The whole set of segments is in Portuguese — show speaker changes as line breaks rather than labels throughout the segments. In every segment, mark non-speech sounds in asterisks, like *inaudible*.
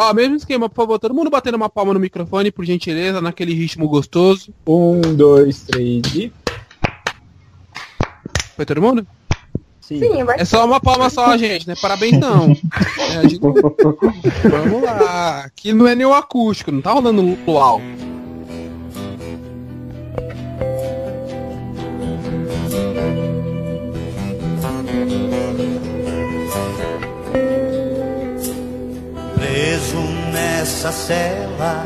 Ó, mesmo esquema, por favor, todo mundo batendo uma palma no microfone, por gentileza, naquele ritmo gostoso.
Um, dois, três e.
Foi todo mundo?
Sim.
Sim, mas
É só uma palma só, gente, né? Parabéns não. É, a gente-
*laughs*
Vamos lá. Aqui não é nem o acústico, não tá rolando luau.
preso nessa cela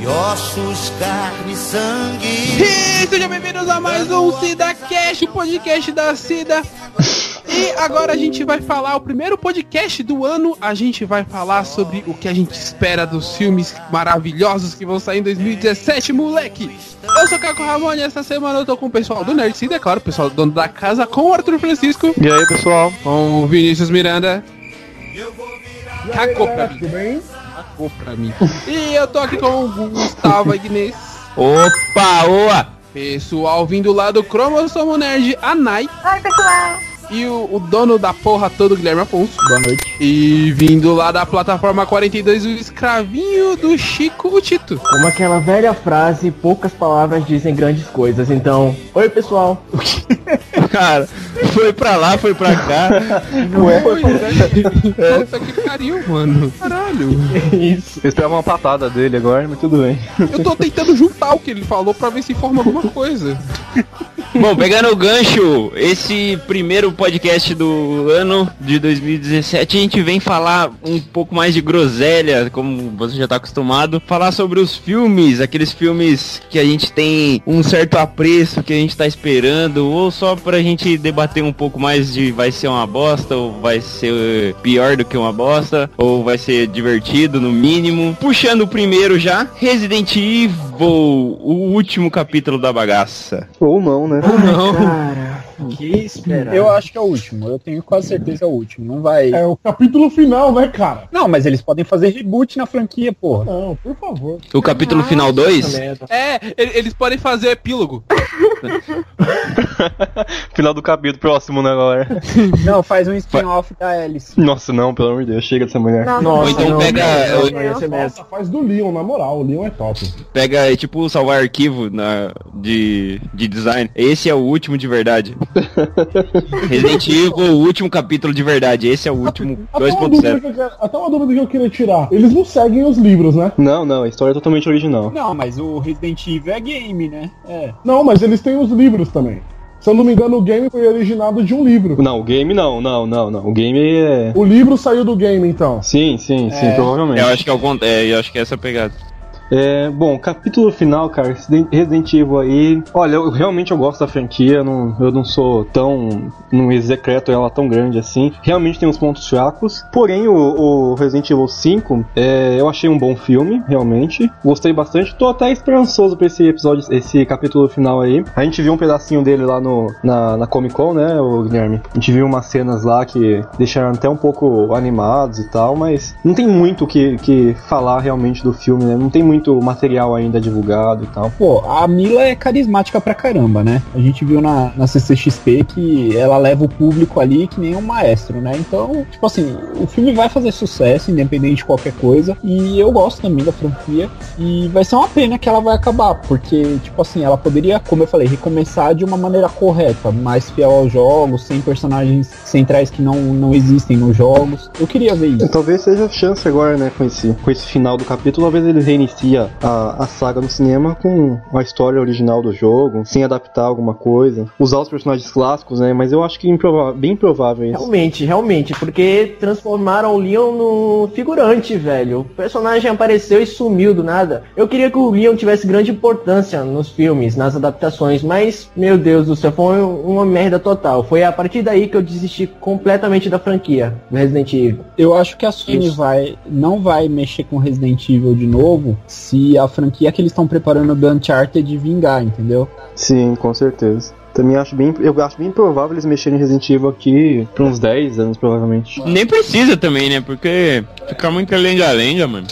de ossos, carne e sangue.
E sejam bem-vindos a mais um CidaCast, podcast da Cida. E agora a gente vai falar, o primeiro podcast do ano, a gente vai falar sobre o que a gente espera dos filmes maravilhosos que vão sair em 2017, moleque. Eu sou o Caco Ramon e essa semana eu tô com o pessoal do Nerd Cida, é claro, o pessoal do dono da casa, com o Arthur Francisco,
E aí, pessoal?
com o Vinícius Miranda. Cacou pra mim,
Tudo bem?
cacou pra mim. E eu tô aqui com o Gustavo Agnes.
Opa, oa!
Pessoal vindo lá do Cromossomo Nerd, a Nai
Oi, pessoal.
e o, o dono da porra todo, Guilherme Afonso.
Boa noite.
E vindo lá da plataforma 42, o escravinho do Chico, o Tito.
Como aquela velha frase, poucas palavras dizem grandes coisas. Então, oi pessoal.
*laughs* Cara, foi pra lá, foi pra cá.
Pois é. Puta que pariu, mano. Caralho.
Isso.
Eu esperava uma patada dele agora, mas tudo bem.
Eu tô tentando juntar o que ele falou pra ver se forma alguma coisa.
Bom, pegando o gancho, esse primeiro podcast do ano de 2017, a gente vem falar um pouco mais de groselha, como você já tá acostumado, falar sobre os filmes, aqueles filmes que a gente tem um certo apreço, que a gente tá esperando, ou só pra gente debater um pouco mais de vai ser uma bosta, ou vai ser pior do que uma bosta, ou vai ser divertido no mínimo. Puxando o primeiro já, Resident Evil, o último capítulo da bagaça.
Ou não, né?
Que esperar.
Eu acho que é o último, eu tenho quase certeza que é o último. Não vai.
É o capítulo final, né, cara?
Não, mas eles podem fazer reboot na franquia, porra.
Não, por favor.
O capítulo final 2?
É, e- eles podem fazer o epílogo.
Final do cabelo próximo, né, agora?
Não, faz um spin-off da
*laughs*
Alice.
Nossa, não, pelo amor de Deus, chega dessa mulher.
Nossa,
Ou então
não,
pega,
não,
ou
não, ia ser merda.
Nossa, faz do Leon, na moral. O Leon é top.
pega é tipo salvar arquivo na, de, de design. Esse é o último de verdade. Resident Evil, o último capítulo de verdade. Esse é o último
Até uma, dúvida
2.0.
que eu quero- até uma dúvida que eu queria tirar. Eles não seguem os livros, né?
Não, não, a história é totalmente original.
Não, mas o Resident Evil é game, né? É.
Não, mas eles têm os livros também. Se eu não me engano, o game foi originado de um livro.
Não, o game não, não, não, não. O game é.
O livro saiu do game, então.
Sim, sim, sim,
É.
provavelmente.
Eu acho que é o con- é, eu acho que é essa a pegada.
É, bom, capítulo final, cara, Resident- Resident Evil aí. Olha, eu realmente eu gosto da franquia, eu não, eu não sou tão. não execreto ela tão grande assim. Realmente tem uns pontos fracos. Porém, o, o Resident Evil 5, é, eu achei um bom filme, realmente. Gostei bastante. Tô até tá esperançoso pra esse episódio, esse capítulo final aí. A gente viu um pedacinho dele lá no, na, na Comic Con, né, o Guilherme? A gente viu umas cenas lá que deixaram até um pouco animados e tal, mas não tem muito o que, que falar realmente do filme, né? Não tem muito material ainda divulgado e tal.
Pô, a Mila é carismática pra caramba, né? A gente viu na, na CCXP que ela leva o público ali que nem um maestro, né? Então, tipo assim, o filme vai fazer sucesso, independente de qualquer coisa. E eu gosto também da franquia. E vai ser uma pena que ela vai acabar, porque, tipo assim, ela poderia, como eu falei, recomeçar de uma maneira correta, mais fiel aos jogos, sem personagens centrais que não, não existem nos jogos. Eu queria ver isso.
Talvez seja a chance agora, né, com esse, com esse final do capítulo, talvez ele reinicia a, a saga no cinema com a história original do jogo, sem adaptar alguma coisa, usar os personagens clássicos, né? Mas eu acho que improva- bem provável isso.
Realmente, realmente, porque transformaram o Leon no figurante, velho. O personagem apareceu e sumiu do nada. Eu queria que o Leon tivesse grande importância nos filmes, nas adaptações, mas, meu Deus do céu, foi uma merda total. Foi a partir daí que eu desisti completamente da franquia do Resident Evil.
Eu acho que a Sony
Isso.
vai, não vai mexer com Resident Evil de novo se a franquia que eles estão preparando do Uncharted vingar, entendeu?
Sim, com certeza. Também acho bem, eu acho bem provável eles mexerem em Resident Evil aqui por uns 10 anos, provavelmente.
Nem precisa também, né? Porque fica muito lenga-lenga, mano.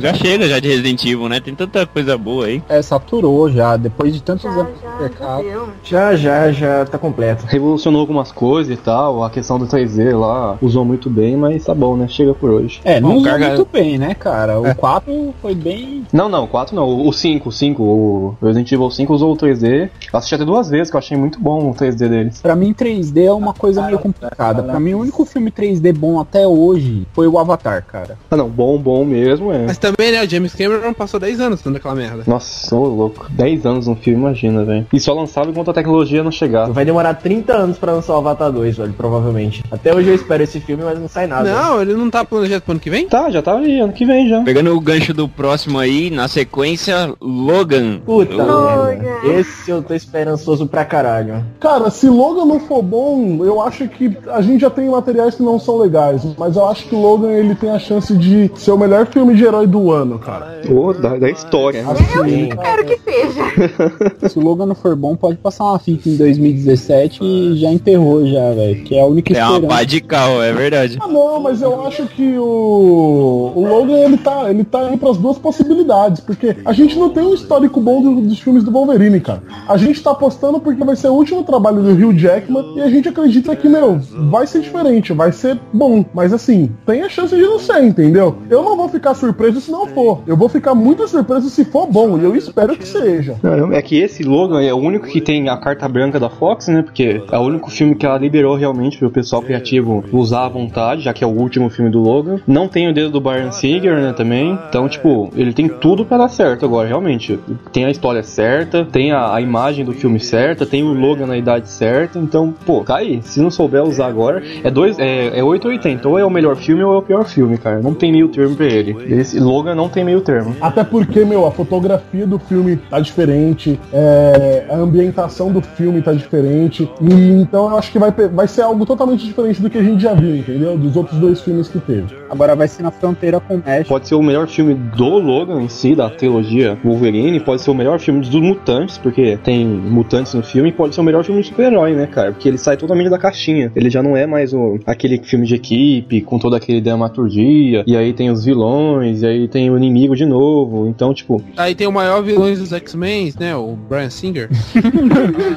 Já chega já de Resident Evil, né? Tem tanta coisa boa aí.
É, saturou já, depois de tantos
Já,
anos
já,
de
já
mercado.
deu.
Já, já, já tá completo.
Revolucionou algumas coisas e tal, a questão do 3D lá usou muito bem, mas tá bom, né? Chega por hoje.
É, não
Bom,
usou
carga-
muito bem, né, cara? O 4 foi bem.
Não, não, o 4 não, o 5, o 5, o Resident Evil 5 usou o 3D. Eu assisti até duas vezes, que eu achei muito bom o 3D deles.
Pra mim, 3D é uma coisa meio complicada. Pra mim, o único filme 3D bom até hoje foi o Avatar, cara.
Ah não, bom, bom mesmo,
Mas
é.
também, né, o James Cameron passou 10 anos fazendo aquela merda.
Nossa, ô louco. 10 anos um filme, imagina, velho. E só lançava enquanto a tecnologia não chegava.
Vai demorar 30 anos pra lançar o Avatar 2, velho, provavelmente. Até hoje eu espero esse filme, mas não sai nada.
Não, ele não tá planejado pro ano que vem?
Tá, já tá aí, ano que vem já.
Pegando o gancho do próximo aí, na sequência, Logan.
Puta merda.
Logan.
Esse eu tô esperançoso pra caralho.
Cara, se Logan não for bom, eu acho que a gente já tem materiais que não são legais, mas eu acho que Logan ele tem a chance de ser o melhor filme de herói do ano, cara.
Ô, da, da história. né?
Sim.
Espero que seja.
Se o Logan não for bom, pode passar uma fita em 2017 e já enterrou já, velho. Que é a única
É uma pá
esperança.
de cal, é verdade.
Ah, não, mas eu acho que o, o Logan ele tá, ele tá aí pras duas possibilidades, porque a gente não tem um histórico bom do- dos filmes do Wolverine, cara. A gente tá apostando porque vai ser o último trabalho do Hugh Jackman e a gente acredita que, meu, vai ser diferente, vai ser bom, mas assim, tem a chance de não ser, entendeu? Eu não vou ficar surpreso se não for. Eu vou ficar muito surpreso se for bom, e eu espero que seja.
Caramba, É que esse Logan é o único que tem a carta branca da Fox, né? Porque é o único filme que ela liberou realmente pro pessoal criativo usar à vontade, já que é o último filme do Logan. Não tem o dedo do Byron Seeger, né? Também. Então, tipo, ele tem tudo pra dar certo agora, realmente. Tem a história certa, tem a, a imagem do filme certa, tem o Logan na idade certa. Então, pô, tá aí. Se não souber usar agora, é dois, é, é 880. Ou é o melhor filme ou é o pior filme, cara. Não tem meio termo pra ele. Esse Logan não tem meio termo.
Até porque, meu, a fotografia do filme tá diferente, é, a ambientação do filme tá diferente. E então eu acho que vai, pe- vai ser algo totalmente diferente do que a gente já viu, entendeu? Dos outros dois filmes que teve.
Agora vai ser na fronteira com o México.
Pode ser o melhor filme do Logan em si, da trilogia Wolverine, pode ser o melhor filme dos mutantes, porque tem mutantes no filme, e pode ser o melhor filme de super-herói, né, cara? Porque ele sai totalmente da caixinha. Ele já não é mais o, aquele filme de equipe, com toda aquele dramaturgia, e aí tem os vilões, e aí tem o inimigo de novo. Então, tipo,
Aí tem o maior vilão dos X-Men, né, o Brian Singer.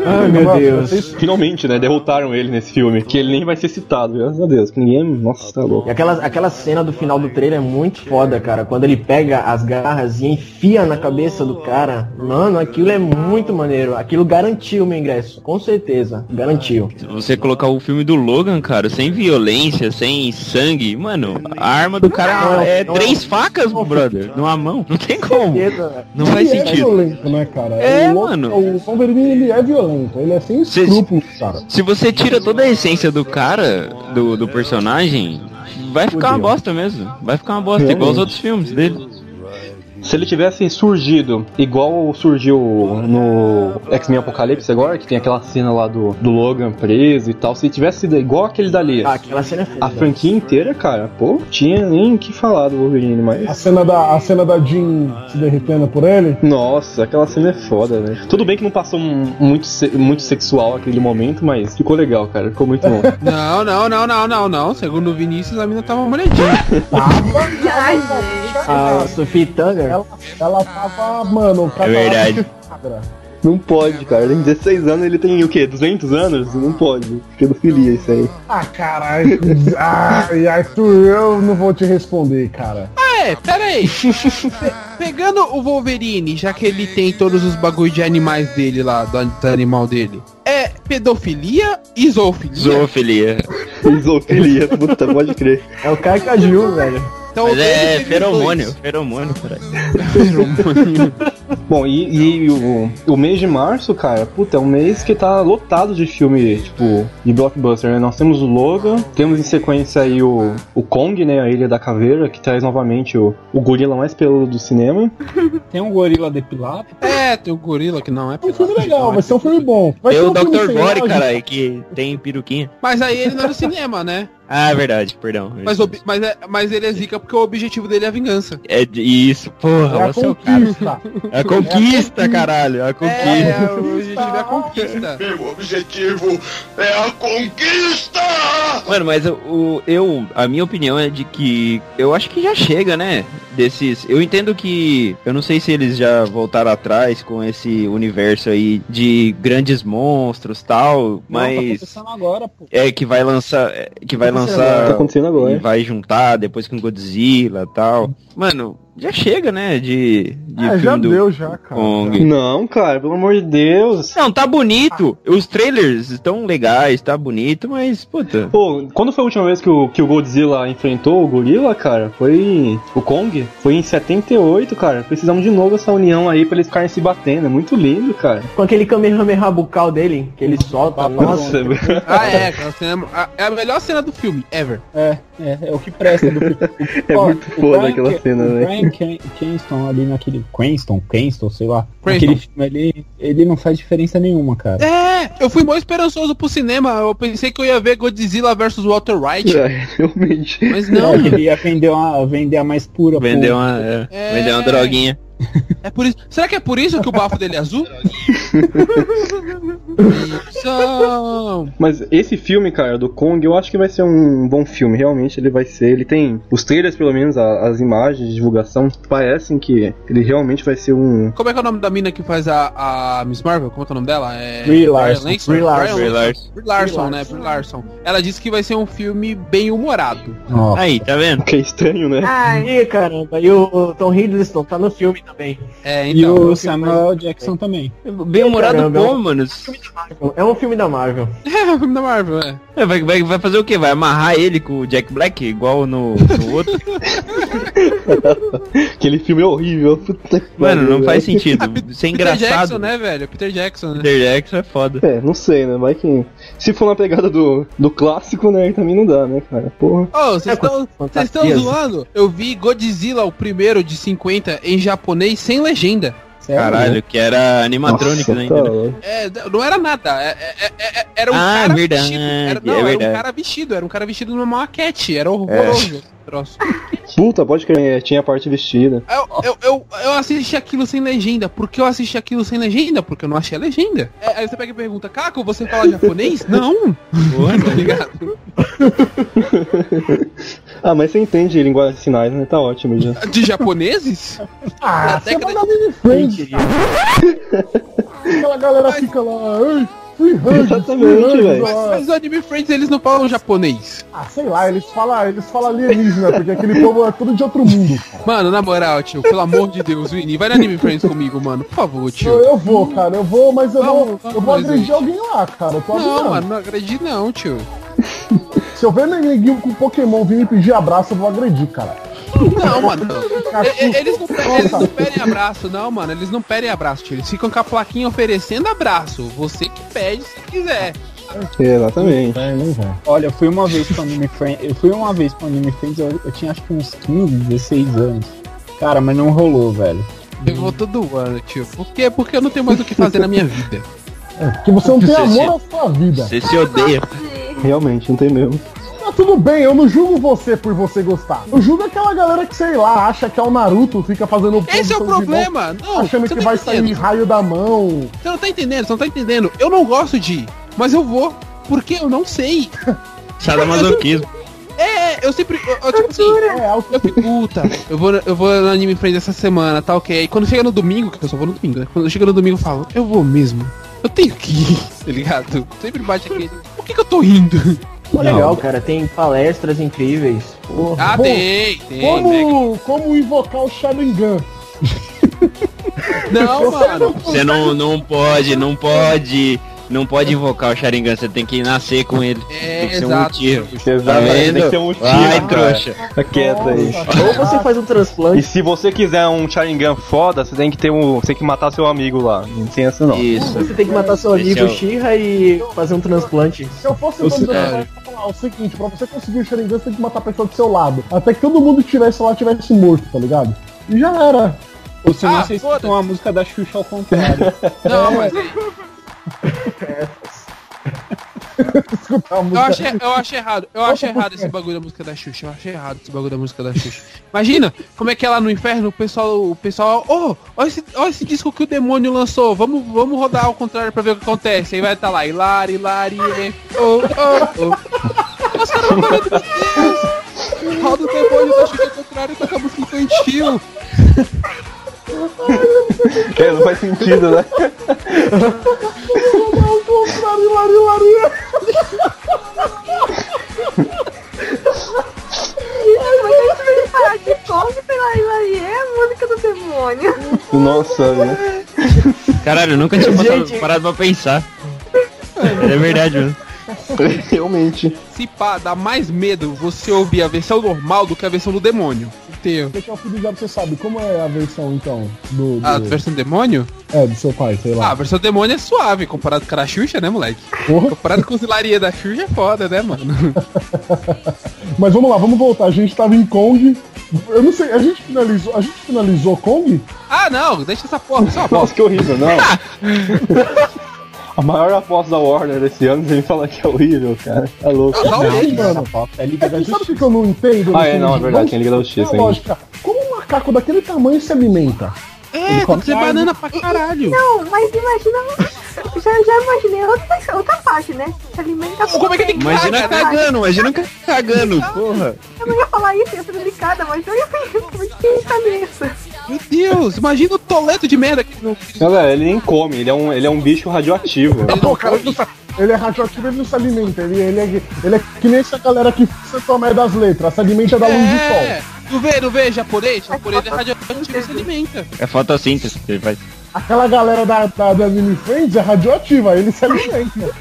Ai, meu Deus.
finalmente, né, derrotaram ele nesse filme, que ele nem vai ser citado, graças a Deus, que ninguém. Nossa, tá louco.
E aquela, aquela cena do final do trailer é muito foda, cara. Quando ele pega as garras e enfia na cabeça do cara. Mano, aquilo é muito maneiro. Aquilo garantiu meu ingresso. Com certeza. Garantiu.
Você colocar o filme do Logan, cara, sem violência, sem sangue, mano, a arma do cara é três facas, brother, numa mão. Não tem como.
Certeza.
Não faz
ele é
sentido.
violento, né, cara?
É,
o, Lo-
mano.
O Wolverine, ele é violento. Ele é sem
Cês-
escrúpulos, cara.
Se você tira toda a essência do cara, do, do personagem, vai ficar uma bosta mesmo. Vai ficar uma bosta, igual os outros filmes dele.
Se ele tivesse surgido igual surgiu no X-Men Apocalipse agora, que tem aquela cena lá do, do Logan preso e tal, se tivesse sido igual aquele dali,
Ah, aquela cena é foda.
a franquia inteira, cara, pô, tinha nem o que falar do Wolverine,
A
mas.
cena, da, a cena da Jean se derretendo por ele.
Nossa, aquela cena é foda, né? Tudo bem que não passou um- muito, se- muito sexual aquele momento, mas ficou legal, cara. Ficou muito bom.
não, não, não, não, não, não. Segundo o Vinícius, a mina tava molhadinha.
Ai, gente.
A Sophie Turner.
Ela, ela tava, mano, cada
É verdade.
hora que-
*laughs* não pode, cara. Tem 16 anos, ele tem o quê? 200 anos? Não pode. Pedofilia, isso *laughs* aí.
Ah, caralho. *laughs* ah, Ai, Arthur, eu não vou te responder, cara.
ah, é, pera aí. Pe- Pegando o Wolverine, já que ele tem todos os bagulho de animais dele lá, do, do animal dele. É pedofilia e zoofilia?
Zoofilia.
Isofilia, puta, pode crer.
É o Carcaju, velho.
Então,
Mas é
ele teve os dois.
feromônio. Feromônio, caralho.
Bom, e, e o, o mês de março, cara, puta, é um mês que tá lotado de filme, tipo, de blockbuster, né? Nós temos o Logan, temos em sequência aí o, o Kong, né? A Ilha da Caveira, que traz novamente o, o gorila mais peludo do cinema.
Tem um gorila depilado.
É, tem o gorila que não é
É um filme legal, vai ser um filme bom. Vai
Tem
ser
o
um filme
Dr.
sem
Body,
lógica.
caralho, que tem peruquinha.
Mas aí ele não é no cinema, né?
Ah, é verdade, perdão.
Mas, o ob- mas, é- mas ele é zica porque o objetivo dele é a vingança.
É de- isso, porra,
É a
você é o cara.
conquista.
tá
É a conquista, caralho, é a
É,
conquista.
*laughs* o objetivo é a conquista.
Mano, mas o, o- eu, a minha opinião é de que eu acho que já chega, né? desses. Eu entendo que. Eu não sei se eles já voltaram atrás com esse universo aí de grandes monstros tal, mas.
acontecendo agora, pô.
É, que vai lançar. é, Que vai
Tá
lançar.
acontecendo
E
agora.
vai juntar depois com Godzilla e tal. Mano, já chega, né? De, de
Ah,
filme
já
do
deu, já, cara.
Kong.
Não, cara, pelo amor de Deus.
Não, tá bonito. Os trailers estão legais, tá bonito, mas, puta.
Pô, quando foi a última vez que o, que o Godzilla enfrentou o gorila, cara? Foi. O Kong? Foi em 78, cara. Precisamos de novo essa união aí pra eles ficarem se batendo. É muito lindo, cara.
Com aquele Kamehameha bucal dele, que ele solta, nossa.
Nossa,
*laughs* Ah, é, aquela cena. a- É a melhor cena do filme, ever.
É, é o que
*laughs*
presta do
É muito foda aquela cena,
né?
velho.
O Brian Ken- Kenston ali naquele. Quenston, Kenston, sei lá.
Cranston.
Aquele filme ali, ele não faz diferença nenhuma, cara.
É, eu fui mó esperançoso pro cinema. Eu pensei que eu ia ver Godzilla versus Walter White,
*laughs* É, realmente.
mas
É,
Não,
não.
que É, ele ia vender, uma, vender a mais pura.
Vendeu
pô.
uma, é,
É.
vendeu uma droguinha.
É por isso. Será que é por isso que o bafo dele é azul? São.
Mas esse filme, cara, do Kong, eu acho que vai ser um bom filme. Realmente ele vai ser. Ele tem. Os trailers, pelo menos, a- as imagens de divulgação, parecem que ele realmente vai ser um.
Como é que é o nome da mina que faz a, a Miss Marvel? Como é que é o nome dela? É.
Brie
Brie
Larson.
Larson?
Brie Larson.
Brie
Brie Larson.
Brie Larson, né? Brie Larson. Ela disse que vai ser um filme bem humorado.
Ah,
Nossa.
Aí, tá vendo?
Que é estranho, né?
Ah.
Ai,
Ih, caramba, e o Tom Hiddleston tá no filme também.
É,
e
então. *laughs*
o Samuel Jackson também.
Bem humorado
Caramba.
bom, mano.
É um filme da Marvel.
É, o filme da Marvel, é.
É, Vai, vai, vai fazer o quê? Vai amarrar ele com o Jack Black, igual no, no
*laughs*
outro?
Aquele filme é horrível. Puta que
Mano,
pariu, né?
não faz
velho.
sentido. Isso é
Peter
engraçado.
Jackson, né, velho? Peter Jackson, né?
Peter Jackson é foda.
É, não sei, né? Vai que. Se for na pegada do, do clássico, né? aí Também não dá, né, cara? Porra.
Ô, vocês estão vocês estão
fantasias.
zoando? Eu vi Godzilla, o primeiro de 50, em japonês, sem legenda.
Sério, né?
Caralho, que era animatrônico
Nossa,
ainda.
tá
né?
louco.
É, não era nada. é- é- é- é- era um
Ah,
cara
verdade,
vestido. Era, não,
é
era
verdade.
um cara vestido. Era um cara vestido numa maquete. Era horroroso. esse Troço.
Puta, pode crer. é, Tinha a parte vestida.
Eu, eu, eu, eu assisti aquilo sem legenda. Por que eu assisti aquilo sem legenda? Porque eu não achei a legenda. É, aí você pega e pergunta, Caco, você
*laughs*
fala japonês? não. tá ligado?
Ah, mas você entende linguagem de sinais, né? Tá
*laughs*
ótimo já.
De japoneses?
Ah,
Até
você
que-
vai dar
é
mini friends. Aquela galera fica lá, ei, free hugs,
*laughs* Exatamente,
free hugs",
velho.
ó.
Mas, mas o Anime Friends, eles não falam japonês.
Ah, sei lá, eles falam, eles falam alienígena, porque aquele povo é tudo de outro mundo.
Mano, na moral, tio, pelo amor de Deus, Vini, vai no Anime Friends comigo, mano. Por favor,
Eu,
tio.
eu vou, cara, eu vou, mas eu
Vamos,
vou,
vamos,
eu vou
mas
agredir alguém lá, cara. Eu tô
Não,
avisando.
mano, não agredi não, tio.
Se eu ver neguinho com Pokémon vir me pedir abraço, eu vou agredir, cara.
Não, mano.
Pikachu,
E- e- Eles não, pe-
Nossa.
eles não pedem abraço, não, mano. Eles não pedem abraço, tio. Eles ficam com a plaquinha oferecendo abraço. Você que pede se quiser.
Exatamente.
É, não vai.
Olha, eu fui uma vez pro Anime Friends. Eu fui uma vez pro Anime Friends, eu, eu tinha acho que uns 15, 16 anos. Cara, mas não rolou, velho.
Eu vou todo ano, tio. Por quê? Porque eu não tenho mais o que fazer na minha vida.
Que você não tem
Você se-
amor à sua vida.
Você se odeia.
Realmente, não tem mesmo.
Tá tudo bem, eu não julgo você por você gostar. Eu julgo aquela galera que, sei lá, acha que é o Naruto, fica fazendo...
*laughs* Esse é o
posição de mão,
problema. Não,
Achando
você
que
não
vai
tá
sair
entendendo.
raio da mão.
Você não tá entendendo, você não tá entendendo. Eu não gosto de ir, mas eu vou. Porque eu não sei.
Sadomasoquismo.
É, eu sempre. Eu, eu, tipo assim,
É, algo
Eu fico, puta, eu vou, eu vou no Anime Friends essa semana, tá ok. Aí quando chega no domingo, que eu só vou no domingo, né? Quando chega no domingo eu falo, eu vou mesmo. Eu tenho que ir, *laughs* tá ligado? Sempre bate aquele. Por que, que eu tô rindo?
Pô, legal, cara, tem palestras incríveis. Porra.
Ah,
assim. Bom,
tem, tem. né?
Como, como invocar o Sharingan?
Não, mano.
Você não, não pode, não pode. Não pode invocar o Sharingan, você tem que nascer com ele.
É,
tem que ser um
exato.
motivo. Tá
Exatamente. Tem que
vendo?
ter um motivo,
Vai,
cara.
trouxa.
Tá quieto aí.
Ou você faz um
E
transplante.
se você quiser um Sharingan foda, você tem que ter um. Você tem que matar seu amigo lá. Não tem essa não.
Isso.
Você tem que matar seu
Esse
amigo
é o-
Shira e fazer um transplante.
Se eu fosse o
Eu sei-
dono da
é.
eu ia falar o seguinte, pra você conseguir o Sharingan, você tem que matar a pessoa do seu lado. Até que todo mundo que tivesse lá tivesse morto, tá ligado? E já era.
Ou se
Ah,
não, vocês
foda-se.
escutam a música da Xuxa ao
*laughs*
contrário.
Não,
É.
mas
Escutar a
eu
música. um
acho, eu acho errado. Eu acho errado esse bagulho da música da Xuxa. Eu achei errado esse bagulho da música da Xuxa. Imagina como é que é lá no inferno, o pessoal. O pessoal. Ô, olha, esse, olha esse disco que o demônio lançou. Vamos, vamos rodar ao contrário pra ver o que acontece. Aí vai estar tá lá, Hilari, Hilari, e- ô, ô, ô. Os caras vão falar, meu Deus! Aldo Demônio tá achando que é o contrário com a música infantil.
É, não faz sentido, né?
Mas a gente vai falar de Kong pela Ilari é a música do demônio.
Nossa, né?
Caralho, eu nunca tinha passado-
Gente.
parado pra pensar. É verdade, mano.
Realmente.
Se pá, dá mais medo você ouvir a versão normal do que a versão do demônio. Tem
Deixa eu ligar pra você sabe como é a versão então do, do-
a versão do demônio?
é, do seu pai, sei
Ah, a
lá.
versão do demônio é suave, comparado com a da Xuxa, né, moleque?
Porra.
Comparado com os hilaria da Xuxa é foda, né, mano?
*laughs* Mas vamos lá, vamos voltar. A gente tava em Kong. Eu não sei, a gente finalizou, a gente finalizou Kong?
Ah, não, deixa essa porra, só uma bosta.
Nossa, que horrível, não. A maior aposta da Warner esse ano, você me fala que é horrível, cara. É louco.
Só o
Sim,
jeito.
mano.
É Liga
É
da
que sabe um o
Justiça.
que que eu não entendo?
Ah, é, não, é
Assim,
verdade, tem Liga da Justiça
qual é a
ainda.
lógica. Como um macaco daquele tamanho se alimenta?
É, tem que ser banana pra caralho.
Não, mas imagina. Já, já imaginei outra, outra parte, né? Se alimenta com
Como é que ele caga,
Imagina
né?
cagando, imagina ca- cagando, porra.
Eu não ia falar isso, ia ser delicada, mas eu ia pensar muito que tá isso cabeça.
Meu Deus, imagina o toleto de merda que
Tá
não
Galera, ele nem come, ele é um, ele é um bicho radioativo.
Pô, cara, ele, não se- ele é radioativo, ele não se alimenta. Ele, ele, é, ele é que nem essa galera que se tomé das letras, se alimenta da luz
É,
do sol.
não vê, não vê japonês? Japonês é radioativo e se alimenta.
É fotossíntese que ele faz.
Aquela galera da, da, da Mini Friends é radioativa, ele se alimenta.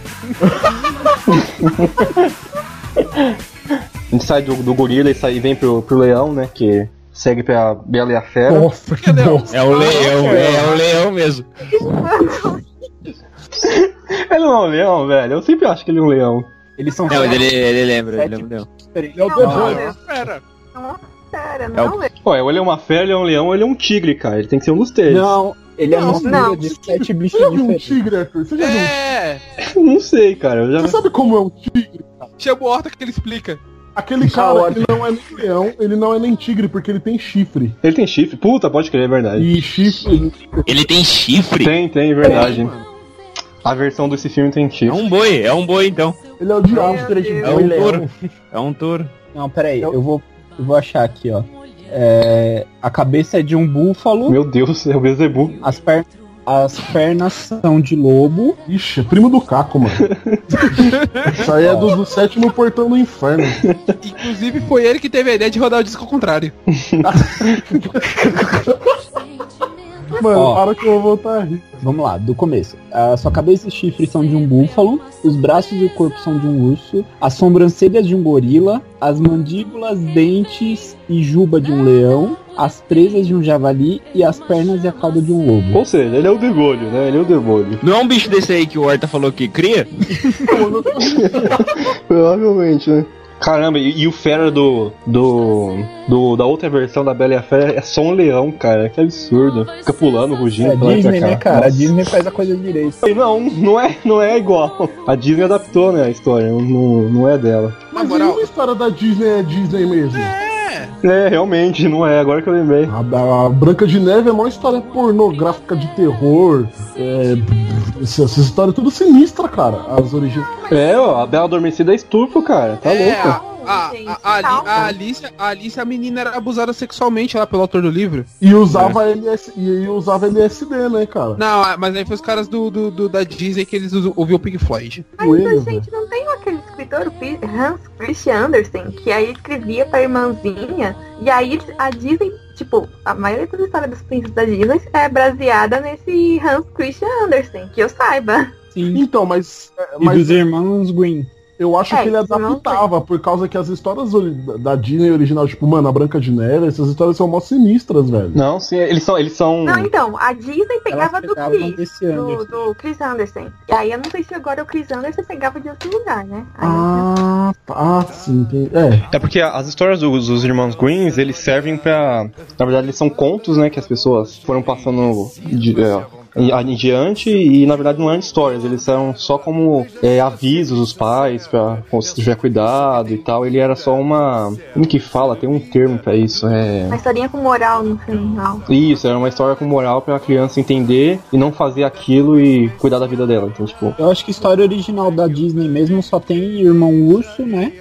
A gente sai do, do gorila e, sai, e vem pro, pro leão, né? Que segue pra Bela e a Fera.
Nossa, que
Entendeu?
bosta.
É o leão, é, o leão mesmo.
Ele não é um leão, velho. Eu sempre acho que ele é um leão.
Eles são assim,
Não, mas ele, ele lembra, ele lembra. Não.
Ele é o demônio.
Não,
Pera.
não, Pera,
É
não,
o-
Lê.
Pô, ou ele é uma fera, ele é um leão, ou ele é um tigre, cara. Ele tem que ser um dos três.
Não, ele é
Não,
uma mistura
não.
de sete
Você
bichos
já viu um
diferentes.
tigre, Arthur? Você já viu um
É,
Não sei, cara. Eu já...
Você sabe como é um tigre?
chama o Horta que ele explica.
Aquele cara, ele não é nem leão, ele não é nem tigre, porque ele tem chifre.
Ele tem chifre. Puta, pode crer, é verdade.
E chifre.
Ele tem chifre?
Tem, tem, é verdade. A versão desse filme tem
É
chifre.
um boi, é um boi então.
Ele é o
É uma
diabo.
mistura de
É
boi e
um
leão.
touro. É um touro.
Não, peraí, eu vou, eu vou achar aqui, ó. É, a cabeça é de um búfalo,
Meu Deus, é o Bezebu.
as, per- as pernas são de lobo.
Ixi, é primo do Caco, mano. Isso aí é do, do sétimo portão do inferno.
Inclusive foi ele que teve a ideia de rodar o disco ao contrário.
Mano,
Ó.
para que eu vou voltar a rir.
Vamos lá, do começo. Ah, A sua cabeça e chifres são de um búfalo, os braços e o corpo são de um urso, as sobrancelhas de um gorila, as mandíbulas, dentes e juba de um leão, as presas de um javali e as pernas e a cauda de um lobo.
Ou seja, ele é o demônio, né? Ele é o demônio.
Não é um bicho desse aí que o Horta falou que cria?
Provavelmente, né? Caramba, e, e o fera do, do, do- da outra versão da Bela e a Fera é só um leão, cara. Que absurdo. Fica pulando, rugindo.
É
pra lá e pra
Disney,
cá.
né, cara? A
Nossa.
Disney faz a coisa direito.
E Não, não é, não é igual. A Disney adaptou, né, a história. Não, não não é dela.
Na
Mas
moral.
nenhuma história da Disney é Disney mesmo.
É, realmente, não é. Agora que eu lembrei.
A, da- a Branca de Neve é uma história pornográfica de terror. É, essa, essa história é tudo sinistra, cara. As origens.
É, ó, a Bela Adormecida é estupro, cara. Tá
é,
louco.
a, a,
Ah,
a, a, Ali- a Alice, a Alice, a menina era abusada sexualmente lá pelo autor do livro.
E
É.
usava, LS, e, e usava LSD, né, cara?
Não, ah, mas aí foi os caras do, do, do- da Disney que eles usam- ouviam o Pink Floyd.
Coelho, né?
Mas,
velho.
gente, não tem aquele escritor, o Pi- Hans Christian Andersen, que aí escrevia pra irmãzinha, e aí a Disney, tipo, a maioria das histórias das princesas da Disney é baseada nesse Hans Christian Andersen, que eu saiba.
Sim.
Então, mas, é,
E
mas
dos irmãos Green.
eu acho
É,
que ele
isso não
adaptava, por causa que as histórias ori- da Disney original, tipo, mano, a Branca de Neve, essas histórias são mó sinistras, velho.
Não, sim, eles são. Eles são.
né?
Não, então, a Disney pegava
Elas
do
pegavam
Chris.
desse
Do,
Anderson.
do Chris Andersen. E aí eu não sei se agora o Chris Andersen pegava de outro lugar, né? Aí eu
Ah, tá, sim. tem- É,
É porque as histórias dos, dos irmãos Greens, eles servem pra. Na verdade, eles são contos, né? Que as pessoas foram passando de, é, em, em diante e, na verdade, não eram histórias. Eles eram só como é, avisos dos pais pra pô, se tiver cuidado e tal. Ele era só uma. Como que fala? Tem um termo pra isso. É.
Uma historinha com moral no final.
Isso, era uma história com moral pra criança entender e não fazer aquilo e cuidar da vida dela. Então, tipo,
Eu acho que a história original da Disney mesmo só tem irmão urso, né?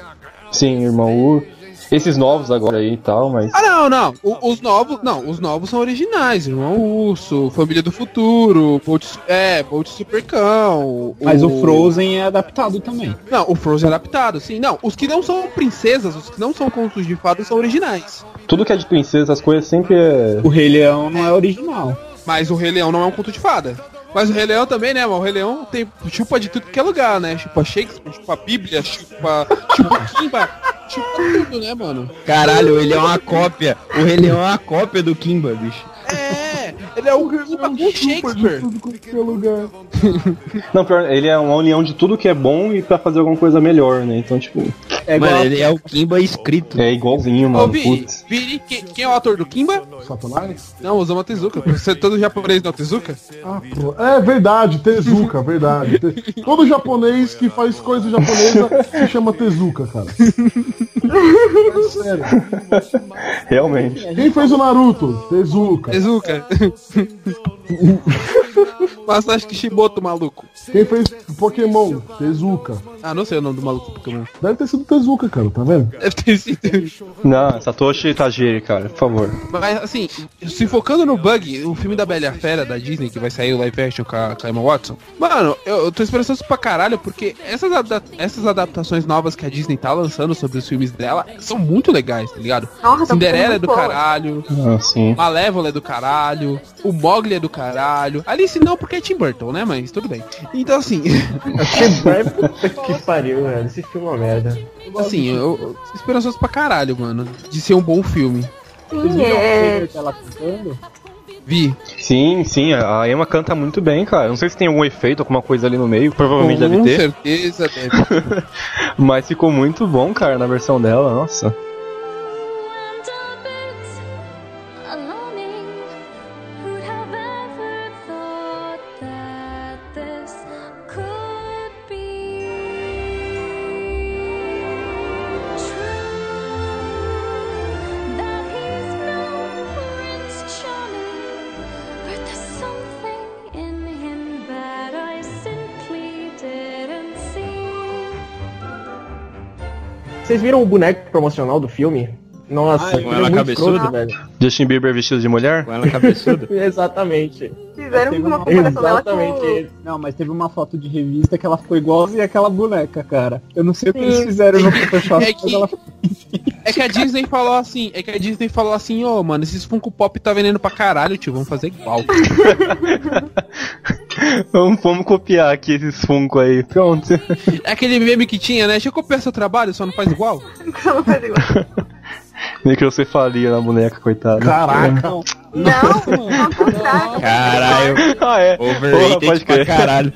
sim, irmão Ur. Esses novos agora aí e tal, mas.
Ah, não, não. O- os novos. Não, os novos são originais. Irmão Urso, Família do Futuro, Bolt, Su- é, Bolt Supercão.
Mas o Frozen é adaptado também.
Não, o Frozen é adaptado, sim. Não, os que não são princesas, os que não são contos de fadas são originais.
Tudo que é de princesa, as coisas sempre é.
O Rei Leão não é original.
Mas o Rei Leão não é um conto de fada. Mas o Rei Leão também, né? mano? O Rei Leão tem chupa de tudo que é lugar, né? Chupa Shakespeare, chupa Bíblia, chupa, chupa Kimba, chupa tudo, né, mano?
Caralho, ele é uma cópia. O Rei Leão é uma cópia do Kimba, bicho.
É, ele é o Kimba com Shakespeare.
Tudo quanto é lugar.
Não, pior, ele é uma união de tudo que é bom e pra fazer alguma coisa melhor, né? Então, tipo,
É igual
Mano, ele é o Kimba escrito.
é igualzinho,
Ô,
mano.
Vini,
Putz.
Vini, quem, quem é o ator do Kimba?
Satanás?
Não, Osama Tezuka. Você é todo japonês não é o Tezuka?
Ah, pô. É verdade, Tezuka, verdade. Te- Todo japonês que faz coisa japonesa se chama Tezuka, cara. É sério.
Realmente.
Quem fez o Naruto?
*laughs*
Tezuka.
Tezuka. Masashi Kishimoto, maluco.
Quem fez Pokémon? Tezuka.
Ah, não sei o nome do maluco do Pokémon.
Deve ter sido Tezuka, cara, tá vendo?
Deve ter sido...
Não, Satoshi Tajiri, cara, por favor.
Mas assim, se focando no bug, o filme da Bela e a Fera da Disney, que vai sair o live action com a, com a Emma Watson, mano, eu, eu tô esperando isso pra caralho, porque essas, adapta- essas adaptações novas que a Disney tá lançando sobre os filmes dela são muito legais, tá ligado?
Nossa,
Cinderela é
muito
do
boa.
caralho,
Ah, sim.
Malévola é do caralho, o Mogli é do caralho. Alice não, porque é Tim Burton, né, mas tudo bem. Então assim, *laughs*
que pariu, velho. Esse filme é uma merda.
assim, eu, eu tô esperançoso pra caralho, mano, de ser um bom filme.
Sim, é.
Ela cantando?
Vi,
Sim, sim, a Emma canta muito bem, cara. Não sei se tem algum efeito, alguma coisa ali no meio,
com
provavelmente deve ter.
certeza deve
Mas ficou muito bom, cara, na versão dela, nossa.
Something in him that I simply didn't see.
Vocês viram o boneco promocional do filme? Nossa,
Ah,
é
aquilo
com ela cabeçuda?
né?
velho.
Justin Bieber vestido de mulher?
Com ela cabeçuda.
Exatamente.
Fizeram
Teve
uma
uma-
comparação dela com... *laughs*
Exatamente.
Não, mas teve uma foto de revista que ela ficou igualzinha àquela boneca, cara. Eu não sei o que eles
Sim.
fizeram no Photoshop,
É que-
mas ela ficou
É que a Disney falou assim, é que a Disney falou assim, ô mano, esses Funko Pop tá vendendo pra caralho, tio, vamos fazer igual.
Vamos, vamos copiar aqui esses Funko aí. Pronto.
É aquele meme que tinha, né? Deixa eu copiar seu trabalho, só não faz igual.
Não, faz igual.
*laughs* Microcefalia na boneca, coitada.
Caraca.
não, ao contrário.
Caralho,
*laughs* Ah, é. Porra,
overrated
pode
pra
crer.
caralho.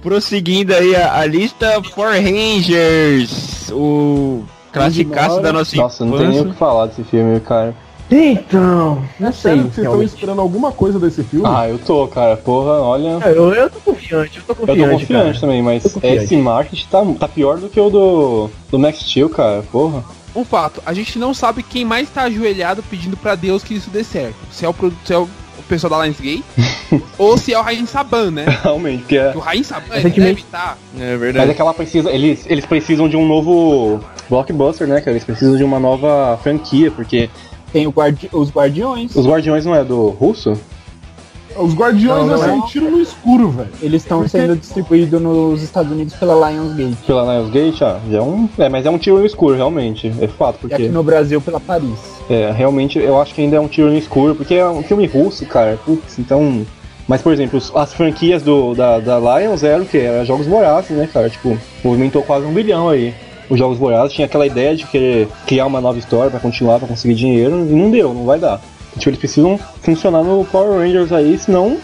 Prosseguindo aí a, a lista Power Rangers, o classicaço da nossa
Nossa, não tem nem o que
infância.
falar desse filme, cara.
Então, não sei.
Sério que vocês estão
realmente.
esperando alguma coisa desse filme?
Ah, eu tô, cara. Porra, olha.
Ah, Eu, eu tô confiante, eu tô
Eu
confiante.
tô confiante
cara.
também, mas
Tô confiante.
esse marketing tá, tá pior do que o do, do Max Steel, cara. Porra. *laughs*
Um fato, a gente não sabe quem mais tá ajoelhado pedindo pra Deus que isso dê certo. Se é o, produ- se é o o pessoal da
*laughs*
Lionsgate ou se é o Rain Saban, né?
Realmente, porque é.
Que o Rain Saban ele deve tá.
Recentemente-
estar.
É
Mas
verdade.
aquela precisa. Eles, eles precisam de um novo blockbuster, né, cara? Eles precisam de uma nova franquia, porque
Tem o guardi... os Guardiões.
os Guardiões não é do russo?
Os Guardiões
Não,
é
não
só
é.
um tiro no escuro, velho.
Eles estão sendo distribuídos nos Estados Unidos pela Lionsgate.
Pela Lionsgate, ah, já é um. É, mas é um tiro no escuro, realmente. É fato,
E aqui
porque.
no Brasil pela Paris.
É, realmente eu acho que ainda é um tiro no escuro, porque é um filme russo, cara. Putz, então. Mas, por exemplo, os- as franquias do, da, da Lions eram o quê? Era Jogos Vorazes, né, cara? Tipo, movimentou quase um bilhão aí. Os Jogos Vorazes tinha aquela ideia de querer criar uma nova história pra continuar, pra conseguir dinheiro, e não deu, não vai dar. Tipo, eles precisam funcionar no Power Rangers aí, senão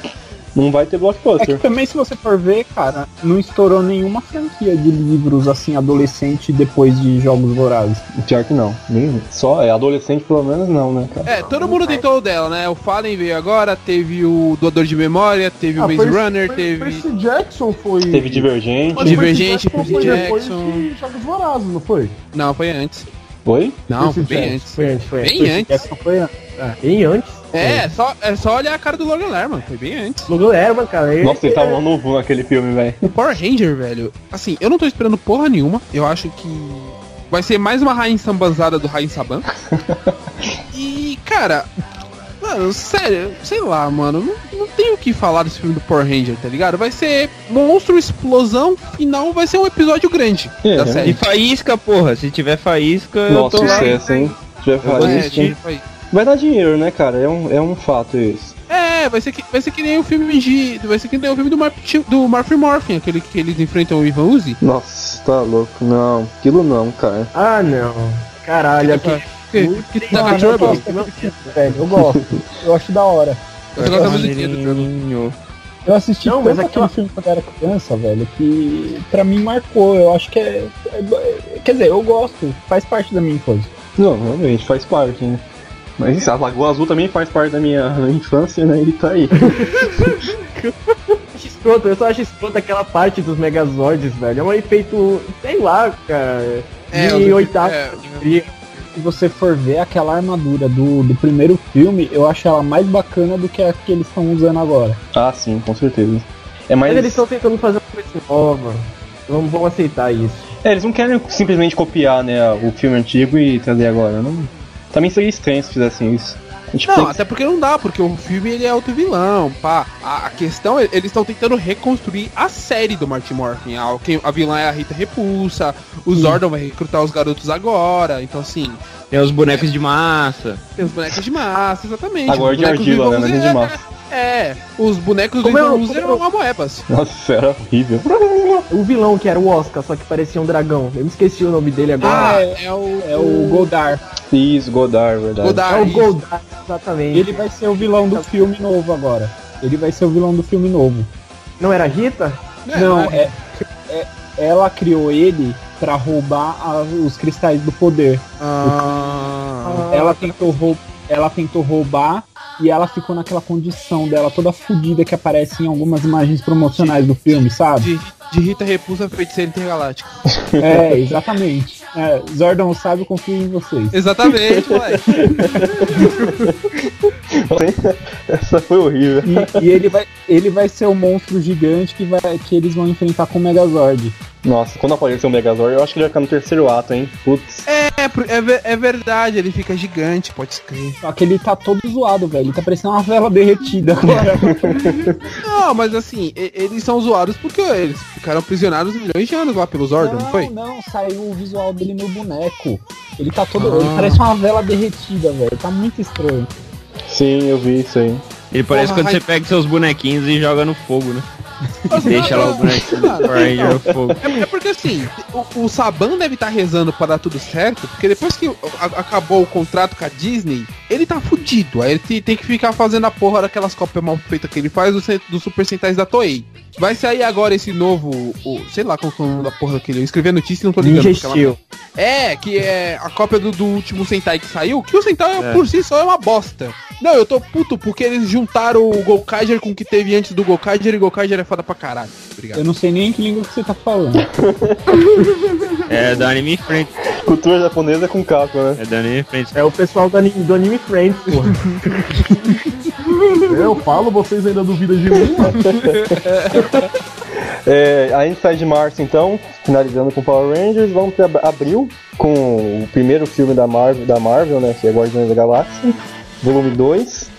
não vai ter
É que
blockbuster.
também, se você for ver, cara, não estourou nenhuma franquia de livros, assim, adolescente depois de Jogos Vorazes.
Pior que não. Nem- Só é adolescente, pelo menos, não, né, cara?
É, todo mundo tentou o dela, né? O Fallen veio agora, teve o Doador de Memória, teve o
Ah,
Maze
Percy-
Runner,
Per-
teve.
Percy Jackson foi.
Teve Divergente.
Mas o Percy
Divergente,
Jackson
Percy
foi depois
Jackson.
de Jogos Vorazes, não foi?
Não, foi antes.
Oi?
Não,
Esse
bem
Jackson.
antes.
Foi antes, foi antes.
Bem antes.
Jackson foi antes.
Bem antes.
É, só, é só olhar a cara do Logan Lerman, foi bem antes.
Logan Lerman, cara. ele-
Nossa, ele tá tava mal novo naquele filme, velho.
O Power Ranger, velho, assim, eu não tô esperando porra nenhuma. Eu acho que vai ser mais uma Rain Sambanzada do Rain *laughs* Saban. e, cara, mano, sério, sei lá, mano, não, não tenho o que falar desse filme do Power Ranger, tá ligado? Vai ser monstro, explosão, final vai ser um episódio grande
É,
da
né?
série.
E faísca, porra. Se tiver faísca,
Nossa,
eu tô lá.
sucesso, hein? Se tiver
vou
falado
É,
isso, hein?
tipo, aí.
Vai dar dinheiro, né, cara? É um, é um fato isso.
É, vai ser que, vai ser que nem o filme de. Vai ser que nem o filme do, Mar do Marfin Morphin, aquele que eles enfrentam o Ivan Uzi.
Nossa, tá louco. Não, aquilo não, cara.
Ah, não. Caralho, aqui.
Que, que, que tá com a Trouble.
Velho, eu gosto. eu acho da hora.
Eu só gosto da musiquinha do Trouble.
Eu assisti
Não,
não,
mas
tanto
aquela-
aquele filme quando eu era criança, velho, que pra mim marcou. Eu acho que é, é- Quer dizer, eu gosto, faz parte da minha infância.
Não, realmente, faz parte, né? Mas a Lagoa Azul também faz parte da minha infância, né? Ele tá aí. *laughs*
acho escroto, eu só acho escroto aquela parte dos Megazords, velho. É um efeito, sei lá, cara.
É,
de
os-
oitavo
é.
de
Se você for ver aquela armadura do, do primeiro filme, eu acho ela mais bacana do que a que eles estão usando agora.
Ah, sim, com certeza. É mais.
Mas eles estão tentando fazer uma coisa nova. Não vão aceitar isso.
É, eles não querem simplesmente copiar, né, o filme antigo e trazer agora. Não... Também seria estranho se fizessem isso. A gente
Não, assim,
tem-
até porque não dá, porque o filme ele é outro vilão, pá. A, a questão é, eles estão tentando reconstruir a série do Martin Morphin. A, quem- a vilã é a Rita Repulsa, o Zordon vai recrutar os garotos agora, então assim,
Tem os bonecos de massa.
tem os bonecos de massa, exatamente.
Agora
os
de
bonecos do
argila,
Ivan
né? Mas
Uzi
de
é-
massa.
É, os bonecos
Como
do
é o-
Ivan Uzi
como é o-
eram amebas.
Nossa, era horrível.
O vilão que era o Oscar, só que parecia um dragão. Eu me esqueci o nome dele agora.
Ah, é o...
É o Goldar.
Isso, Godard, verdade.
Godard,
é o
Ah, isso.
Goldar, exatamente.
Ele vai ser o vilão do filme novo agora. Ele vai ser o vilão do filme novo.
Não era a Rita?
É,
não,
mas-
é, é- ela criou ele pra roubar a- os cristais do poder.
Ah,
ela, tentou rou- ela tentou roubar e ela ficou naquela condição dela toda fodida que aparece em algumas imagens promocionais do filme,
de,
sabe?
de Rita Repulsa Feiticeira Intergaláctica.
É, exatamente. É, Zordon sabe, eu confio em vocês.
Exatamente, moleque.
*laughs* Essa foi horrível.
E, e ele, vai, ele vai ser o monstro gigante que, vai, que eles vão enfrentar com o Megazord.
Nossa, quando aparecer o Megazord, eu acho que ele vai ficar no terceiro ato, hein? Putz.
É, é, ver- é verdade, ele fica gigante, pode crer.
Só que ele tá todo zoado, velho. Ele tá parecendo uma vela derretida agora.
Não, mas assim, e- eles são zoados porque eles ficaram prisionados milhões de anos lá pelos órgãos, não foi?
não, saiu o visual dele no boneco. Ele tá todo.
Ah.
Ele parece uma vela derretida, velho. Tá muito estranho.
Sim, eu vi isso aí.
Ele parece
Porra,
quando
vai-
você pega seus bonequinhos e joga no fogo, né?
Nossa,
Deixa
não,
lá o
não, não,
bonequinho do Power Ranger
não.
no fogo.
É, é porque assim, o, o Saban deve estar rezando pra dar tudo certo, porque depois que a- acabou o contrato com a Disney, ele tá fudido. Aí ele te- tem que ficar fazendo a porra daquelas cópias mal feitas que ele faz dos do Super Sentais da Toei. Vai sair agora esse novo, o- sei lá qual que é o nome da porra daquele. Eu escrevi a notícia e não tô ligando.
Ninja
porque ela-
Steel.
É, que é a cópia do, do último Sentai que saiu, que o Sentai por si só é uma bosta. Não, eu tô puto porque eles juntaram o Golkager com o que teve antes do Golkager e o Golkager é foda pra caralho. Obrigado.
Eu não sei nem em que língua que você tá falando.
É da Anime Friends.
Cultura japonesa com capa, né?
É da Anime Friends.
É o pessoal do anime, do anime Friends, porra.
Eu falo, vocês ainda duvidam de mim, mano.
É, a gente sai de março, então, finalizando com Power Rangers, vamos pra ab- abril com o primeiro filme da Marvel, da Marvel né? Que é Guardiões da Galáxia, volume 2.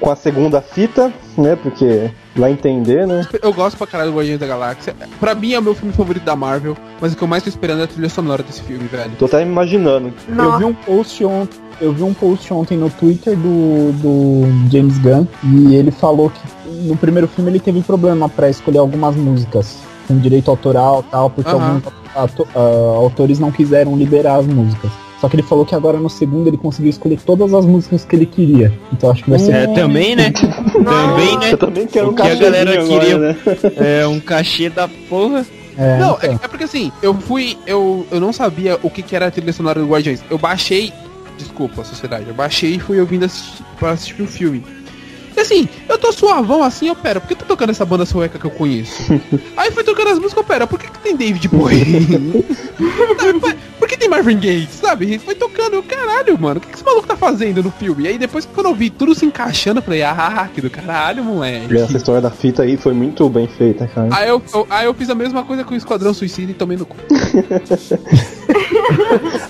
Com a segunda fita, né? Porque lá entender, né?
Eu gosto pra caralho do Guardiões da Galáxia. Pra mim é o meu filme favorito da Marvel, mas o que eu mais tô esperando é a trilha sonora desse filme, velho.
Tô até imaginando.
Eu vi
Nossa,
um post ontem. Eu vi um post ontem no Twitter do, do James Gunn e ele falou que no primeiro filme ele teve problema pra escolher algumas músicas com direito autoral e tal, porque
Aham.
alguns ato- ah, autores não quiseram liberar as músicas. Só que ele falou que agora no segundo ele conseguiu escolher todas as músicas que ele queria. Então acho que vai ser
É, também, né? também, né?
Eu também quero um
O que a
cachezinho
galera queria.
né?
É um cachê da porra.
É,
Não, é,
então.
é porque assim, eu fui. Eu, eu não sabia o que, que era a trilha sonora do Guardiões. Eu baixei. Desculpa, sociedade. Eu baixei e fui ouvindo assistir, pra assistir o filme. E assim, eu tô suavão assim, eu pera, por que tá tocando essa banda sueca que eu conheço? Aí fui tocando as músicas, eu pera, por que, que tem David Bowie? Sabe, por- por que tem Marvin Gaye, sabe? Foi tocando ficando, eu, caralho, mano, o que, que esse maluco tá fazendo no filme? E aí depois quando eu vi tudo se encaixando, eu falei, ah, que do caralho, moleque.
E essa história da fita aí foi muito bem feita, cara.
Ah,
Aí eu, eu- aí eu fiz a mesma coisa com o Esquadrão Suicida e tomei no cu.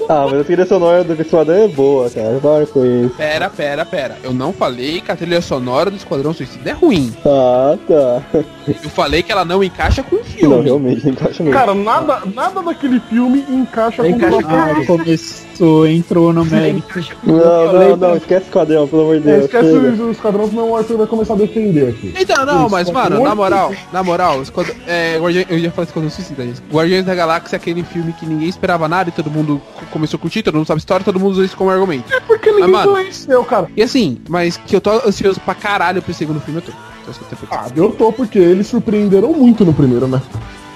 Ah, mas a trilha sonora do Visuadão é boa, cara. Para com isso.
Pera, pera, pera. Eu não falei que a trilha sonora do Esquadrão Suicida é ruim.
Ah, tá.
Eu falei que ela não encaixa com o
Não,
filme.
realmente, não encaixa mesmo.
Cara, nada, nada daquele filme encaixa,
Encaixa-
com o
Ah, começou, entrou no médico.
não,
falei,
não, não, esquece o quadrão, pelo amor de
né? é,
Deus.
Esquece
chega.
o esquadrão, senão o Arthur vai começar a defender aqui.
Então, não, mas,
Isso,
mano,
muito.
na moral, na moral, Esquadrão- é, Guardiã- eu ia falar Esquadrão Suicida, gente. Guardiões da Galáxia é aquele filme que ninguém esperava nada e todo mundo co- começou a curtir, todo mundo sabe a história, todo mundo usa isso como argumento.
É Porque ninguém
mano-
conheceu, cara.
E assim, mas que eu tô ansioso pra caralho pro segundo filme, eu tô. Tô ansioso até pra-
Ah, eu tô, porque eles surpreenderam muito no primeiro, né?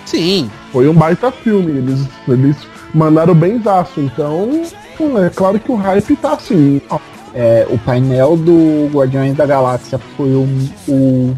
Sim,
Foi um baita filme, eles, eles mandaram bem zaço, então pô, é claro que o hype tá assim. ó,
É, o painel do Guardiões da Galáxia foi o, o-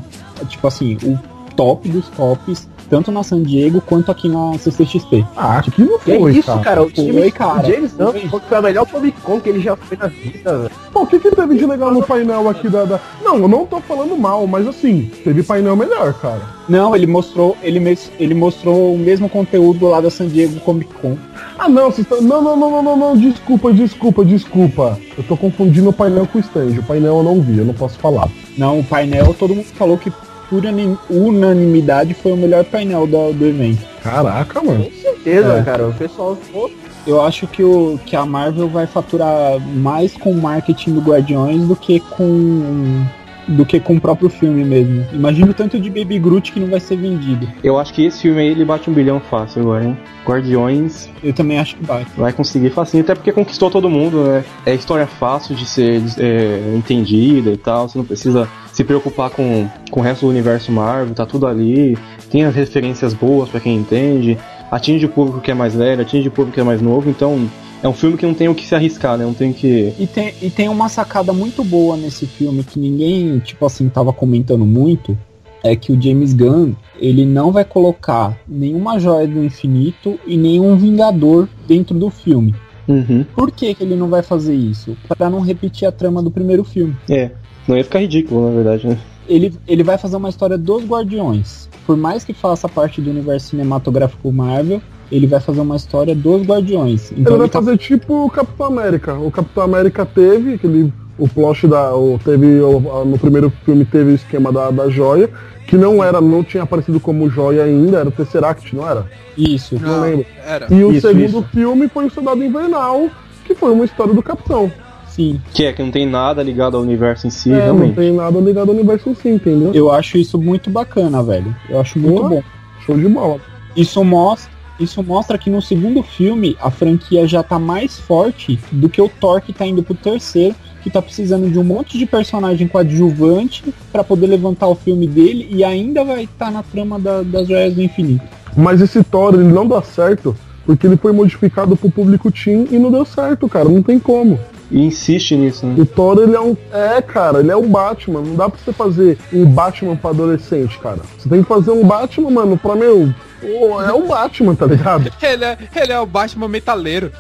tipo assim, o top dos tops, tanto na San Diego quanto aqui na CCXP.
Ah, que não
Que é
foi,
isso,
cara.
cara? O time
Foi,
do
cara.
James Gunn
Foi.
falou que foi a melhor Comic Con que ele já foi na vida, velho.
Pô, o que que teve de legal no painel aqui da, da- Não, eu não tô falando mal, mas assim, teve painel melhor, cara.
Não, ele mostrou, ele, mes- ele mostrou o mesmo conteúdo lá da San Diego Comic Con.
Ah, não, vocês tão- Não, não, não, não, não, não, desculpa, desculpa, desculpa. Eu tô confundindo o painel com o stand. O painel eu não vi, eu não posso falar.
Não, o painel, todo mundo falou que por ani- unanimidade foi o melhor painel do, do evento.
Caraca, mano.
Com certeza,
É.
cara. O pessoal ficou
Eu acho que, o, que a Marvel vai faturar mais com o marketing do Guardiões do que com do que com o próprio filme mesmo. Imagina o tanto de Baby Groot que não vai ser vendido.
Eu acho que esse filme aí ele bate um bilhão fácil agora, hein? Guardiões
Eu também acho que vai.
vai conseguir facinho, até porque conquistou todo mundo, né? É história fácil de ser é, entendida e tal, você não precisa se preocupar com, com o resto do universo Marvel, tá tudo ali, tem as referências boas pra quem entende, atinge o público que é mais velho, atinge o público que é mais novo, então é um filme que não tem o que se arriscar, né? Não tem o que.
E tem, e tem uma sacada muito boa nesse filme que ninguém, tipo assim, tava comentando muito, é que o James Gunn, ele não vai colocar nenhuma joia do infinito e nenhum vingador dentro do filme.
Uhum.
Por que, que ele não vai fazer isso? Pra não repetir a trama do primeiro filme.
É. Não ia ficar ridículo, na verdade, né?
Ele, ele vai fazer uma história dos Guardiões. Por mais que faça parte do universo cinematográfico Marvel, ele vai fazer uma história dos Guardiões. Então
Ele
ele
vai
tá-
fazer tipo o Capitão América. O Capitão América teve aquele. O plot da. O, teve, o- a- no primeiro filme teve o esquema da, da joia, que não era, não tinha aparecido como joia ainda, era o Tesseract, não era?
Isso.
Não lembro.
era.
E o
Isso,
segundo filme foi o Soldado Invernal, que foi uma história do Capitão.
Sim.
Que é que não tem nada ligado ao universo em si,
É, não
realmente.
tem nada ligado ao universo sim, entendeu?
Eu acho isso muito bacana, velho. Eu acho muito
Boa.
bom.
Show de bola.
Isso mostra, isso mostra que no segundo filme a franquia já tá mais forte do que o Thor que tá indo pro terceiro, que tá precisando de um monte de personagem coadjuvante pra poder levantar o filme dele e ainda vai estar na trama da- das joias do infinito.
Mas esse Thor, ele não dá certo, porque ele foi modificado pro público teen e não deu certo, cara. Não tem como.
E insiste nisso, né?
O Thor, ele é um. É, cara, ele é o Batman. Não dá pra você fazer um Batman pra adolescente, cara. Você tem que fazer um Batman, mano, pra meu. pô, É o Batman, tá ligado?
Ele é, ele é o Batman metaleiro.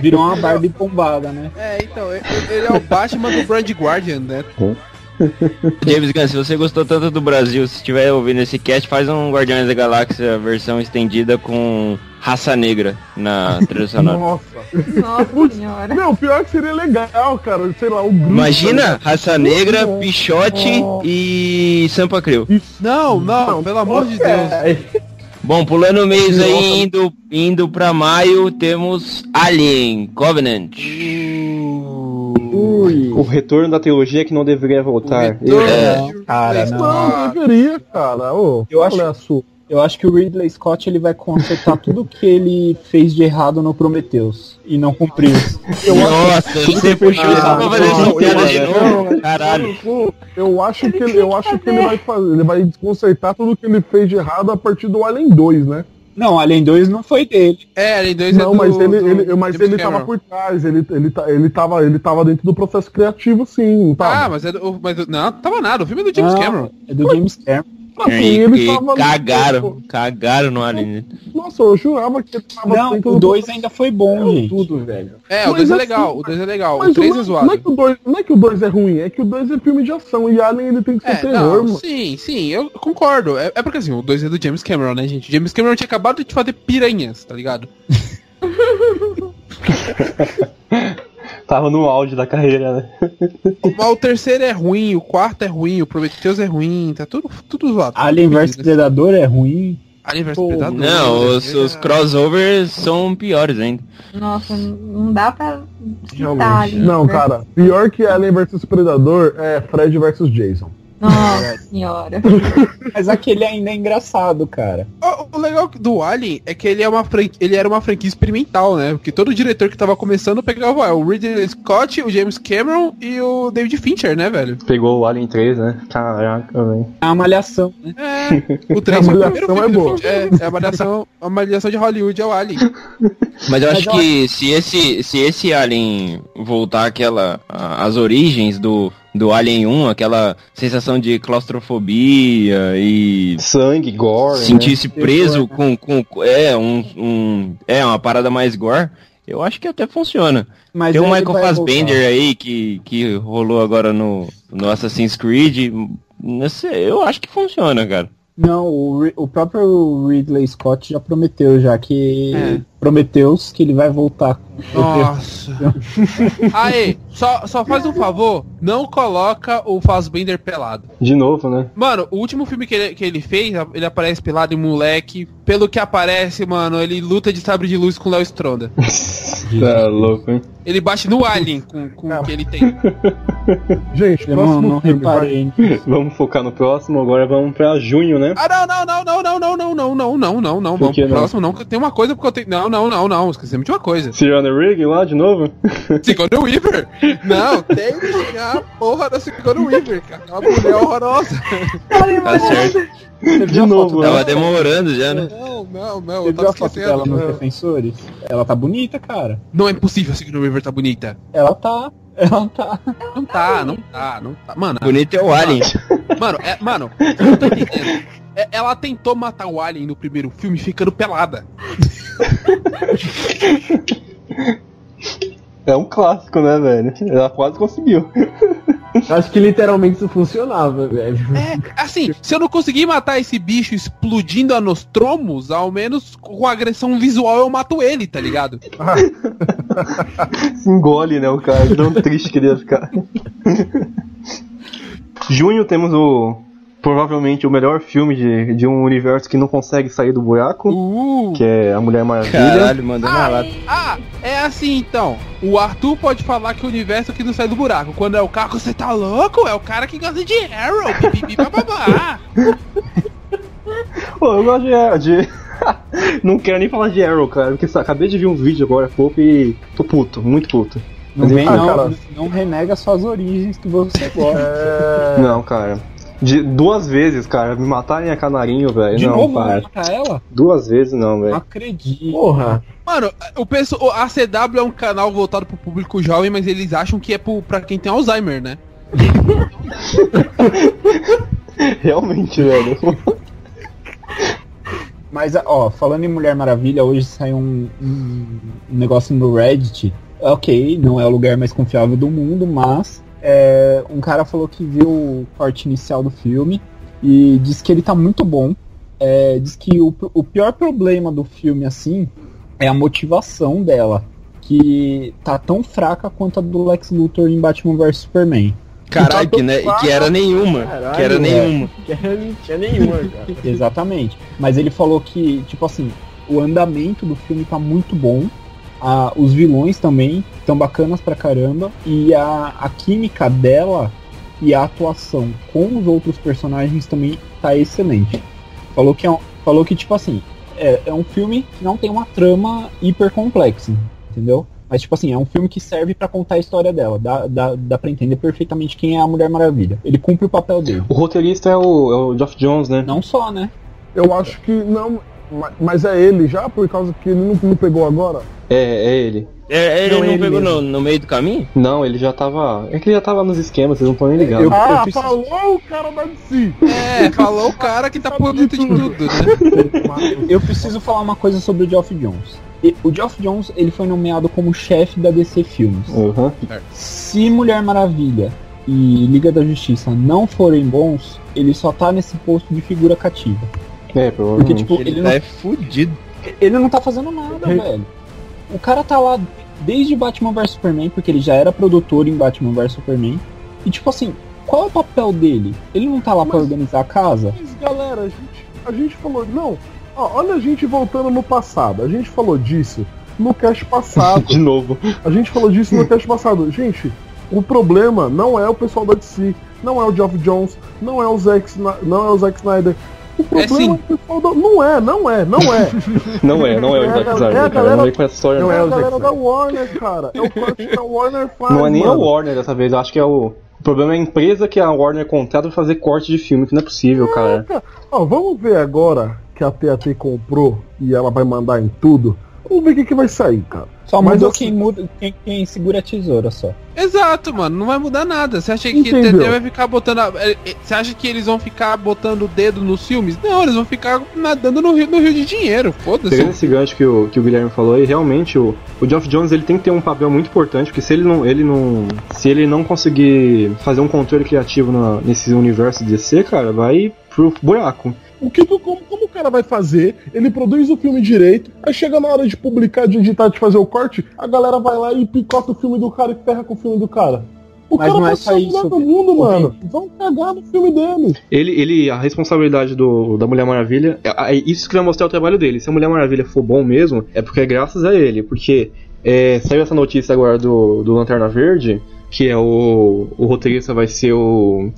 Virou uma Barbie bombada, né?
É, então, ele ele é o Batman do Brand Guardian, né?
James Gunn, se você gostou tanto do Brasil, se estiver ouvindo esse cast, faz um Guardiões da Galáxia versão estendida com raça negra na trilha sonora.
*laughs* Nossa.
Nossa
*laughs*
senhora.
Meu, pior que seria legal, cara. Sei lá, o Groot.
Imagina, raça negra, pichote e sampa crew.
Não,
Hum.
não, pelo amor de
é?
Deus.
Bom, pulando o mês
Nossa.
aí, indo, indo pra maio, temos Alien Covenant.
O retorno da teologia que não deveria voltar.
Retorno
Eu-
de-
cara, não.
é, Não, deveria, cara. Ô,
Eu acho-
qual é a sua?
Eu acho que o Ridley Scott ele vai consertar tudo que ele fez de errado no Prometheus e não cumpriu.
Nossa, você puxou isso pra fazer essa piada de novo? Caralho.
Eu acho que ele, eu acho que ele vai fazer, ele vai desconcertar tudo que ele fez de errado a partir do Alien 2, né?
Não, Alien 2 não foi dele.
É, Alien 2 é
Não,
do-
mas ele,
do
ele,
James
mas ele
Cameron.
tava por trás, ele, ele, ta- ele, tava, ele tava dentro do processo criativo, sim, tá? não
Ah,
tava?
mas é do. Mas, do- não, tava nada. O filme é do James
Não,
Cameron.
É do James Cameron.
Assim,
E-
ele
e
tava.
cagaram, cagaram no Alien.
Nossa, eu jurava que ele tava
Não,
assim, que eu
o é 2 ainda foi bom, gente.
Tudo, velho.
É, o
Mas
2 é
assim,
legal, o 2 é legal, o
Mas
3
não,
é
não é
zoado.
que o dois, não é que o 2 é ruim, é que o 2 é filme de ação e Alien ele tem que ser
É,
terror,
não,
mano.
sim, sim, eu concordo. É, é porque assim, o 2 é do James Cameron, né, gente? James Cameron tinha acabado de fazer piranhas, tá
*laughs*
ligado?
Tava no auge da carreira, né?
Mas o terceiro é ruim, o quarto é ruim, o Prometheus é ruim, tá tudo, tudo né? zoado.
Alien vs Predador é ruim.
Alien vs
Pô,
Predador.
Não,
né,
os, os
é-
crossovers são piores ainda.
Nossa, não dá pra né?
Realmente.
citar ali.
Não, cara, pior que Alien vs Predador é Fred vs Jason.
Nossa senhora.
Mas aquele ainda é engraçado, cara.
O, o legal do Alien é que ele, é uma franqui- ele era uma franquia experimental, né? Porque todo diretor que tava começando pegava ó, o Ridley Scott, o James Cameron e o David Fincher, né, velho?
Pegou o Alien 3, né? Caraca, velho.
É uma malhação. né?
É, o 3
A
foi o primeiro
malhação
filme
é
do
boa.
Fincher. É, é a malhação, a malhação de Hollywood é o Alien.
Mas eu acho
eu
que se esse, se esse Alien voltar àquela, à- às origens do, do Alien 1, aquela sensação de claustrofobia e
Sangue, gore. né?
sentir-se preso com, com, com- é, um, um, é uma parada mais gore, eu acho que até funciona.
Mas é,
Tem o
ele
Michael
vai
Fassbender
voltar.
aí que, que rolou agora no, no Assassin's Creed. Não sei, eu acho que funciona, cara.
Não, o, Ri- o próprio Ridley Scott já prometeu, já que.
É.
Prometeu que ele vai voltar.
Nossa. Aí, só, só faz um favor, não coloca o Fassbender pelado.
De novo, né?
Mano, o último filme que ele, que ele fez, ele aparece pelado e moleque. Pelo que aparece, mano, ele luta de sabre de luz com o Léo Stronda.
*laughs* Tá louco, hein?
Ele bate no Alien com, com o que ele tem.
Gente,
Eu não,
próximo
não
filme, vai.
reparei.
Vamos focar no próximo, agora vamos pra junho, né?
Ah, não, não, não, não, não, não, não, não, não, não, não, não.
Por
Vamos
que
pro
não?
próximo, não, que eu tenho uma coisa porque eu tenho. Não, não, não, não. Esquecemos de uma
*laughs*
coisa.
Sigourney Rig lá de novo?
Sigourney Weaver? Não, tem que chegar a porra da Sigourney Weaver, cara. Aquela mulher horrorosa.
Tá certo.
De novo,
Tava
né?
demorando já, né?
Não, não, não,
Você
eu
viu
tava
a foto dela né?
esquecendo.
nos
Não.
defensores? Ela tá bonita, cara.
Não é impossível a Sigourney Weaver tá bonita.
Ela tá. Ela tá.
Não tá, não tá, não tá. Mano,
Bonito é o Alien.
Mano, é, mano, eu não tô entendendo. É, ela tentou matar o Alien no primeiro filme ficando pelada.
É um clássico, né, velho? Ela quase conseguiu.
Acho que literalmente isso funcionava, velho.
É, assim, se eu não conseguir matar esse bicho explodindo a Nostromos, ao menos com agressão visual eu mato ele, tá ligado?
Se engole, né, o cara. de Tão triste que ele ia ficar. *laughs* Junho temos o. Provavelmente o melhor filme de, de um universo que não consegue sair do buraco,
Uh.
que é A Mulher Maravilha.
Caralho, mandando a lata.
Ah, é assim então. O Arthur pode falar que o universo que não sai do buraco. Quando é o Caco, você tá louco? É o cara que gosta de Arrow. Pipipi, bababá.
Pô, eu gosto de. de- *laughs* não quero nem falar de Arrow, cara, porque sa- acabei de ver um vídeo agora há pouco e tô puto, muito puto.
Não vem,
Ah,
não.
cara.
Não renega suas origens que você gosta.
Não, cara. De duas vezes, cara, me matarem a canarinho, velho.
De
não,
novo,
para.
vai matar ela?
Duas vezes não,
Não
velho.
acredito.
Porra.
Mano, o penso, o- a CW é um canal voltado pro público jovem, mas eles acham que é pro, pra quem tem Alzheimer, né?
*laughs* Realmente, velho.
Mas, ó, falando em Mulher Maravilha, hoje saiu um, um- um negócio no Reddit. Ok, não é o lugar mais confiável do mundo, mas é, um cara falou que viu o corte inicial do filme e disse que ele tá muito bom. É, diz que o, o pior problema do filme, assim, é a motivação dela. Que tá tão fraca quanto a do Lex Luthor em Batman vs Superman.
Caralho, que, né, que era nenhuma.
Caralho,
que era
velho.
nenhuma.
Não tinha nenhuma, cara.
Exatamente. Mas ele falou que, tipo assim, o andamento do filme tá muito bom. a- os vilões também estão bacanas pra caramba. E a, a química dela e a atuação com os outros personagens também tá excelente. Falou que, é um- falou que tipo assim, é, é um filme que não tem uma trama hiper complexa, entendeu? Mas, tipo assim, é um filme que serve pra contar a história dela. Dá, dá, dá pra entender perfeitamente quem é a Mulher Maravilha. Ele cumpre o papel dele.
O roteirista é o, é o Geoff Jones, né?
Não só, né?
Eu acho que não. Ma- Mas é ele já, por causa que ele não, não pegou agora?
É, é ele.
É, ele
Não,
não,
ele
pegou
mesmo.
no, no meio do caminho?
Não, ele já tava. É que ele já tava nos esquemas, vocês não estão nem ligados.
Eu-
Ah,
fiz-
falou o cara da DC!
É, falou o cara que tá por dentro de tudo, né?
*laughs*
Eu preciso falar uma coisa sobre o Geoff Jones. E- O Geoff Jones ele foi nomeado como chefe da DC Filmes.
Oh.
Aham.
Se Mulher Maravilha e Liga da Justiça não forem bons, ele só tá nesse posto de figura cativa.
É,
Uhum.
Porque, *laughs*
provavelmente.
tipo, ele, não,
é fudido.
ele não tá fazendo nada,
Uhum.
velho. O cara tá lá desde Batman vs Superman, porque ele já era produtor em Batman vs Superman. E, tipo assim, qual é o papel dele? Ele não tá lá pra
Mas-
organizar a casa?
Mas, galera, a gente, a gente falou. Não, ó, olha a gente voltando no passado. A gente falou disso no cast passado.
De novo.
A gente falou disso no cast passado. Gente, o problema não é o pessoal da DC, não é o Geoff Jones, não é o Zack, Sna- não é o Zack Snyder. O problema é,
sim.
o pessoal da... Não é, não é, não *laughs* é.
Não é, não é o
É,
Zack
galera,
Snyder, cara.
galera-
Não vem com essa história.
Não
Não
é,
é,
a
o Zack
galera da
Snider.
Warner, cara. É o corte que a Warner faz.
não é nem a
mano.
Warner dessa vez, eu acho que é o. O problema é a empresa que a Warner contrata pra fazer corte de filme, que não é possível, cara.
Ó, vamos ver agora que a TAT comprou e ela vai mandar em tudo. Vamos ver o que, que vai sair, cara.
Só
Mas
mudou
assim-
quem, Ah, muda, quem, quem segura a tesoura só.
Exato, mano, não vai mudar nada. Você acha que
Entendeu.
TT vai ficar botando. a- eh, eh, Você acha que eles vão ficar botando o dedo nos filmes? Não, eles vão ficar nadando no rio, no rio de dinheiro. Foda-se.
Pegando esse gancho que o, que o Guilherme falou aí, realmente o, o Geoff Jones ele tem que ter um papel muito importante, porque se ele não, ele não, se ele não conseguir fazer um controle criativo na- nesse universo DC, cara, vai pro buraco.
O que, tu- como, como o cara vai fazer? Ele produz o filme direito, aí chega na hora de publicar, de editar, de fazer o corte, a galera vai lá e picota o filme do cara e ferra com o filme do cara. O
Mas
cara
não é
vai
só
ser o
isso,
melhor do
Pedro.
mundo,
Ô,
mano. Vão cagar no filme dele.
Ele, ele a responsabilidade do, da Mulher Maravilha, é, é isso que vai mostrar o trabalho dele. Se a Mulher Maravilha for bom mesmo, é porque é graças a ele, porque é, saiu essa notícia agora do, do Lanterna Verde, que é o, o roteirista vai ser o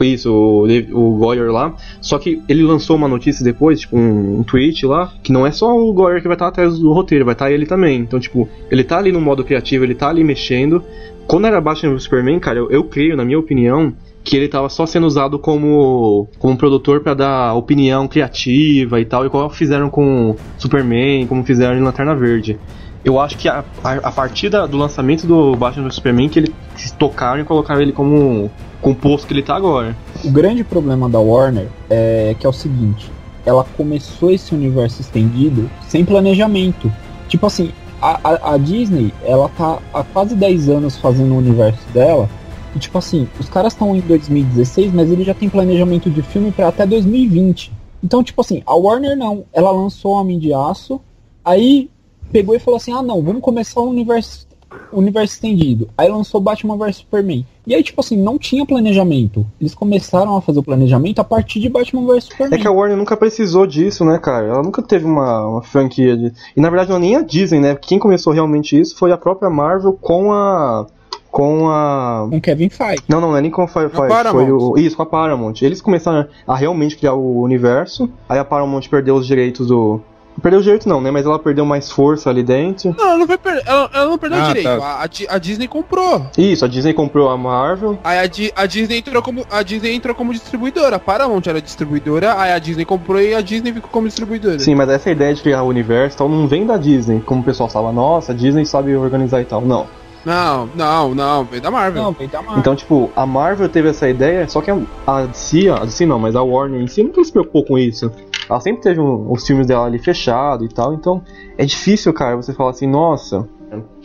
isso, o, Dave- o Goyer lá. Só que ele lançou uma notícia depois, tipo, um, um tweet lá, que não é só o Goyer que vai estar atrás do roteiro, vai estar ele também. Então, tipo, ele tá ali no modo criativo, ele tá ali mexendo. Quando era Batman vs Superman, cara, eu, eu creio, na minha opinião, que ele tava só sendo usado como, como produtor pra dar opinião criativa e tal, igual fizeram com Superman, como fizeram em Lanterna Verde. Eu acho que a, a, a partir da- do lançamento do Batman vs Superman que eles tocaram e colocaram ele como com o posto que ele tá agora.
O grande problema da Warner é que é o seguinte: ela começou esse universo estendido sem planejamento. Tipo assim, a, a- a Disney, ela tá há quase 10 anos fazendo o universo dela. E tipo assim, os caras estão em 2016, mas ele já tem planejamento de filme pra até 2020. Então, tipo assim, a Warner não. Ela lançou Homem de Aço, aí pegou e falou assim: ah, não, vamos começar o universo, um universo estendido. Aí lançou Batman vs Superman. E aí, tipo assim, não tinha planejamento. Eles começaram a fazer o planejamento a partir de Batman vs
É
Superman.
que a Warner nunca precisou disso, né, cara? Ela nunca teve uma, uma franquia de. E na verdade não é nem a Disney, né? Quem começou realmente isso foi a própria Marvel com a. Com a.
Com Kevin Feige.
Não, não, não é nem com a Fire, Fire,
Paramount.
foi o. Isso, com a Paramount. Eles começaram a realmente criar o universo. Aí a Paramount perdeu os direitos do. Perdeu os direitos não, né? Mas ela perdeu mais força ali dentro.
Não, ela não, foi per... ela, ela não perdeu
Ah,
direito.
tá.
A- a Di- a Disney comprou.
Isso, a Disney comprou a Marvel.
Aí a, Di- a Disney entrou como a Disney entrou como distribuidora. A Paramount era distribuidora, aí a Disney comprou e a Disney ficou como distribuidora.
Sim, mas essa é ideia de criar o universo e tal não vem da Disney. Como o pessoal fala, nossa, a Disney sabe organizar e tal. Não.
Não, não, não, veio da Marvel.
Não, veio da
Ah.
Marvel.
Então, tipo, a Marvel teve essa ideia, só que a- a DC, a DC não, mas a Warner em si nunca se preocupou com isso. Ela sempre teve um- os filmes dela ali fechado e tal, então é difícil, cara, você falar assim, nossa,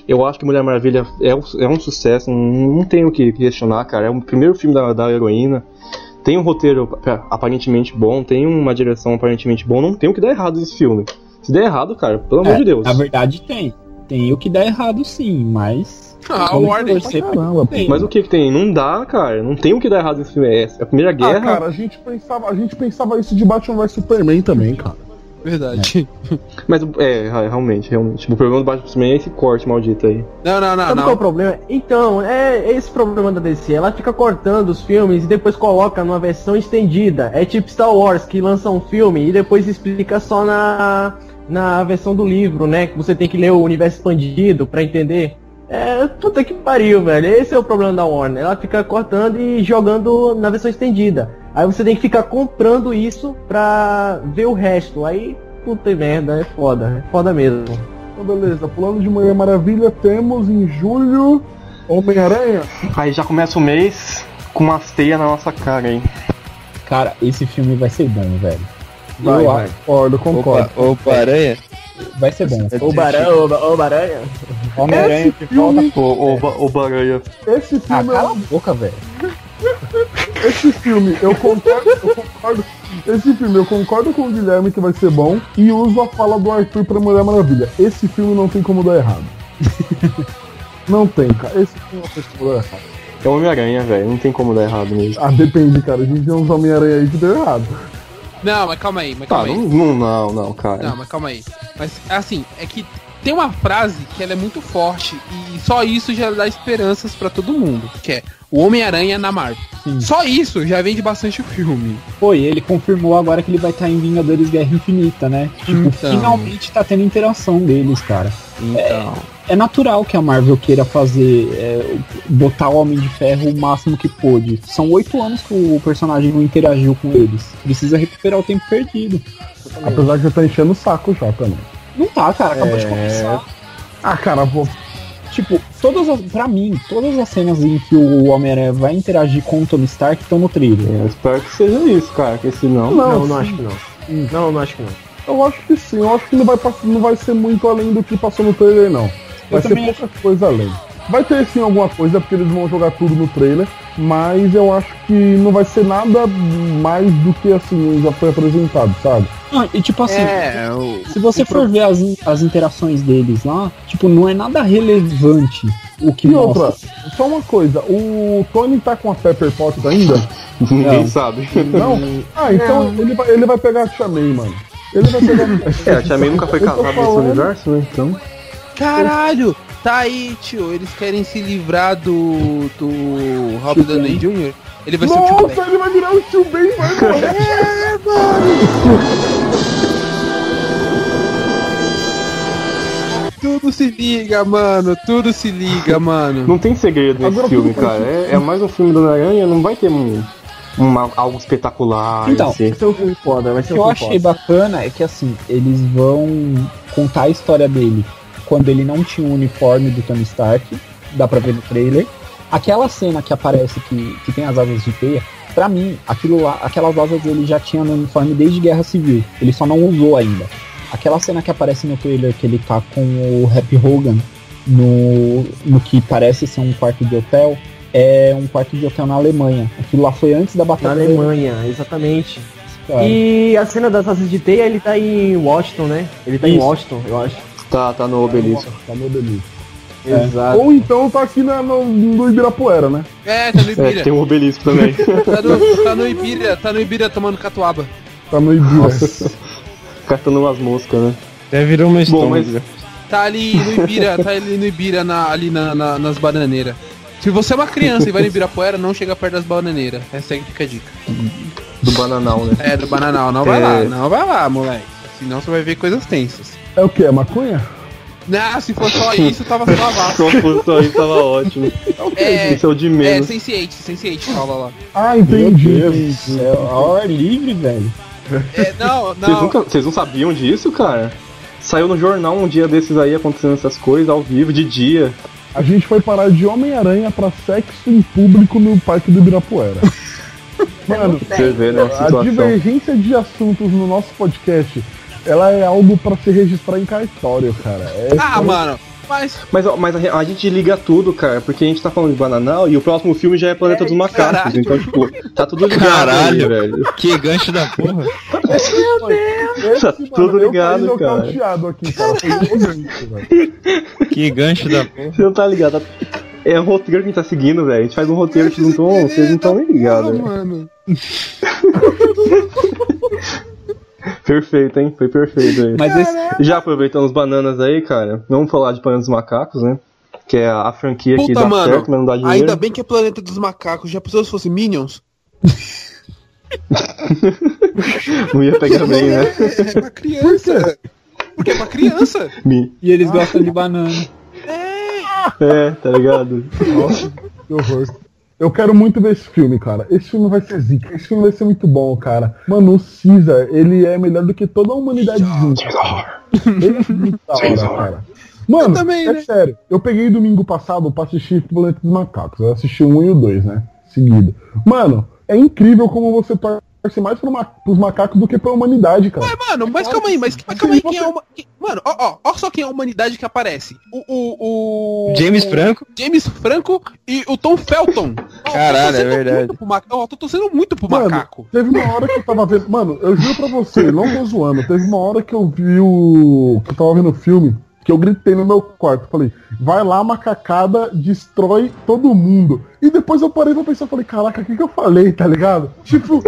eu acho que Mulher Maravilha é, um- é um sucesso, não, não tenho o que questionar, cara. É o primeiro filme da, da heroína, tem um roteiro pa- aparentemente bom, tem uma direção aparentemente bom, não tem o que dar errado nesse filme. Se der errado, cara, pelo amor
É,
de Deus.
Na verdade tem. Tem o que dá errado sim, mas.
Ah, a
vamos
Warner.
torcer pra que
Caramba,
tenha.
Mas o que que tem? Não dá, cara. Não tem o que dar errado nesse filme. É a primeira guerra.
Ah, cara, a gente, pensava, a gente pensava isso de Batman vs Superman também, cara.
Verdade.
Mas é, ra- realmente, realmente. O problema do Batman Superman é esse corte maldito aí.
Não, não, não,
Sabe qual é o
Ah, não.
problema? Então, é esse problema da DC. Ela fica cortando os filmes e depois coloca numa versão estendida. É tipo Star Wars, que lança um filme e depois explica só na, na versão do livro, né? Que você tem que ler o universo expandido pra entender. É, puta que pariu, velho. Esse é o problema da Warner. Ela fica cortando e jogando na versão estendida. Aí você tem que ficar comprando isso pra ver o resto. Aí Puta merda, é foda, é foda mesmo.
Então, beleza, pulando de Mulher Maravilha, temos em julho Homem-Aranha.
Aí já começa o mês com umas teias na nossa cara, hein?
Cara, esse filme vai ser bom, velho.
Vai,
Eu
vai. Concordo, concordo.
Opa, opa, aranha.
Vai ser bom.
Ô Baranha, ô Baranha.
Homem-Aranha de volta.
Ô, ô, ba- ô Baranha.
Esse
Ah,
filme,
cala a boca, velho.
esse filme, eu concordo, eu concordo. Esse filme, eu concordo com o Guilherme que vai ser bom e uso a fala do Arthur pra Mulher Maravilha. Esse filme não tem como dar errado. *laughs* não tem, cara. Esse filme não tem como dar errado.
É o Homem-Aranha, velho. Não tem como dar errado mesmo.
Ah, depende, cara. A gente tem uns Homem-Aranha aí que deu errado.
Não, mas calma aí, mas
Tá,
calma
não,
aí.
não, não, não, cara.
Não, mas calma aí. Mas assim, é que tem uma frase que ela é muito forte e só isso já dá esperanças pra todo mundo, que é o Homem-Aranha na Marvel. Só isso já vende bastante o filme.
Pô, e ele confirmou agora que ele vai estar em Vingadores Guerra Infinita, né? Tipo,
Então.
finalmente tá tendo interação deles, cara.
Então,
É natural que a Marvel queira fazer, é, botar o Homem de Ferro o máximo que pôde. São oito anos que o personagem não interagiu com eles. Precisa recuperar o tempo perdido.
Apesar que já tá enchendo o saco já também.
Não tá, cara, acabou de começar.
Ah, cara, vou.
Tipo, todas as, pra mim, todas as cenas em que o Homem-Aranha vai interagir com o Tony Stark estão no trailer.
Eu É, espero que seja isso, cara. Que se não.
Não,
Não,
sim.
não acho que não. Não, não acho que não.
Eu acho que sim, eu acho que não vai, pass- não vai ser muito além do que passou no trailer, não. Vai
Eu
ser
também
pouca coisa além. Vai ter sim alguma coisa, porque eles vão jogar tudo no trailer, mas eu acho que não vai ser nada mais do que assim, já foi apresentado, sabe?
Ah, e tipo assim,
é, o-
Se você for ver as, as interações deles lá, tipo, não é nada relevante o que
e
mostra.
outra, só uma coisa, o Tony tá com a Pepper Potts ainda?
Ninguém
Não.
sabe.
Não? Ah, então Ele, vai, ele vai pegar a Tia May, mano. Ele vai pegar
*laughs*
*laughs*
a
É, a Tia May nunca foi
Eu tô
casada nesse
falando.
universo, né? Então.
Caralho! Tá aí, tio. Eles querem se livrar do. do Robert Downey Jr. Ele vai ser o tio Ben. É,
Nossa, ele vai virar o tio Ben,
*laughs*
vai morrer.
Tudo se liga, mano. Tudo se liga, mano.
Não tem segredo nesse
Agora eu
filme,
fico com
cara. É, é mais um filme do Homem-Aranha, não vai ter um, uma- algo espetacular.
Então,
assim.
Vai ser um filme foda, vai ser
O
um
que eu
filme
achei
foda.
bacana é que, assim, eles vão contar a história dele quando ele não tinha o uniforme do Tony Stark, dá pra ver no trailer. Aquela cena que aparece que, que tem as asas de teia, pra mim, aquilo lá, aquelas asas ele já tinha no uniforme desde Guerra Civil, ele só não usou ainda. Aquela cena que aparece no trailer que ele tá com o Happy Hogan no, no que parece ser um quarto de hotel, é um quarto de hotel na Alemanha. Aquilo lá foi antes da
é Na
Batalha da
Alemanha, exatamente. É.
Cara.
E a cena das asas de teia, ele tá em Washington, né? Ele tá em
Isso.
Washington, eu acho.
Tá, tá no obelisco.
Tá meu delírio.
É.
Exato.
Ou então tá aqui na, no, no Ibirapuera, né?
É, tá no
É,
Ibira.
tem um obelisco *laughs* também.
Tá no, tá no Ibira, tá no Ibira tomando catuaba.
Tá no Ibira.
Catando umas moscas, né?
Até virou uma
Bom,
história.
mas
Tá ali no Ibira, tá ali no Ibira, na, ali na, na- nas bananeiras. Se você é uma criança e vai no Ibirapuera, não chega perto das bananeiras. Essa aí fica a dica.
do bananal, né?
É, do bananal. Não vai
É.
lá, não vai lá, moleque. Senão você vai ver coisas tensas.
É o que? É maconha?
Não, se for só isso, tava só lavado.
Só fosse aí tava ótimo.
É,
Esse *laughs* é o de
é
menos.
sense sense fala lá.
Ah,
Meu
entendi.
Deus do céu, ao ar livre, velho.
É, não,
Vocês,
não.
nunca, vocês não sabiam disso, cara? Saiu no jornal um dia desses aí acontecendo essas coisas, ao vivo, de dia.
A gente foi parar de Homem-Aranha pra sexo em público no Parque do Ibirapuera.
*laughs*
Mano,
Você vê, né? A
a
situação.
divergência de assuntos no nosso podcast, ela é algo pra se registrar em cartório, cara. É
Ah, mano. Mas,
Mas, ó, mas a, a gente liga tudo, cara, porque a gente tá falando de bananal e o próximo filme já é Planeta dos Macacos.
caralho.
Então, tipo, tá tudo ligado.
Caralho.
aí, velho.
Que gancho da porra.
esse,
tá tudo ligado,
eu saí
cara.
nocauteado aqui, cara. Foi
*laughs*
nojento, velho.
Que gancho da porra.
Você não tá ligado. tá- É o roteiro que a gente tá seguindo, velho. A gente faz um roteiro que vocês não tão, vocês não tão nem ligados. né? velho.
tá mano.
Perfeito, hein? Foi perfeito aí.
Mas esse,
Já aproveitando os bananas aí, cara, vamos falar de Bananas dos Macacos, né? Que é a franquia que
Puta,
dá
mano.
certo, mas não dá dinheiro.
Ainda bem que é Planeta dos Macacos. Já pensou se fosse Minions?
Não ia pegar bem, né?
*laughs* É pra criança. Porque é pra criança.
Mi-
e eles gostam de banana.
É, tá ligado?
Que horror. Eu quero muito ver esse filme, cara. Esse filme vai ser zica. Esse filme vai ser muito bom, cara. Mano, o Caesar, ele é melhor do que toda a humanidade junta. Ele é muito
*laughs*
da hora, cara. Mano,
Eu também,
é
né?
sério. Eu peguei domingo passado pra assistir Planeta dos Macacos. Eu assisti o 1 e o 2, né? Seguido. Mano, é incrível como você torce mais pro ma pros macacos do que pra humanidade, cara.
Mas, mano, mas calma aí, mas, mas calma aí, quem é uma. quem- Mano, ó, ó, ó só quem é a humanidade que aparece. O. o, o-
James
o
Franco?
James Franco e o Tom Felton. Ó,
Caralho,
tô torcendo
é verdade.
muito pro maca- ó, tô torcendo muito pro
Mano,
macaco.
Teve uma hora que eu tava vendo. Mano, eu juro pra você, não tô zoando. Teve uma hora que eu vi o. que eu tava vendo o filme, que eu gritei no meu quarto. Falei, vai lá, macacada, destrói todo mundo. E depois eu parei pra pensar, falei, caraca, o que, que eu falei, tá ligado? Tipo,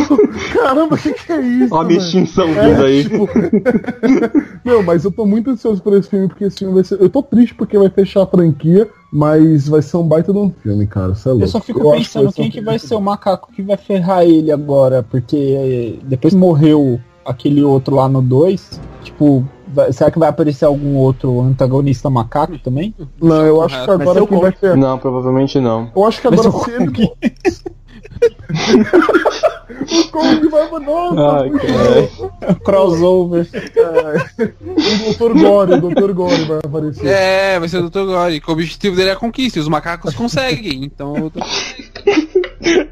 *laughs* caramba, o que, que é isso?
Ó a minha
velho?
extinção
É,
vindo aí.
tipo- Meu, mas eu tô muito ansioso por esse filme, porque esse filme vai ser. Eu tô triste porque vai fechar a franquia, mas vai ser um baita de um filme, cara. Você é louco.
Eu só fico
acho
pensando
ser um
quem que
filme
vai ser o macaco que vai ferrar ele agora, porque eh, depois que morreu aquele outro lá no 2, tipo, vai- será que vai aparecer algum outro antagonista macaco também?
Não, eu acho que
Correto.
agora
Mas eu
quem vai ser.
Não, provavelmente não.
Eu acho que
Mas
agora
eu
se ele. o Kong vai Nossa,
Ai, Ah, cara.
Crossover.
o Dr. Gore, o Dr. Gore vai aparecer.
É, vai ser o Dr. Gore, que o objetivo dele é a conquista, e os macacos conseguem. Então,
*laughs*
eu tô-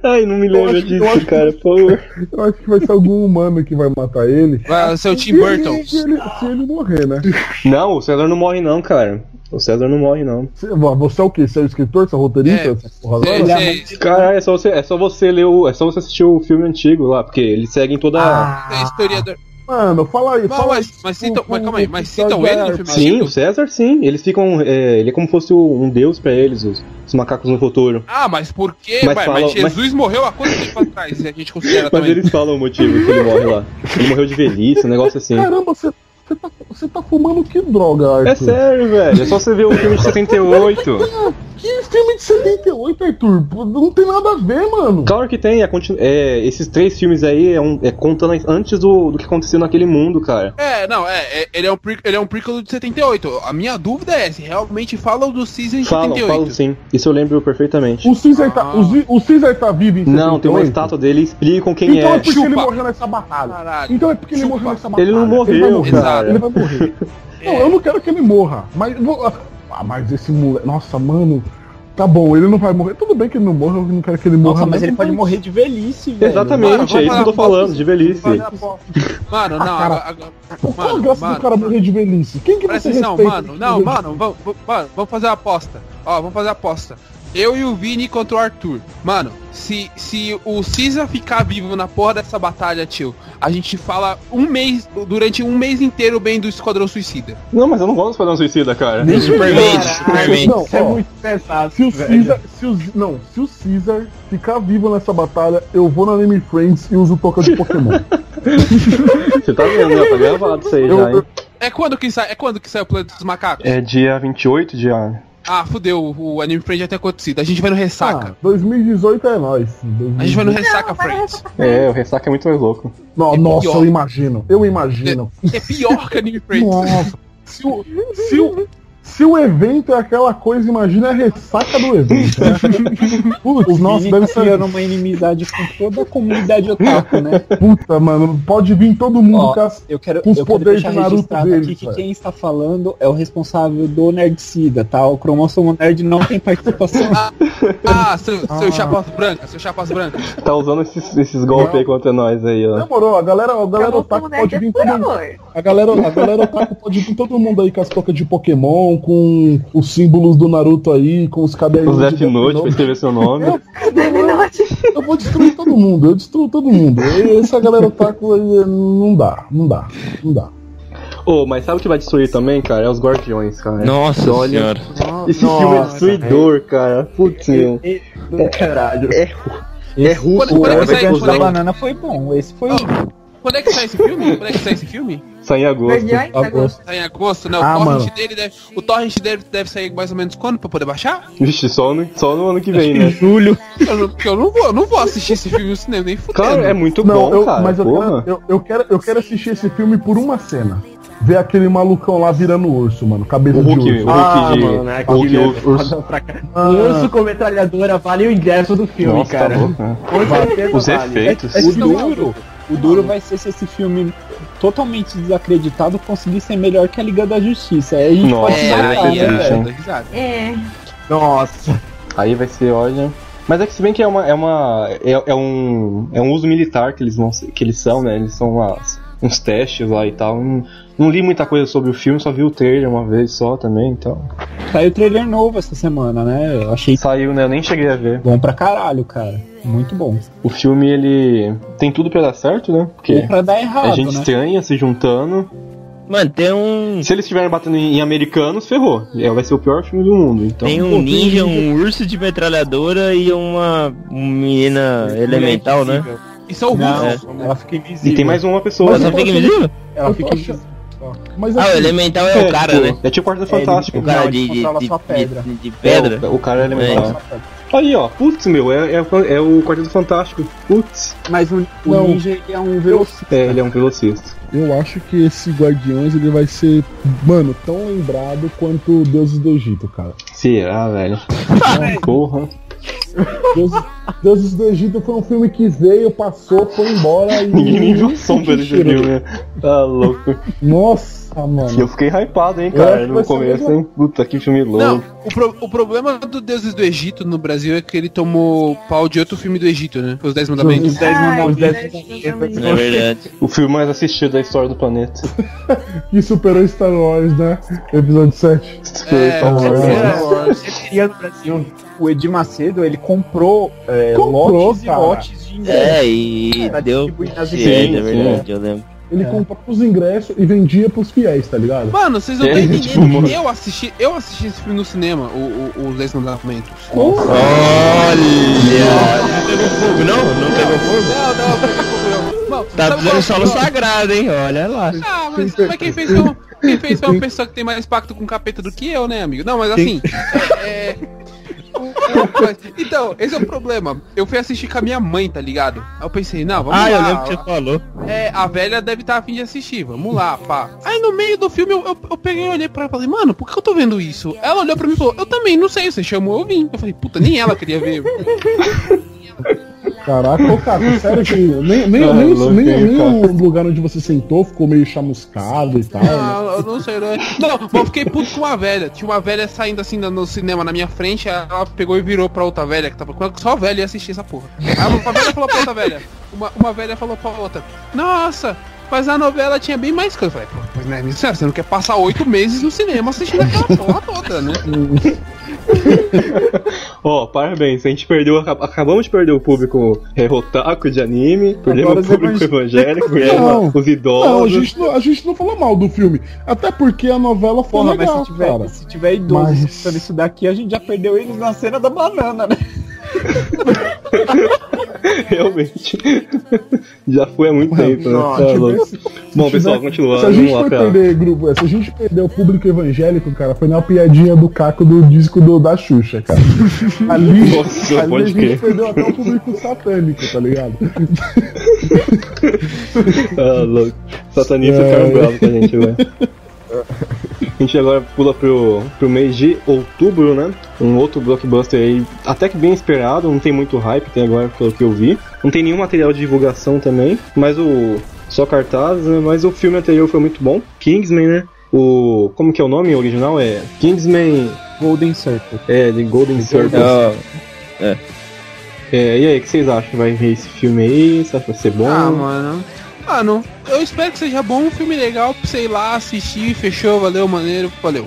Ai, não me lembro disso, cara, por favor.
Eu acho que vai ser algum humano que vai matar ele.
vai ser o Tim
Se
Burton.
ele- Se ele, se ele morrer, né?
Não, o César não morre não, cara. O César não morre não.
Se- Você é o quê? Você é o escritor? Você é o roteirista?
É.
Essa porra
Cê-
agora?
cê-
Caralho, é só você, é só você ler o. É só você assistir o filme antigo lá, porque eles seguem toda.
cê é historiador.
Mano, fala aí,
Mas,
fala aí.
mas, mas citam, mas calma aí, mas
com- com-
citam ele no filme
Sim,
antigo?
o César sim. Eles ficam. é, ele é como se fosse um deus pra eles, os, os macacos no futuro.
Ah, mas por quê?
Mas
Mas,
fala-
mas Jesus morreu há quanto tempo atrás? Se a gente considera
*laughs* Mas
É, também.
eles falam o motivo que ele morre lá. Ele morreu de velhice, um negócio assim.
Caramba, você, você, tá, você tá fumando que droga, Arthur?
É sério, velho. É só você ver o filme de 78.
Que é filme de 78, Arthur? Pô, Não tem nada a ver, mano.
Claro que tem. é continu- é, esses três filmes aí é, um- é contando antes do, do que aconteceu naquele mundo, cara.
É, não, é, é- ele é um pre- ele é um prequel de 78. A minha dúvida é se realmente falam do Season em
Falam,
78.
falam sim. Isso eu lembro perfeitamente.
O Caesar, tá,
Ah.
o, Zi- o Caesar tá vivo em
Não, tem uma
78?
estátua dele e explicam quem
Então é
é.
porque ele
Chupa.
morreu nessa batalha.
Caralho.
Então é porque ele
Chupa. É.
morreu nessa batalha.
Ele não morreu,
vai morrer.
cara.
Ele vai morrer. Não, eu não quero que ele morra. Mas, vou- ah, mas esse moleque. Nossa, mano. Tá bom, ele não vai morrer. Tudo bem que ele não morra, eu não quero que ele morra.
Nossa, mas ele
tá
pode
morrer.
morrer de velhice, velho.
Mano,
Exatamente,
vamos
é isso que eu tô
falar-
falando, de velhice.
Ah,
Mano, não,
cara.
agora- agora-
Por qual
Mano,
a graça
mano.
do cara morrer de velhice? Quem que
presta
você
atenção,
respeita?
mano. Não, mano, vamos, vamos- mano, vamos fazer uma aposta. Ó, vamos fazer uma aposta. Eu e o Vini contra o Arthur. Mano, se, se o Cisa ficar vivo na porra dessa batalha, tio, a gente fala um mês, durante um mês inteiro bem do Esquadrão Suicida.
Não, mas eu não gosto de fazer um suicida, cara.
Superman, Superman.
Não, ó,
pesado.
se o Caesar, se o, não, se o Caesar ficar vivo nessa batalha, eu vou na Anime Friends e uso toca de Pokémon.
*laughs* Você tá vendo, né? Tá gravado isso aí
Eu-
já, hein?
eu-
É quando que sai, é quando que sai o Planeta dos Macacos?
É dia 28 de ah,
Ah, fudeu, o o Anime Friend já tem acontecido. A gente vai no
Ah,
Ressaca.
2018 é nóis.
A gente vai no Ressaca
Não, vai no
Friends.
É, o ressaca é muito mais louco.
Não,
É
nossa,
pior.
eu imagino.
*laughs*
Eu imagino.
É pior que Anime Friends.
Nossa. Se o, se, o, se o evento é aquela coisa, imagina a ressaca do evento. né?
*laughs*
Putz, nossa,
Vini
deve
tá
ser.
criando uma inimizade com toda a comunidade otaku, né?
Puta, mano. Pode vir todo mundo
Ó,
com as-
Eu quero,
Com os
eu quero
poderes
deixar
do Naruto
registrado
deles,
aqui que
velho.
quem está falando é o responsável do Nerdcida, tá? O cromossomo nerd não tem participação.
Ah, seu,
Ah.
seu Chapas Branca, seu Chapas Branca.
Tá usando esses, esses golpes aí contra nós aí, ó.
Demorou, a galera, a galera tá
Acabou
otaku
com o
pode
nerd
vir
é por
todo mundo.
amor.
A galera, a galera tá otaku pode vir todo mundo aí com as tocas de Pokémon, com os símbolos do Naruto aí, com os cadernos
Os
de
Death
Death
Note pra
Note.
escrever seu nome.
Deve não
Eu vou destruir todo mundo, eu destruo todo mundo. Essa galera otaku aí, não dá, não dá, não dá.
Ô, mas sabe o que vai destruir também, cara? É os Guardiões, cara.
Nossa
Olha.
senhora.
Esse filme é destruidor, cara. Putz, meu.
é, Caralho.
É russo,
né?
Quando- quando é
cara.
que sai-
Vai
O da
explosão.
banana foi bom, esse foi
Ó, quando é que sai esse filme? Quando é que sai esse filme?
Sai em agosto.
Guardiões da Gosto.
Sai em agosto? Não,
Ah,
o torrent
mano.
dele deve. O torrent dele deve sair mais ou menos quando pra poder baixar?
Vixe, só no, só no ano que vem, né?
julho.
Eu não, porque eu não vou, eu não vou assistir esse filme no cinema, nem fudendo.
Cara, é muito
Não,
bom,
eu-
cara.
mas eu
porra.
quero, eu, eu quero, eu quero assistir esse filme por uma cena. ver aquele malucão lá virando urso, mano. Cabeça
O Hulk,
de
o
urso.
Hulk
Ah,
de.
mano, é
o Hulk,
aquele-
o urso.
Um urso com metralhadora vale o ingresso do filme,
Nossa, tá
cara.
louco, né?
Com certeza
Os
vale.
efeitos.
O duro, o duro vai ser se esse filme totalmente desacreditado conseguir ser melhor que a Liga da Justiça. Aí a gente
Nossa,
pode
É,
aí
saltar,
é
aí,
triste,
né, velho?
é,
hein?
tô risado.
É.
Nossa.
Aí vai ser, olha. Mas é que se bem que é uma. É, uma, é, é um, é um uso militar que eles, vão, ser- que eles são, né? Eles são umas- uns testes lá e tal. Não, não li muita coisa sobre o filme, só vi o trailer uma vez só também, então.
Saiu trailer novo essa semana, né? Eu achei
Saiu, né? Eu nem cheguei a ver.
bom pra caralho, cara. Muito bom.
O filme, ele. tem tudo pra dar certo, né?
Ou
Porque.
pra dar
É
errado,
gente
né? Hum.
estranha se juntando.
Mano, tem um.
Se eles estiverem batendo em em americanos, ferrou. É, Vai ser o pior filme do mundo. Então,
Tem um ninja, um urso de metralhadora e uma menina elemental, né?
Isso é o
Não,
Hulk.
ela fica
e
invisível.
tem mais uma pessoa.
Pô, só fica invisível?
Ela fica
Eu tô
invisível.
Mas
Ah, o
assim,
elemental é o cara,
tipo,
né?
É tipo Quarto
É, ele-
Fantástico.
O cara
Não,
de,
ele
de,
controla só a
de,
pedra.
de- de pedra.
É, o, o cara é elemental. Aí, ó. Putz, meu, é, é, o- é o Quarteto Fantástico. Putz.
Mas o, o
Não.
ninja ele é um velocista.
É, ele é um velocista.
eu acho que esse Guardiões ele vai ser, mano, tão lembrado quanto Deuses do Egito, cara.
Será, velho? *laughs* Porra.
Deuses, Deuses do Egito foi um filme que veio, passou, foi
é
embora e.
Ninguém nem viu a sombra desse
cheiro.
filme, né? Tá louco.
Nossa, mano.
E eu fiquei hypado, hein,
Eu acho
cara,
que
no
vai ser
começo,
legal.
hein? Puta, que filme
Não,
louco.
o, pro- o problema do Deuses do Egito no Brasil é que ele tomou pau de outro filme do Egito, né? Foi Os Dez Mandamentos.
Os dez
Ai,
mandamentos.
Deus.
É verdade.
O filme mais assistido da história do planeta.
Que superou Star Wars, né? Episódio 7.
*laughs*
É,
Star Wars, né?
é,
Seria no Brasil.
O Edir Macedo, ele comprou, é,
Comprou,
lotes
cara.
e lotes de ingressos.
É, e
pra
deu.
distribuir nas
Sim,
igrejas.
é verdade, eu lembro.
Ele
É.
comprou os ingressos e vendia pros fiéis, tá ligado?
Mano, vocês não
É,
estão
tipo, mano.
entendendo. Eu assisti, eu assisti esse filme no cinema, o, o, os Dez Mandamentos.
Olha! Não pegou fogo, não? Não pegou fogo?
Não, não, pegou fogo, não. Bom,
Tá
sabe qual é
precisando
o
solo
pior?
sagrado, hein? Olha lá.
Ah, mas, mas quem fez foi um- quem fez foi uma pessoa que tem mais pacto com o capeta do que eu, né, amigo? Não, mas assim. é, o- mas- então, esse é o problema. Eu fui assistir com a minha mãe, tá ligado? Aí eu pensei, não, vamos
Ah, eu lembro
lá.
que você falou.
É, a velha deve estar afim de assistir, vamos lá, pá. Aí no meio do filme eu, eu, eu peguei e olhei pra ela e falei, mano, por que eu tô vendo isso? Ela olhou pra mim e falou, eu também, não sei, você chamou, eu vim. Eu falei, puta, nem ela queria ver.
Caraca, ô cara, sério que nem,
*laughs*
nem,
Ah,
nem,
louco,
nem,
hein,
nem o lugar onde você sentou ficou meio chamuscado e tal. né?
Ah, eu não sei, né? Não, mas eu fiquei puto com uma velha. Tinha uma velha saindo assim no cinema na minha frente, ela pegou e virou pra outra velha que tava com ela, que só a velha ia assistir essa porra. Aí uma velha falou pra outra velha. Uma, uma velha falou pra outra, nossa, mas a novela tinha bem mais coisa. Eu falei, "Pô, pois né, minha senhora, você não quer passar oito meses no cinema assistindo aquela porra toda, né?
Ó, parabéns, a gente perdeu, acab- acabamos de perder o público é, otaku de anime, perdemos
Agora
o público evangélico,
Não.
perdemos os
Não, a
idosos.
gente não, a gente não falou mal do filme. Até porque a novela foi
Porra,
legal,
mas se tiver,
cara.
se tiver idoso
Mas-
escutando isso daqui, a gente já perdeu eles na cena da banana, né?
*laughs* Realmente. *laughs* Já foi há muito tempo, né?
não,
Tá
Se
louco.
tivesse-
Bom,
tiver-
pessoal, continuando.
Se a gente
vamos lá
for
pra...
perder grupo, se a gente perder o público evangélico, cara, foi na piadinha do caco do disco do, da
*laughs*
Xuxa, cara. Ali,
Nossa,
ali a
pode
gente
crer.
perdeu até o público satânico, tá ligado?
Ah, louco. Satanista
É.
ficaram bravos com a gente, velho. A gente agora pula pro, pro mês de outubro, né? Um outro blockbuster aí, até que bem esperado, não tem muito hype até agora, pelo que eu vi. Não tem nenhum material de divulgação também, mas o. Só cartaz, né? Mas o filme anterior foi muito bom. Kingsman, né? O. Como que é o nome original? É. Kingsman.
Golden Circle.
É, de Golden Circle.
Ó,
É, e aí, o que vocês acham? Vai ver esse filme aí? Será que vai ser bom?
Ah, mano. Mano, eu espero que seja bom, um filme legal pra sei lá, assistir, fechou, valeu, maneiro, valeu.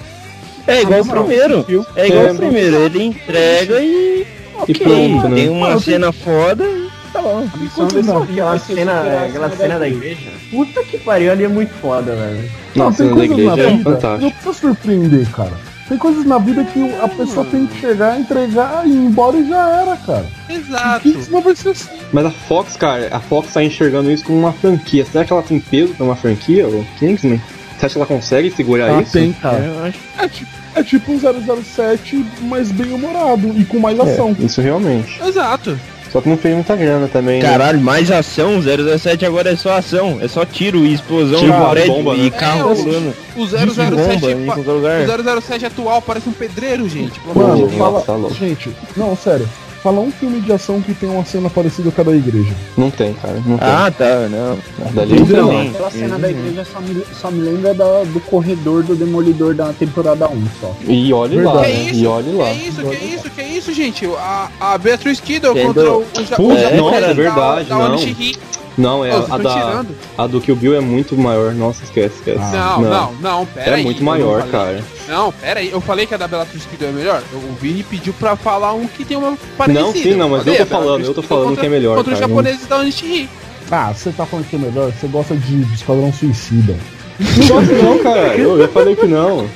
É igual o
Não, não.
primeiro.
Viu?
É igual
É,
o primeiro. Ele entrega e. Ok.
pronto, né?
Tem um- uma cena foda.
Tá
A
Não, aquela cena, aquela cena da igreja. Puta que pariu, ali é muito foda, velho.
Nossa,
tem
na
coisas na
igreja é
vida. Não
fantástico.
precisa surpreender, cara. Tem coisas na vida que a pessoa tem que chegar, entregar, ir embora e já era, cara.
Exato.
Isso não vai ser assim.
Mas a Fox, cara, a Fox tá enxergando isso como uma franquia. Será que ela tem peso pra uma franquia, o Kingsman? Você acha que ela consegue segurar
Ah,
isso?
cara. É tipo, é tipo um 007, mas bem humorado e com mais
É,
ação.
isso realmente.
Exato.
Só que não fez muita grana também. né?
Caralho, mais ação, 007 agora é só ação, é só tiro e explosão,
Tiro,
no
bomba,
prédio
né?
e carro
É,
pulando.
O
Bomba
007,
em
pa-
qualquer
é.
lugar.
o 007 atual parece um pedreiro, gente. Pelo amor de
Mano,
Deus.
fala.
tá louco.
Gente, não, sério. Fala um filme de ação que tem uma cena parecida com a da igreja.
Não tem, cara. Não tem.
Ah, tá, não.
Dali
não
não tem.
tem,
não.
Aquela cena da igreja só me, só me lembra da- do corredor do Demolidor da temporada 1 só.
E olhe lá,
Que
né?
isso?
E olhe lá.
Que isso, que isso, que isso, gente? A, a Beatriz Kiddo
Entendeu?
contra o, o ja-
Puta,
o japonês
nossa, é
da-
verdade,
da
não.
Oni Shiki.
Não, é
Pô, vocês
a
tão
da.
tirando.
A do Kill Bill é muito maior. Nossa, esquece, esquece.
Não, não, não, pera
É
aí,
muito
eu não
maior,
falei.
cara.
Não, pera aí, eu falei que a da Beatriz Kiddo é melhor? O Vini pediu pra falar um que tem uma parecida.
Não, sim, não,
Falei,
mas eu tô
a Beatriz
falando, eu tô
Kiddo
falando
contra-
que é melhor,
Contra os
cara,
japoneses da Onishiki.
Ah, você tá falando que é melhor? Você gosta de, de Esquadrão Suicida.
Não gosto não, cara. Eu, eu falei que não. Eu gosto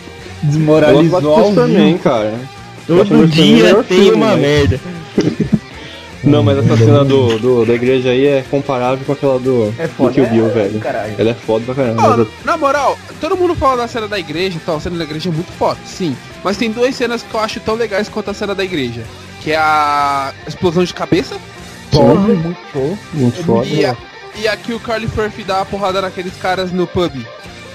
do
Desmoralizou
Batman também, cara.
Tá
Batman
Todo
Superman é o
dia
melhor
tem
filme,
uma
né?
merda.
Não, mas essa cena do, do- da igreja aí é comparável com aquela do,
É
do
foda.
Kill Bill,
é,
velho.
Caralho.
Ela é foda pra caramba.
Ó,
mas
na moral, todo mundo fala da cena da igreja e tal, a cena da igreja é muito foda, sim. Mas tem duas cenas que eu acho tão legais quanto a cena da igreja. Que é a explosão de cabeça
Pobre, muito show.
é muito foda.
e, a, e aqui o Carly Furf dá a porrada naqueles caras no pub.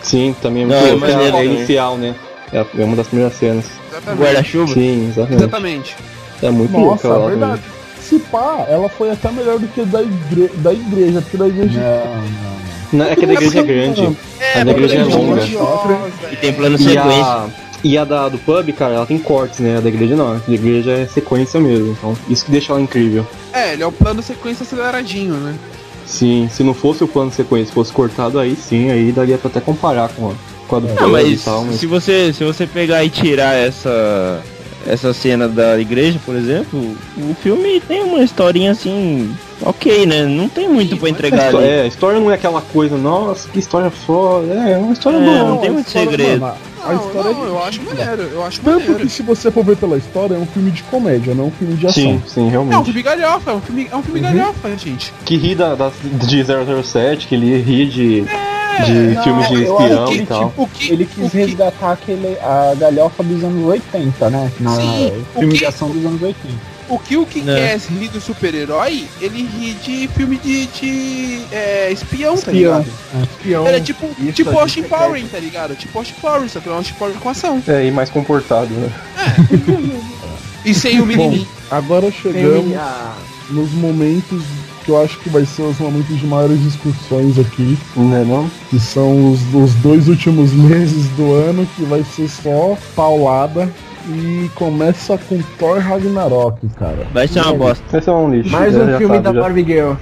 Sim, também é muito
Não, é
louco. é,
maneiro,
a- é a
né?
inicial, né? É a- É uma das primeiras cenas.
Exatamente.
Guarda-chuva.
Sim, exatamente.
Exatamente.
É muito louco
Nossa,
ela lá também.
verdade. Se pá, ela foi até melhor do que da, igre da igreja, porque da igreja.
Não, é que a da igreja é grande. A da igreja é
porque
longa.
E tem plano
E
sequência.
a, e a da, do pub, cara, ela tem cortes, né? A da igreja não. A da igreja é sequência mesmo. Então, isso que deixa ela incrível.
É, ele é um plano sequência aceleradinho, né?
Sim, se não fosse o plano de sequência, fosse cortado, aí sim, aí daria pra até comparar com a, com a do
Não,
pub e
É. mas
tal. Mas...
se você, se você pegar e tirar essa essa cena da igreja, por exemplo, o filme tem uma historinha assim, ok, né? Não tem muito pra entregar
Histó-
ali.
É, a história não é aquela coisa, nossa, que história foda. É, é uma história
É,
boa.
não tem muito segredo.
a história
não,
é.
eu acho maneiro, eu acho
Tanto
maneiro.
que se você for ver pela história, é um filme de comédia, não um filme de ação.
Sim, sim,
É um
realmente.
filme galhofa, é um filme, é um filme
Uhum.
galhofa, gente.
Que ri da, da, de 007, que ele ri de, de
não,
filmes de
eu acho então.
espião
que, tipo
e tal.
O que,
Ele
o
quis
que,
resgatar aquele, a galhofa dos anos 80, né? Na
Sim, o
filme
que-
de ação dos anos 80.
o que o
É.
que
Né.
quer rir do super-herói, ele ri de filme de, de é, espião, tá
Espião.
ligado?
Espião.
Ele é tipo,
Isso,
tipo
a gente
Ocean
pega-
Powering, tá ligado? Tipo Ocean Powering, só que não é Ocean Powering com ação.
É, e mais comportado, né?
E sem o menininho.
Agora
Tem
chegamos
a-
um
nos momentos que eu acho que vai ser os momentos de maiores discussões aqui,
Não é não?
que são os, os dois últimos *laughs* meses do ano, que vai ser só paulada. E começa com Thor Ragnarok, cara.
Vai ser uma bosta.
Esse é um lixo.
Mais
já-
um
já
filme
sabe,
da
já.
Barbie Girl.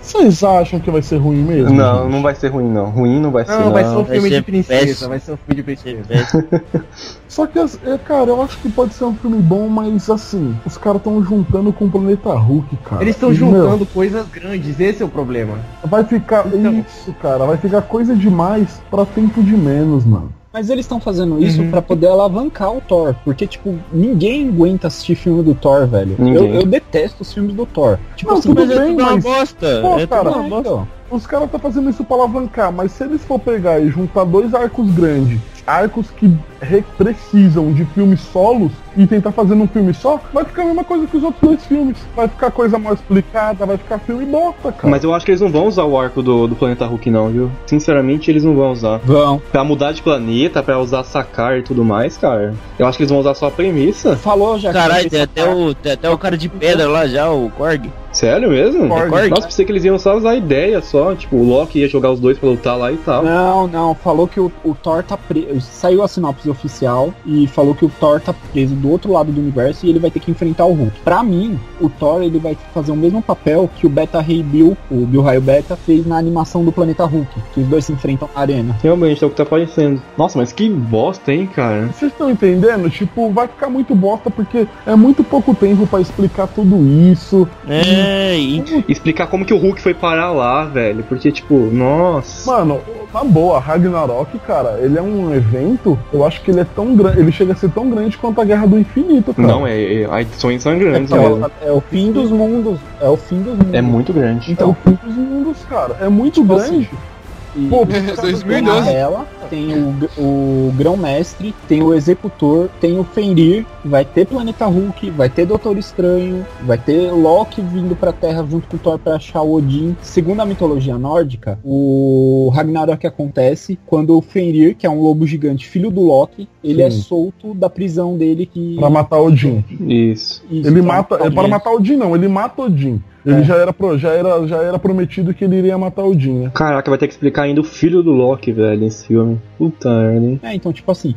Vocês acham que vai ser ruim mesmo?
Não, não vai ser ruim, não. Ruim não vai ser.
Não, vai ser um filme
ser
de princesa.
péssimo.
Vai ser um filme de princesa.
Só que, as- é, cara, eu acho que pode ser um filme bom, mas assim, os caras estão juntando com o Planeta Hulk, cara.
Eles estão
E, meu,
juntando coisas grandes, esse é o problema.
Vai ficar.
Então.
Isso, cara, vai ficar coisa demais pra tempo de menos, mano.
Mas eles estão fazendo isso
Uhum.
pra poder alavancar o Thor, porque, tipo, ninguém aguenta assistir filme do Thor, velho. Eu,
Ninguém.
eu detesto os filmes do Thor. Tipo,
Não,
assim,
tudo
mas
bem,
é tudo
Uma
mas-
bosta.
Pô,
é tudo
cara,
uma
é,
bosta.
então, os caras tá fazendo isso pra alavancar, mas se eles for pegar e juntar dois arcos grandes, arcos que re- precisam de filmes solos, e tentar fazer num filme só, vai ficar É um a mesma coisa que os outros dois filmes. Vai ficar coisa mal explicada, vai ficar filme bosta, cara.
Mas eu acho que eles não vão usar o arco do, do planeta Hulk, não, viu? Sinceramente, eles não vão usar.
Vão.
Pra mudar de planeta, pra usar sacar e tudo mais, cara. Eu acho que eles vão usar só a premissa.
Falou já. que
Caralho,
esse
tem até,
cara-
o, tem até o cara de pedra lá já, o Korg.
Sério mesmo?
É Korg?
Nossa, pensei que eles iam só usar a ideia só. Tipo, o Loki ia jogar os dois pra lutar lá e tal.
Não, não, falou que o, o Thor tá preso. Saiu a sinopse oficial e falou que o Thor tá preso do outro lado do universo e ele vai ter que enfrentar o Hulk. Pra mim, o Thor ele vai fazer o mesmo papel que o Beta Ray Bill, o Bill Raio Beta, fez na animação do Planeta Hulk, que os dois se enfrentam na arena.
Realmente, é o que tá aparecendo. Nossa, mas que bosta, hein, cara?
Vocês estão entendendo? Tipo, vai ficar muito bosta porque é muito pouco tempo pra explicar tudo isso.
É, e
Explicar como que o Hulk foi parar lá, velho. Porque, tipo, nossa.
Mano, na boa, Ragnarok, cara, ele é um evento, eu acho que ele é tão grande, ele chega a ser tão grande quanto a Guerra do Infinito, cara.
Não, é, é, as edições são grandes
É,
mesmo.
o- é o fim dos mundos. É o fim dos mundos.
É muito grande.
É o fim dos mundos, cara. É muito
assim,
Tipo
grande. tá
E *laughs*
Pô,
o
2012.
Amarela, tem o, gr- o Grão Mestre, tem o Executor, tem o Fenrir, vai ter Planeta Hulk, vai ter Doutor Estranho, vai ter Loki vindo pra Terra junto com Thor pra achar o Odin. Segundo a mitologia nórdica, o Ragnarok acontece quando o Fenrir, que é um lobo gigante, filho do Loki, ele é
Sim.
solto da prisão dele que...
Pra matar Odin.
Isso.
Isso, pra
Ele mata.
matar
É para
ele.
matar Odin, não. Ele mata Odin. Ele
É.
já, era pro- já, era, já era prometido que ele iria matar Odin, né?
Caraca, vai ter que explicar ainda o filho do Loki, velho, nesse filme. Puta merda, hein?
É, então, tipo assim,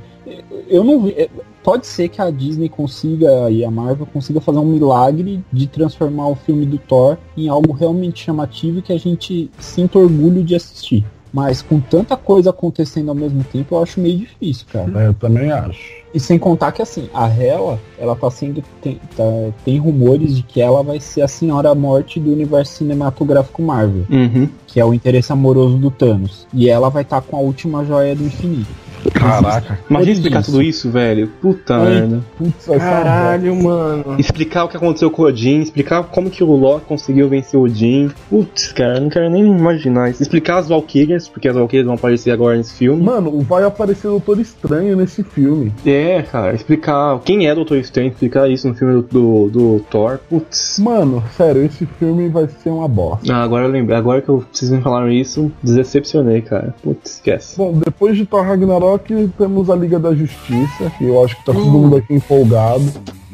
eu não vi. é, Pode ser que a Disney consiga e a Marvel consiga fazer um milagre de transformar o filme do Thor em algo realmente chamativo e que a gente sinta orgulho de assistir. Mas com tanta coisa acontecendo ao mesmo tempo, eu acho meio difícil, cara.
É, eu também acho.
E sem contar que assim, a Hela, ela tá sendo. Tem, tá- tem rumores de que ela vai ser a Senhora Morte do universo cinematográfico Marvel,
Uhum.
que é o interesse amoroso do Thanos. E ela vai estar com a última joia do infinito.
Caraca.
Imagina
Tudo
explicar
isso.
tudo isso, velho. Puta
Ai.
merda.
Putz, vai ser uma
Caralho, mano.
Explicar o que aconteceu com o Odin, explicar como que o Loki conseguiu vencer o Odin. Putz, cara, não quero nem imaginar isso. Explicar as Valkyrias, porque as Valkyrias vão aparecer agora nesse filme.
Mano, vai aparecer o Doutor Estranho nesse filme.
É, cara, explicar quem é Doutor Estranho, explicar isso no filme do, do, do Thor. Putz.
Mano, sério, esse filme vai ser uma bosta.
Ah, agora eu lembrei, agora que eu, vocês me falaram isso, decepcionei, cara. Putz, esquece.
Bom, depois de Thor Ragnarok, temos a Liga da Justiça, que eu acho que tá todo mundo aqui empolgado.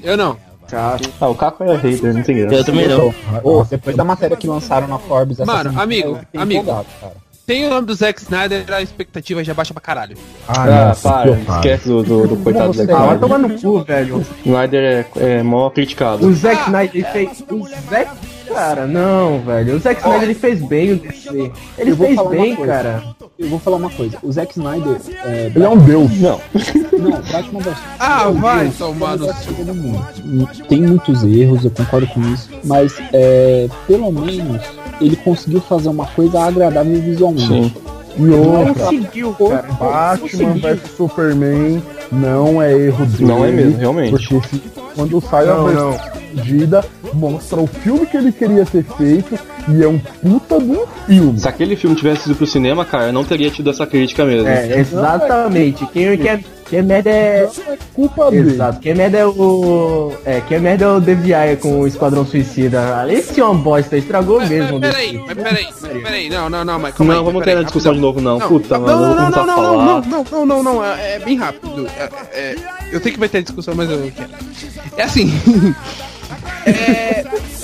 Eu não.
Ah, o Caco era hater, não tem graça.
Eu também
então,
não.
Ô, depois da matéria que lançaram na Forbes essa
Mano,
semana,
amigo,
eu fiquei
amigo.
empolgado, cara.
Tem o nome do Zack Snyder, a expectativa já baixa pra caralho.
Ah,
nossa,
para,
que otário.
esquece do, do, do coitado do Zack
Ah, vai
Snyder.
tomar no cu, velho.
Snyder é, é mó criticado.
O Zack Snyder ele fez. O Zack. Cara, não, velho. O Zack Snyder ele fez bem o DC. Ele
Eu vou
fez
falar uma
bem,
coisa.
cara.
Eu vou falar uma coisa. O
*laughs*
Zack Snyder é.
Ele é um deus.
Não.
Não, Batman vs.
Ah, vai tomar no cu.
Mano, tem muitos erros, eu concordo com isso. Mas é, pelo menos ele conseguiu fazer uma coisa agradável visualmente.
E outra,
Conseguiu, cara.
Batman
Conseguiu.
vs Superman não é erro dele.
Não é mesmo, realmente.
Porque se- quando sai a
Não,
versão estendida, mostra o filme que ele queria ter feito e é um puta de um filme.
Se aquele filme tivesse ido pro cinema, cara, não teria tido essa crítica mesmo.
É, exatamente. Quem quer. Quem merda é.
Não é culpa dele.
Exato, quem merda é o. É, quem merda é o Deviaia com o Esquadrão Suicida. Esse é uma bosta, estragou
Mas,
mesmo.
mas, Peraí,
DC.
mas peraí, mas peraí, não, não, não, mas calma aí,
Não, vamos
mas peraí,
ter a discussão de
rapidão.
novo, não. tá
Não,
Puta, mano, eu
não,
vou
não, não,
começar a
não, não, não,
falar.
não, não, não, não, é, é bem rápido. É, é, eu sei que vai ter discussão, mas eu quero. É assim. *laughs* é,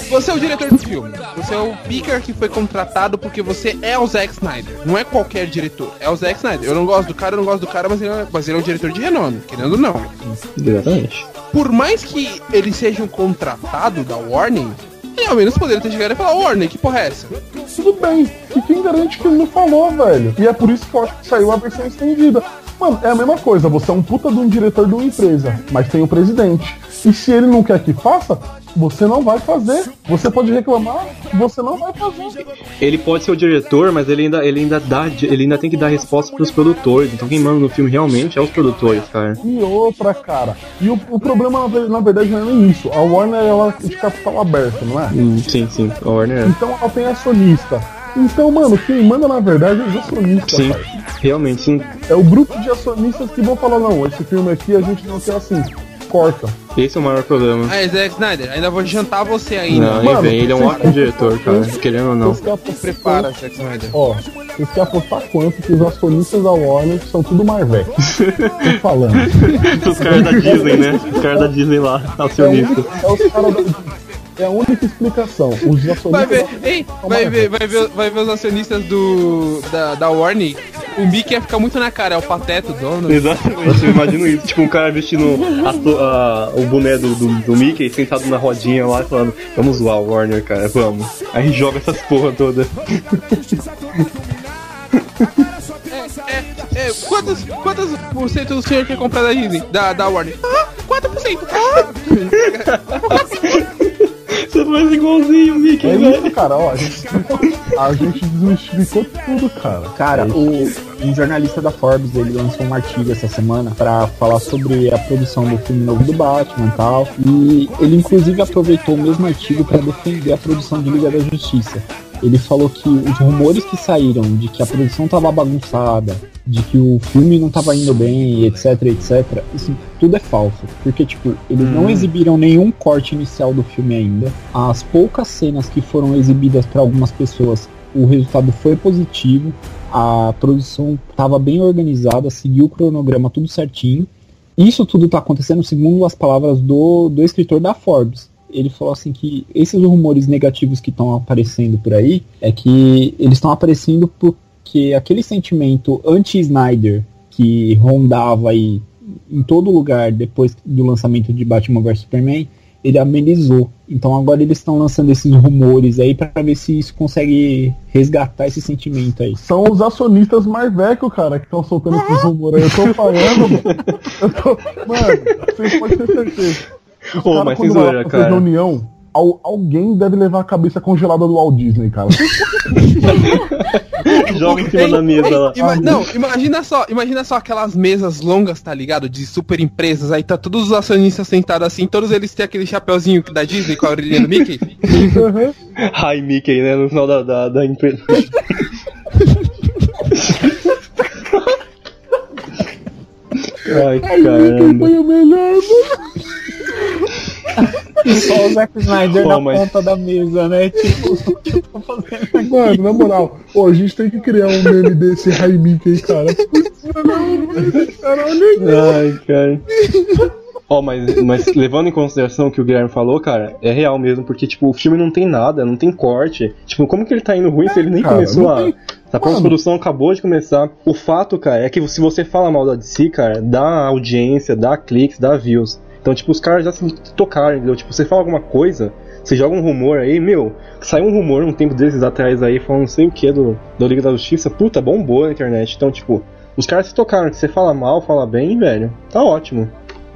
você é o diretor do filme. Você é o pica que foi contratado porque você é o Zack Snyder. Não é qualquer diretor, é o Zack Snyder. Eu não gosto do cara, eu não gosto do cara, mas ele é, mas ele é um diretor de renome, querendo ou não
Exatamente.
por mais que ele seja um contratado da Warner, ele ao menos poderia ter chegado e falar, Warner, que porra é essa?
Tudo bem. E quem garante que ele não falou, velho? E é por isso que eu acho que saiu a versão estendida. Mano, é a mesma coisa, você é um puta de um diretor de uma empresa, mas tem o presidente. E se ele não quer que faça, você não vai fazer. Você pode reclamar, você não vai fazer.
Ele pode ser o diretor, mas ele ainda, ele ainda dá, ele ainda tem que dar resposta pros produtores. Então quem manda no filme realmente é os produtores, cara.
E outra, cara. E o, o problema, na ve- na verdade, não é nem isso. A Warner ela é de capital aberto, não é?
Hum, Sim, sim. A Warner. é.
Então ela tem acionista. Então, mano, quem manda na verdade é os acionistas,
Sim,
cara.
realmente, sim.
É o grupo de acionistas que vão falar, não, esse filme aqui a gente não quer assim. Corta.
Esse é o maior problema.
Aí, "Ah, Zack Snyder, ainda vou jantar você ainda.
Não, ele
Mano,
vem, ele é um
vocês
ótimo
querem
diretor, cara. *laughs*
apostar-
Querendo ou não.
Vocês querem apostar-
Prepara, Zack Snyder.
Ó, vocês querem apostar quanto que os acionistas da Warner são tudo Marvel.
*laughs*
Tô falando.
Os caras da Disney, né? Os caras da Disney lá,
É, o único,
acionista.
é os caras da... É a única explicação. Os acionistas...
Vai ver,
da-
ei,
são
vai ver,
Marvel.
vai ver, vai ver os acionistas do da, da Warner. O Mickey ia ficar muito na cara, é o Pateta, o Donald.
Exatamente, eu imagino isso. Tipo, um cara vestindo a to- a- o boné do, do, do Mickey sentado na rodinha lá falando, vamos zoar o Warner, cara, vamos. Aí joga essas porra toda.
É, é, quantos, quantos por cento o senhor quer comprar da Disney? Da, da Warner? Ah, 4%. Ah!
Você faz igualzinho o Mickey, né?
É isso, cara, ó. A gente, *laughs* a gente desmistificou tudo, cara. É
Cara, o, um jornalista da Forbes ele lançou um artigo essa semana pra falar sobre a produção do filme novo do Batman e tal. E ele inclusive aproveitou o mesmo artigo pra defender a produção de Liga da Justiça. ele falou que os rumores que saíram de que a produção tava bagunçada, de que o filme não tava indo bem, etc, etc, isso tudo é falso. Porque, tipo, eles não exibiram nenhum corte inicial do filme ainda. As poucas cenas que foram exibidas para algumas pessoas, o resultado foi positivo. A produção tava bem organizada, seguiu o cronograma tudo certinho. Isso tudo tá acontecendo segundo as palavras do, do escritor da Forbes. Ele falou assim que esses rumores negativos que estão aparecendo por aí é que eles estão aparecendo porque aquele sentimento anti-Snyder que rondava aí em todo lugar depois do lançamento de Batman vs Superman, ele amenizou. Então agora eles estão lançando esses rumores aí pra ver se isso consegue resgatar esse sentimento aí.
São os acionistas Marveco, cara, que estão soltando esses rumores. aí. Eu tô falando, mano. Eu tô... Mano, vocês podem ter certeza. Os
Ô,
cara,
mas sem
quando vai
zoeira,
fazer
cara.
reunião, al- alguém deve levar a cabeça congelada do Walt Disney, cara.
Joga em cima da mesa lá.
Ima- não, imagina só, imagina só aquelas mesas longas, tá ligado? De super empresas, aí tá todos os acionistas sentados assim, todos eles têm aquele chapeuzinho da Disney com a orelhinha do Mickey.
Hi, Mickey, né? No final da, da, da
*laughs*
empresa. Ai, caramba.
Foi o melhor,
Só o Zack Snyder
Pô,
na
mas-
ponta da mesa, né? Tipo, *laughs* o que eu tô fazendo aqui?
mano, na moral. Pô, a gente tem que criar um meme desse Raimik aí, cara. Putz, mano, Caralho,
Ai, cara. Ó, mas, mas levando em consideração o que o Guilherme falou, cara, é real mesmo, porque, tipo, o filme não tem nada, não tem corte. Tipo, como que ele tá indo ruim se ele nem
cara,
começou
não
a.
tem-
A pós-produção acabou de começar. O fato, cara, é que se você fala mal da DC, cara, dá audiência, dá cliques, dá views. Então, tipo, os caras já se tocaram, entendeu? Tipo, você fala alguma coisa, você joga um rumor aí, meu, saiu um rumor um tempo desses atrás aí, falando não sei o que do, do Liga da Justiça, puta, bombou na internet. Então, tipo, os caras se tocaram, você fala mal, fala bem, velho, tá ótimo.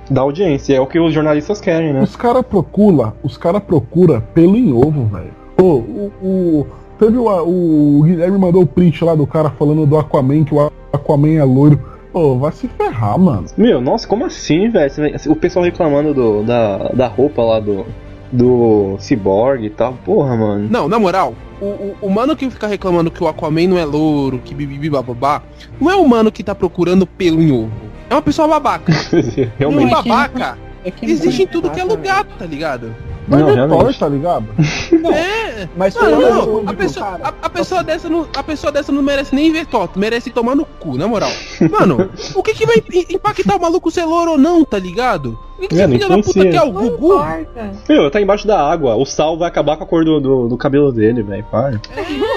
Dá audiência, é o que os jornalistas querem, né?
Os cara procura, os cara procura pelo em ovo, velho. Pô, o, o- teve o, o Guilherme mandou o print lá do cara falando do Aquaman que o Aquaman é loiro. Pô, vai se ferrar, mano.
Meu, nossa, como assim, velho? Você- O pessoal reclamando do, da, da roupa lá do. Do Cyborg e tal. Porra, mano.
Não, na moral, o, o, o mano que fica reclamando que o Aquaman não é louro, que bibibi bababá, não é o mano que tá procurando pelo em ovo. É uma pessoa babaca. E
*laughs* Realmente.
Não, é que-
babaca
É que né? não
existe em
tem-
tudo que é lugar, tá ligado?
Vai
Não,
ver
realmente.
Thor, tá ligado?
*laughs* É.
Mas
Não,
pelo menos
não,
o-
a pessoa, a, a pessoa dessa não, a pessoa dessa não merece nem ver toto, merece tomar no cu, na moral. Mano, o que que vai i- impactar o maluco ser louro ou não, tá ligado? O que, que você
É, não
filha da puta
influencia.
que é o
Não
Gugu?
importa.
Meu, tá embaixo da água. O sal vai acabar com a cor do, do, do cabelo dele, velho. Para.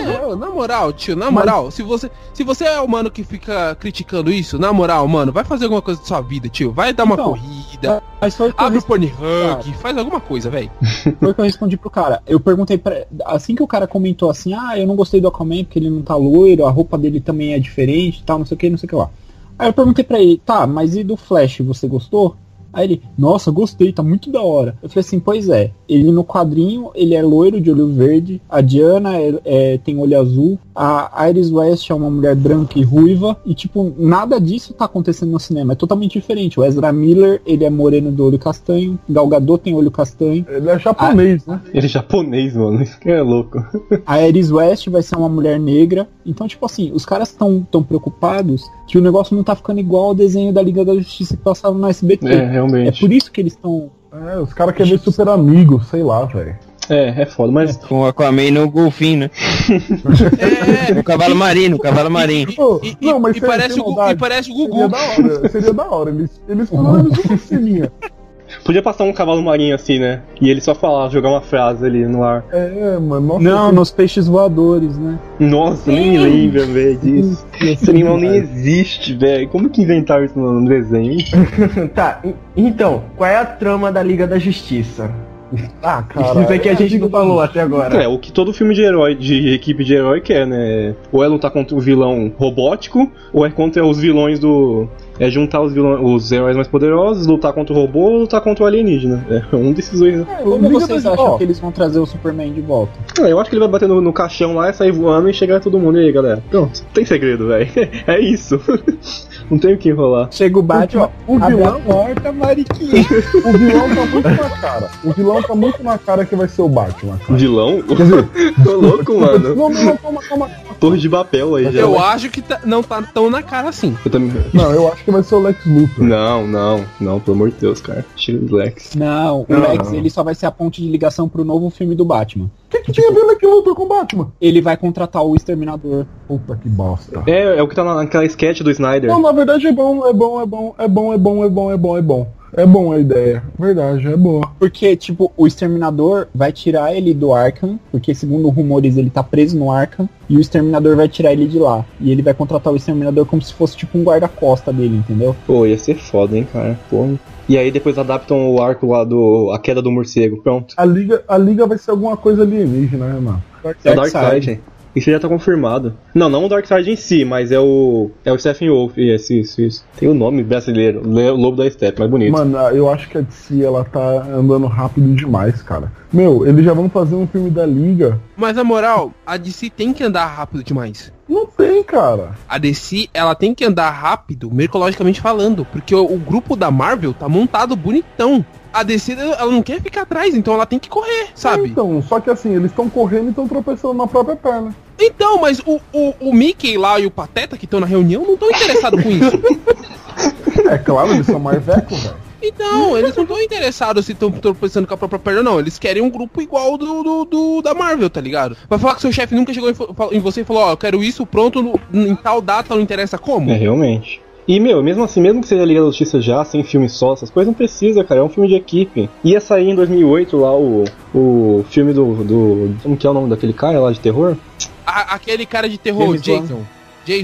Não, na moral, tio, na moral, se você se você é o mano que fica criticando isso, na moral, mano, vai fazer alguma coisa da sua vida, tio. Vai dar uma
Então,
corrida,
Mas foi o que eu
abre o
respondi-
Pornhub, faz alguma coisa, velho.
foi o que eu respondi pro cara. Eu perguntei pra. Assim que o cara comentou assim, ah, eu não gostei do Aquaman porque ele não tá loiro, a roupa dele também é diferente e tal, não sei o que, não sei o que lá. Aí eu perguntei pra ele, tá, mas e do Flash, você gostou? Aí ele, nossa, gostei, tá muito da hora. Eu falei assim, pois é, ele no quadrinho, ele é loiro de olho verde, a Diana é, é, tem olho azul, a Iris West é uma mulher branca e ruiva, e tipo, nada disso tá acontecendo no cinema, é totalmente diferente. O Ezra Miller, ele é moreno do olho castanho, Gal Gadot tem olho castanho,
Ele é japonês, né?
Ele é japonês, mano. *laughs* Isso que é louco.
a Iris West vai ser uma mulher negra. Então, tipo assim, os caras estão tão preocupados que o negócio não tá ficando igual ao desenho da Liga da Justiça que passava no SBT.
É,
É,
realmente.
por isso que eles estão.
É, os caras querem ver super amigo, sei lá, velho.
É, é foda, mas.
Com o Aquaman no golfinho, né?
É.
O cavalo marino, o cavalo marinho.
Pô,
E, e-
não, mas
e
sem-
parece
sem
o, Gu- e
maldade,
parece o
Seria
Gugu.
da hora, seria da hora. Eles, eles pelo menos uma ceninha.
Podia passar um cavalo marinho assim, né? E ele só falar, jogar uma frase ali no ar.
É, mano, nossa.
Não, nos peixes voadores, né?
Nossa, nem me lembra, velho, disso. Esse animal nem existe, velho. Como que inventaram isso no no desenho? hein?
Tá, e- então, qual é a trama da Liga da Justiça? *laughs*
Ah, cara.
Isso aqui a gente não falou até agora.
É, o que todo filme de herói, de equipe de herói quer, né? Ou é lutar contra o vilão robótico, ou é contra os vilões do. É juntar os, vilões, os heróis mais poderosos, lutar contra o robô ou lutar contra o alienígena. *laughs* É um desses dois, né?
Como
Liga
vocês
da-
acham
ó,
que eles vão trazer o Superman de volta?
Ah, eu acho que ele vai bater no, no caixão lá, sair voando e chegar todo mundo. E aí, galera? Não, não tem segredo, velho. *laughs* É isso. não tem o que enrolar.
Chega o Batman,
o
abre a
vilão,
*laughs*
porta, Mariquinha.
o vilão tá muito na cara. O vilão tá muito na cara que vai ser o Batman. cara.
Vilão? *laughs* Tô louco, mano.
Não, não, não, calma, calma.
Torre de papel aí já.
Eu acho que tá- não tá tão na cara assim.
Eu também.
Não, eu acho que vai ser o Lex Luthor.
Não, não, não, pelo amor de Deus, cara. Tira os Lex.
Não, o
Não,
Lex
não.
ele só vai ser a ponte de ligação pro novo filme do Batman.
O que, que tem a ver Lex Luthor com o Batman?
Ele vai contratar o Exterminador.
Puta que bosta.
É, é o que tá na- naquela sketch do Snyder.
Não, na verdade é bom, é bom, é bom, é bom, é bom, é bom, é bom, é bom. É bom a ideia. Verdade, é boa.
Porque, tipo, o Exterminador vai tirar ele do Arkham, porque segundo rumores ele tá preso no Arkham, e o Exterminador vai tirar ele de lá. E ele vai contratar o Exterminador como se fosse tipo um guarda-costa dele, entendeu?
Pô, ia ser foda, hein, cara. Pô. E aí depois adaptam o arco lá do. A queda do morcego. Pronto.
A liga, a liga vai ser alguma coisa alienígena, né, mano?
É o Darkseid. Isso já tá confirmado. Não, não o Darkseid em si, mas é o. É o Stephen Wolf. Isso, isso, isso. Tem o nome brasileiro. Le- Lobo da Steppe, mais bonito.
Mano, eu acho que a DC ela tá andando rápido demais, cara. Meu, eles já vão fazer um filme da Liga.
Mas na moral, a DC tem que andar rápido demais.
Não tem, cara.
A DC, ela tem que andar rápido, mercologicamente falando, porque o, o grupo da Marvel tá montado bonitão. A DC, ela não quer ficar atrás, então ela tem que correr, sabe?
Então, só que assim, eles estão correndo e estão tropeçando na própria perna.
Então, mas o, o, o Mickey lá e o Pateta que estão na reunião não estão interessados com isso.
*laughs* É claro, eles são
*laughs*
marveco, velho.
Então, eles não estão interessados se estão pensando com a própria perna, não. Eles querem um grupo igual do, do, do- da Marvel, tá ligado? Vai falar que seu chefe nunca chegou em, fo- em você e falou, ó, eu quero isso pronto no- em tal data, não interessa como.
É, realmente. E, meu, mesmo assim, mesmo que seja Liga da Justiça já, sem filme só, essas coisas não precisa, cara. É um filme de equipe. Ia sair em 2008 lá o, o filme do, do. Como que é o nome daquele cara lá de terror?
A- aquele cara de terror,
James Wan.
Jason.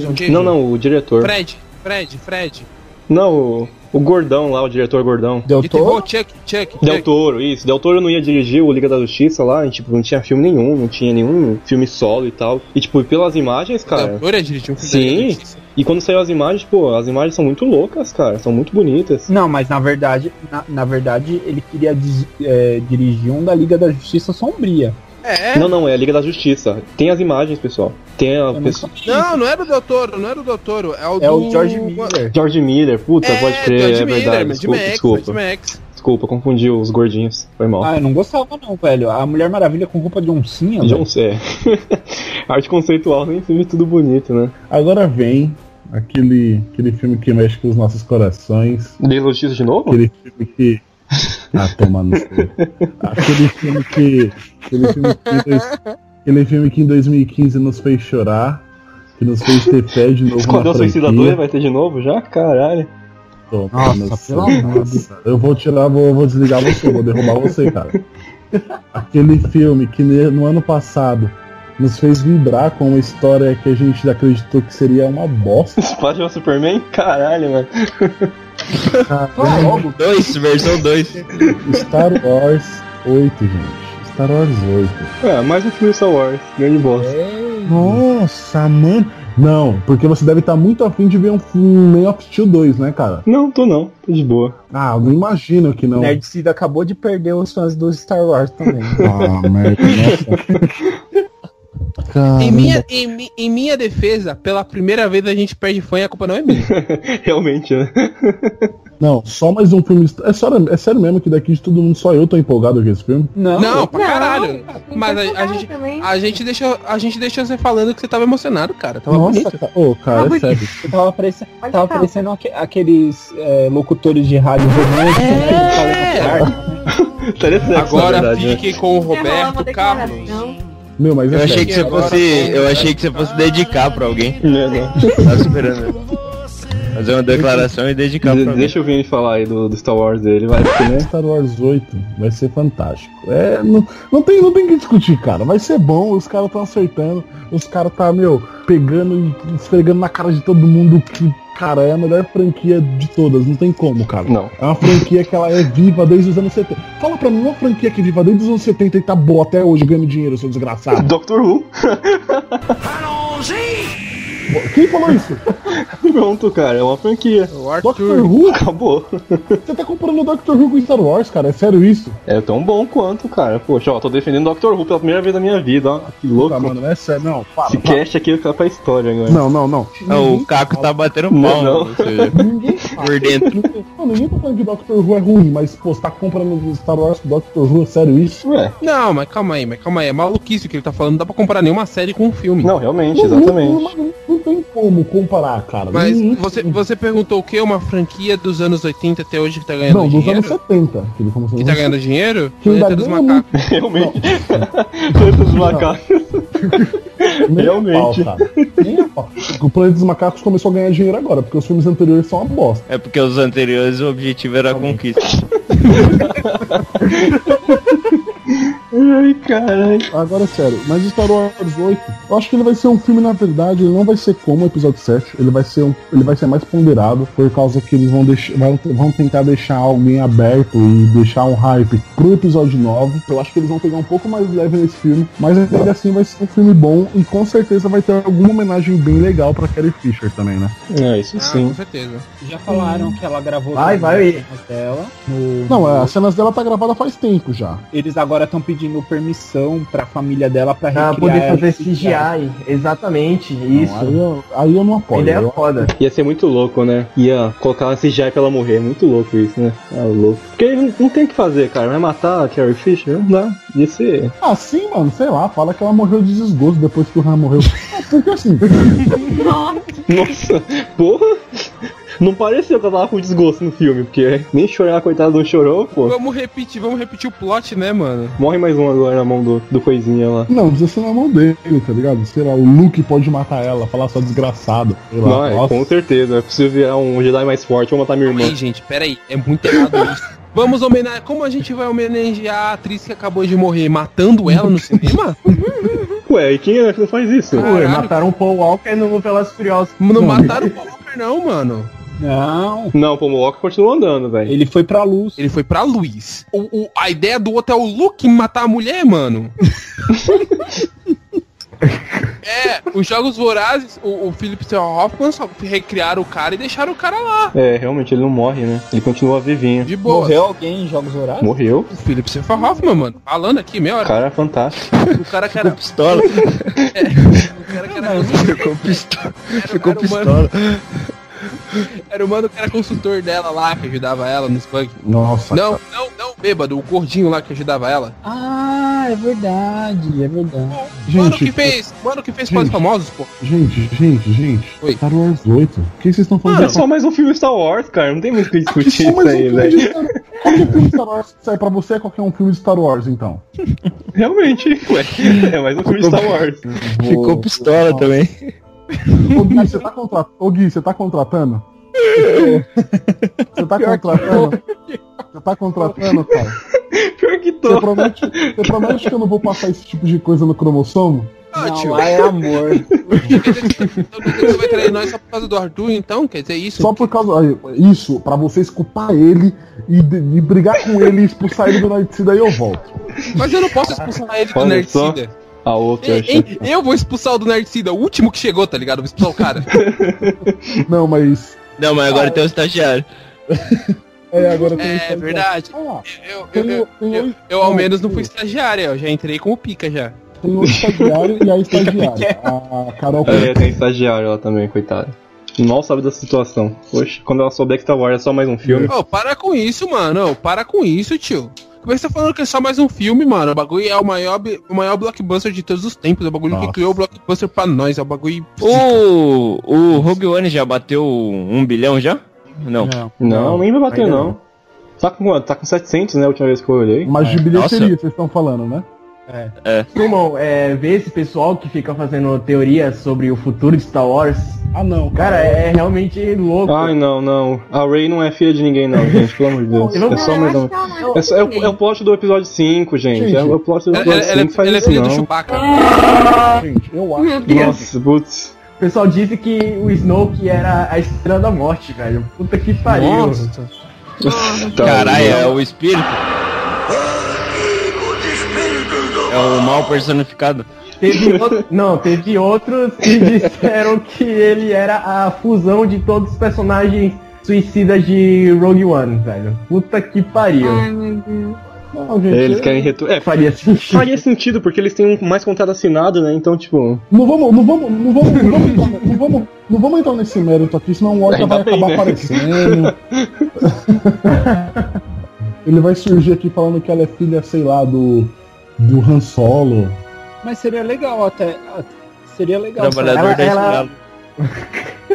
Jason, Jason.
Não, não, o diretor.
Fred, Fred, Fred.
Não, o, o gordão lá, o diretor gordão.
Deu
De
todo?
terror, Chuck, Chuck,
Del
Chuck.
Toro, isso. Del Toro não ia dirigir o Liga da Justiça lá, e, tipo, não tinha filme nenhum, não tinha nenhum filme solo e tal. E, tipo, pelas imagens, cara.
Doutora dirigiu um filme
Sim.
da Liga da Justiça.
E quando saiu as imagens, pô, as imagens são muito loucas, cara. São muito bonitas.
Não, mas na verdade, na, na verdade, ele queria dis- é, dirigir um da Liga da Justiça Sombria.
É,
Não, não, é a Liga da Justiça. Tem as imagens, pessoal. Tem a
Eu não
pessoa.
sabia.
não, é não era o Doutor, não era o Doutor, é o
É
do-
o George Miller.
George Miller, puta,
É,
pode crer,
George
é
Miller,
verdade.
Mad
Desculpa,
Max,
desculpa,
Mad Max.
desculpa, confundi os gordinhos. Foi mal.
Ah, eu não gostava não, velho. A Mulher Maravilha com roupa de oncinha, velho.
John C. *laughs* Arte conceitual nem filme tudo bonito, né?
Agora vem aquele, aquele filme que mexe com os nossos corações.
Liga da Justiça de novo?
Aquele filme que. Ah, toma no cu. Aquele filme que. Aquele filme que, em dois- aquele filme que em 2015 nos fez chorar. Que nos fez ter pé de novo.
Esquadrão
na
Suicida
é franquia.
2 vai ter de novo já? Caralho. *laughs*
Toma,
Ah,
Nossa,
meu
pelo
santo.
amor de
Eu vou tirar, vou, vou desligar você, vou derrubar você, cara. Aquele filme que ne- no ano passado nos fez vibrar com uma história que a gente acreditou que seria uma bosta.
Batman Superman? Caralho, mano.
cara.
Fala logo.
2, versão 2.
Star Wars 8, gente. Star Wars 8.
É, mais um filme Star Wars. Grande bosta.
Nossa, mano. Não, porque você deve estar muito afim de ver um, um Man of Steel 2, né, cara?
Não, tô não. Tô de boa. *laughs*
Ah, eu não imagino que não.
Nerdcida acabou de perder os fãs do Star Wars também.
Ah, merda, nossa.
Ah,
Em
Caramba.
minha, em, mi- em minha defesa, pela primeira vez a gente perde fã e a culpa não é
*laughs*
minha.
Realmente, né? *laughs*
Não, só mais um filme. É, sério- é sério mesmo que daqui de todo mundo só eu tô empolgado com esse filme?
Não,
Não, pra
Não,
caralho.
tem
Mas a, a
personagem
gente,
também.
a, gente deixou, a gente deixou você falando que você tava emocionado, cara. Tava bonito.
Nossa, ca- ô, cara, é
Tá
sério.
eu tava parecendo,
Pode
tava
falar.
parecendo aque- aqueles é, locutores de rádio românticos.
É.
Teresexo,
Agora
Tá
É
na verdade. né?
fiquem com o
Quer rolar uma
Roberto Carlos.
declaração?
Meu, mas é
Eu achei
sério.
que você fosse. Eu achei que você fosse dedicar pra alguém.
*laughs* Não, não.
Tava esperando. Fazer uma declaração e dedicar pra
De-
alguém.
Deixa eu vir ele falar aí do, do Star Wars dele, vai. *laughs* porque, né?
Star Wars 8 vai ser fantástico. É, não, não tem não tem o que discutir, cara. Vai ser bom, os caras estão acertando, os caras tá, meu, pegando e esfregando na cara de todo mundo que, cara, é a melhor franquia de todas, não tem como, cara.
Não.
É uma franquia que ela é viva desde os anos 70. Fala pra mim uma franquia que é viva desde os anos 70 e tá boa até hoje ganhando dinheiro, seu desgraçado.
Doctor Who.
Quem falou isso?
*laughs* Pronto, cara, é uma franquia.
O
Doctor
Arthur.
Who?
Acabou.
Você tá comprando o Doctor Who com Star Wars, cara? É sério isso?
É tão bom quanto, cara. Poxa, ó, tô defendendo Doctor Who pela primeira vez da minha vida, ó. Que louco.
Tá, mano, não é sério. Não, para.
Esse
para.
cast aqui vai ficar pra história agora.
Não, não, não.
Não, o Caco tá batendo
Não,
pau
não.
ou seja,
Ninguém fala.
por dentro.
Não, ninguém tá falando que Doctor Who é ruim, mas, pô, você tá comprando Star Wars com Doctor Who, é sério isso?
Ué,
Não, mas calma aí, mas calma aí. É maluquice o que ele tá falando. Não dá pra comparar nenhuma série com um filme.
não, realmente,
Não, Não,
exatamente.
não, não tem como comparar, cara.
Mas
Ninguém-
você, você perguntou o que? Uma franquia dos anos 80 até hoje que tá ganhando
Não, dos
dinheiro?
anos 70. Que ele começou
Que tá ganhando dinheiro?
Que é ainda
Planeta dos
ganha
Macacos.
Realmente. Todos os *laughs* macacos.
Nem
Realmente.
A pau, cara. Nem a pau. O Planeta dos Macacos começou a ganhar dinheiro agora, porque os filmes anteriores são uma bosta.
É porque os anteriores o objetivo era a conquista.
Ai, caralho.
Agora, sério, mas Star Wars 8, eu acho que ele vai ser um filme, na verdade, ele não vai ser como o episódio 7, ele vai ser, um, ele vai ser mais ponderado, por causa que eles vão, deixar, vão, vão tentar deixar algo em aberto e deixar um hype pro episódio 9. Eu acho que eles vão pegar um pouco mais leve nesse filme, mas ainda assim vai ser um filme bom e com certeza vai ter alguma homenagem bem legal pra Carrie Fisher também, né?
É, isso
Ah, com
sim.
certeza.
Já falaram que ela gravou
né?
Vai,
todas
vai.
as cenas dela. No-
Não, é, as cenas dela tá gravada faz tempo já.
Eles agora estão pedindo permissão pra família dela pra
Pra
recriar.
poder
ela
fazer
e criar.
CGI. Exatamente,
Não, Então, aí,
isso.
eu, aí eu não apoio.
Ele é
Eu-
foda.
Ia ser muito louco, né? Ia colocar ela CGI pra ela morrer. É Muito louco isso, né? É louco. Porque ele não- não tem o que fazer, cara. Vai matar a Carrie Fisher? Não dá. Ia ser.
Ah, sim, mano, sei lá, fala que ela morreu de desgosto depois que o Han morreu. Ah, Porque assim,
Nossa, *laughs* porra. Não pareceu que ela tava com desgosto no filme, porque nem chorar, coitada, não chorou, pô.
Vamos repetir, vamos repetir o plot, né, mano?
Morre mais um agora na mão do, do coisinha lá.
não, precisa ser na mão dele, tá ligado? Sei lá, o Luke pode matar ela, falar só desgraçado. Sei lá,
Não, é,
nossa.
com certeza. Eu preciso virar um Jedi mais forte, vou matar minha
Calma
irmã.
aí, gente, pera aí. É muito errado isso. Vamos homenagear. Como a gente vai homenagear a atriz que acabou de morrer matando ela
*laughs*
no cinema?
Ué, e quem é que não faz isso?
Caralho.
Ué, mataram o Paul Walker no Velas Furiosas.
Não mataram o Paul Walker, não, mano.
Não,
Não, pô, o Momoka continua andando, velho.
ele foi pra luz.
Ele foi pra luz. O, o- a ideia do outro é o Luke matar a mulher,
*laughs*
mano. é, os Jogos Vorazes, o, o Philip Seymour Hoffman só recriaram o cara e deixaram o cara lá.
É, realmente, ele não morre, né? Ele continua vivinho.
De boa.
Morreu alguém em Jogos Horários?
Morreu?
O Philip Seymour Hoffman, mano. Falando aqui, meia hora.
Cara, fantástico.
O cara que era... *laughs* É,
Pistola.
O cara que era...
Ficou pistola.
Era-
Ficou
era o mano-
pistola.
Era o mano que era consultor dela lá, que ajudava ela nos bugs.
Nossa.
Não, não, não, bêbado, o gordinho lá que ajudava ela.
Ah, é verdade, é verdade.
Tipo, mano que
Gente,
fez, mano que fez
gente.
quase famosos, pô.
gente, gente, gente.
Oi.
Star Wars 8. O que vocês estão falando?
É só mais um filme Star Wars, cara. Não tem muito o que
Que
discutir
só
isso
mais um
aí,
filme
velho.
de Star Wars. Qualquer filme de Star Wars que sai pra você é qualquer um filme de Star Wars, então.
Realmente, ué. É mais um filme de Star Wars.
Ficou pistola também.
Ô Gui, você tá, contra... Ô, Gui, você tá contratando? Você tá contratando? Você tá contratando, cara?
Pior que tô.
Você promete, você promete que eu não vou passar esse tipo de coisa no cromossomo?
Ah,
Não,
tio,
lá
*laughs*
é amor.
quer dizer que então você vai trair nós só por causa do Arthur, então? Quer dizer isso?
Só por causa. aí, Isso, pra vocês culpar ele e, de- e brigar com ele e expulsar ele do Night aí eu volto.
Mas eu não posso expulsar ele do
Olha só.
Nerdcida.
A outra,
Ei, ei, eu vou expulsar o do Nerdcida, o último que chegou, tá ligado? Eu vou expulsar o
*laughs*
cara.
Não, mas.
Não, mas agora tem o estagiário.
É, agora tem
É verdade.
Ah,
Eu, eu,
tem,
eu,
o- tem
eu-
oito-
eu, ao menos não fui estagiário, eu já entrei como pica já.
Tem o estagiário e a estagiária. A Carol.
É, tem estagiário lá também, coitada. Mal sabe da situação. Poxa, quando ela souber que Star Wars é só mais um filme.
Ô, para com isso, mano. Ô, para com isso, tio. Como é que você tá falando que é só mais um filme, mano? O bagulho é o maior, bi- o maior blockbuster de todos os tempos. É o bagulho
Nossa.
que criou o blockbuster pra nós. É o bagulho.
O, o Rogue One já bateu um bilhão já? Não.
Não, nem vai bater,
ainda
não. Tá com quanto? Tá com 700, né? A última vez que eu olhei.
Mas de bilheteria,
Nossa.
vocês estão falando, né?
Costumam é, ver esse pessoal que fica fazendo teoria sobre o futuro de Star Wars.
Ah, não.
Cara, é realmente louco.
Ai, não, não. A Ray não é filha de ninguém, não, gente. Pelo amor de Deus.
Não,
É só mais um. É, só- é o, é o plot do episódio 5, gente.
Gente,
é o plot do
Ela,
episódio
ela- ela é-
5. Assim, faz
ela é
isso,
filha do
não.
Chewbacca.
né,
Gente, eu acho.
Nossa, putz.
O pessoal disse que o Snoke era a estrela da morte, velho. Puta que pariu.
Nossa.
Tá,
Caralho, é o espírito. É o mal personificado.
Teve outro- não, teve outros que *laughs* disseram que ele era a fusão de todos os personagens suicidas de Rogue One, velho. Puta que pariu.
Ai, meu Deus.
Não, gente,
Eles querem retorno. É,
Faria sentido.
faria sentido, porque eles têm um- mais contrato assinado, né? Então, tipo.
Não vamos, não vamos, não vamos, não vamos, entrar, não vamos, não vamos entrar nesse mérito aqui, senão o Orca
Ainda
vai
bem,
acabar
né?
*laughs* aparecendo. Ele vai surgir aqui falando que ela é filha, sei lá, do. do Han Solo.
Mas seria legal até. ah, Seria legal.
Trabalhador
ela-
da
ela-
escola.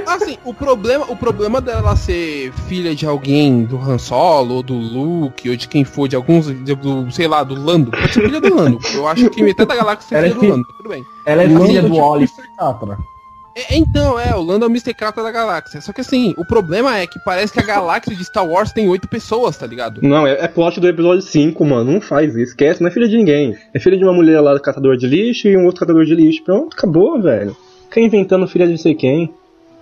Assim, o problema, o problema dela ser filha de alguém, do Han Solo, ou do Luke, ou de quem for, de alguns, de- do, sei lá, do Lando. Pode ser filha do Lando. Eu acho que metade da galáxia é
Ela é
filha do
filha-
Lando, tudo bem.
Ela é
Lando
filha do
tipo
Oli.
Mr. Catra.
É, então, é, o Lando é o Mr. Catra da galáxia. Só que assim, o problema é que parece que a galáxia de Star Wars tem oito pessoas, tá ligado?
Não, é, é plot do episódio 5, mano. Não faz isso. Esquece, não é filha de ninguém. É filha de uma mulher lá catadora de lixo e um outro catador de lixo. Pronto, acabou, velho. Fica inventando filha de não sei quem.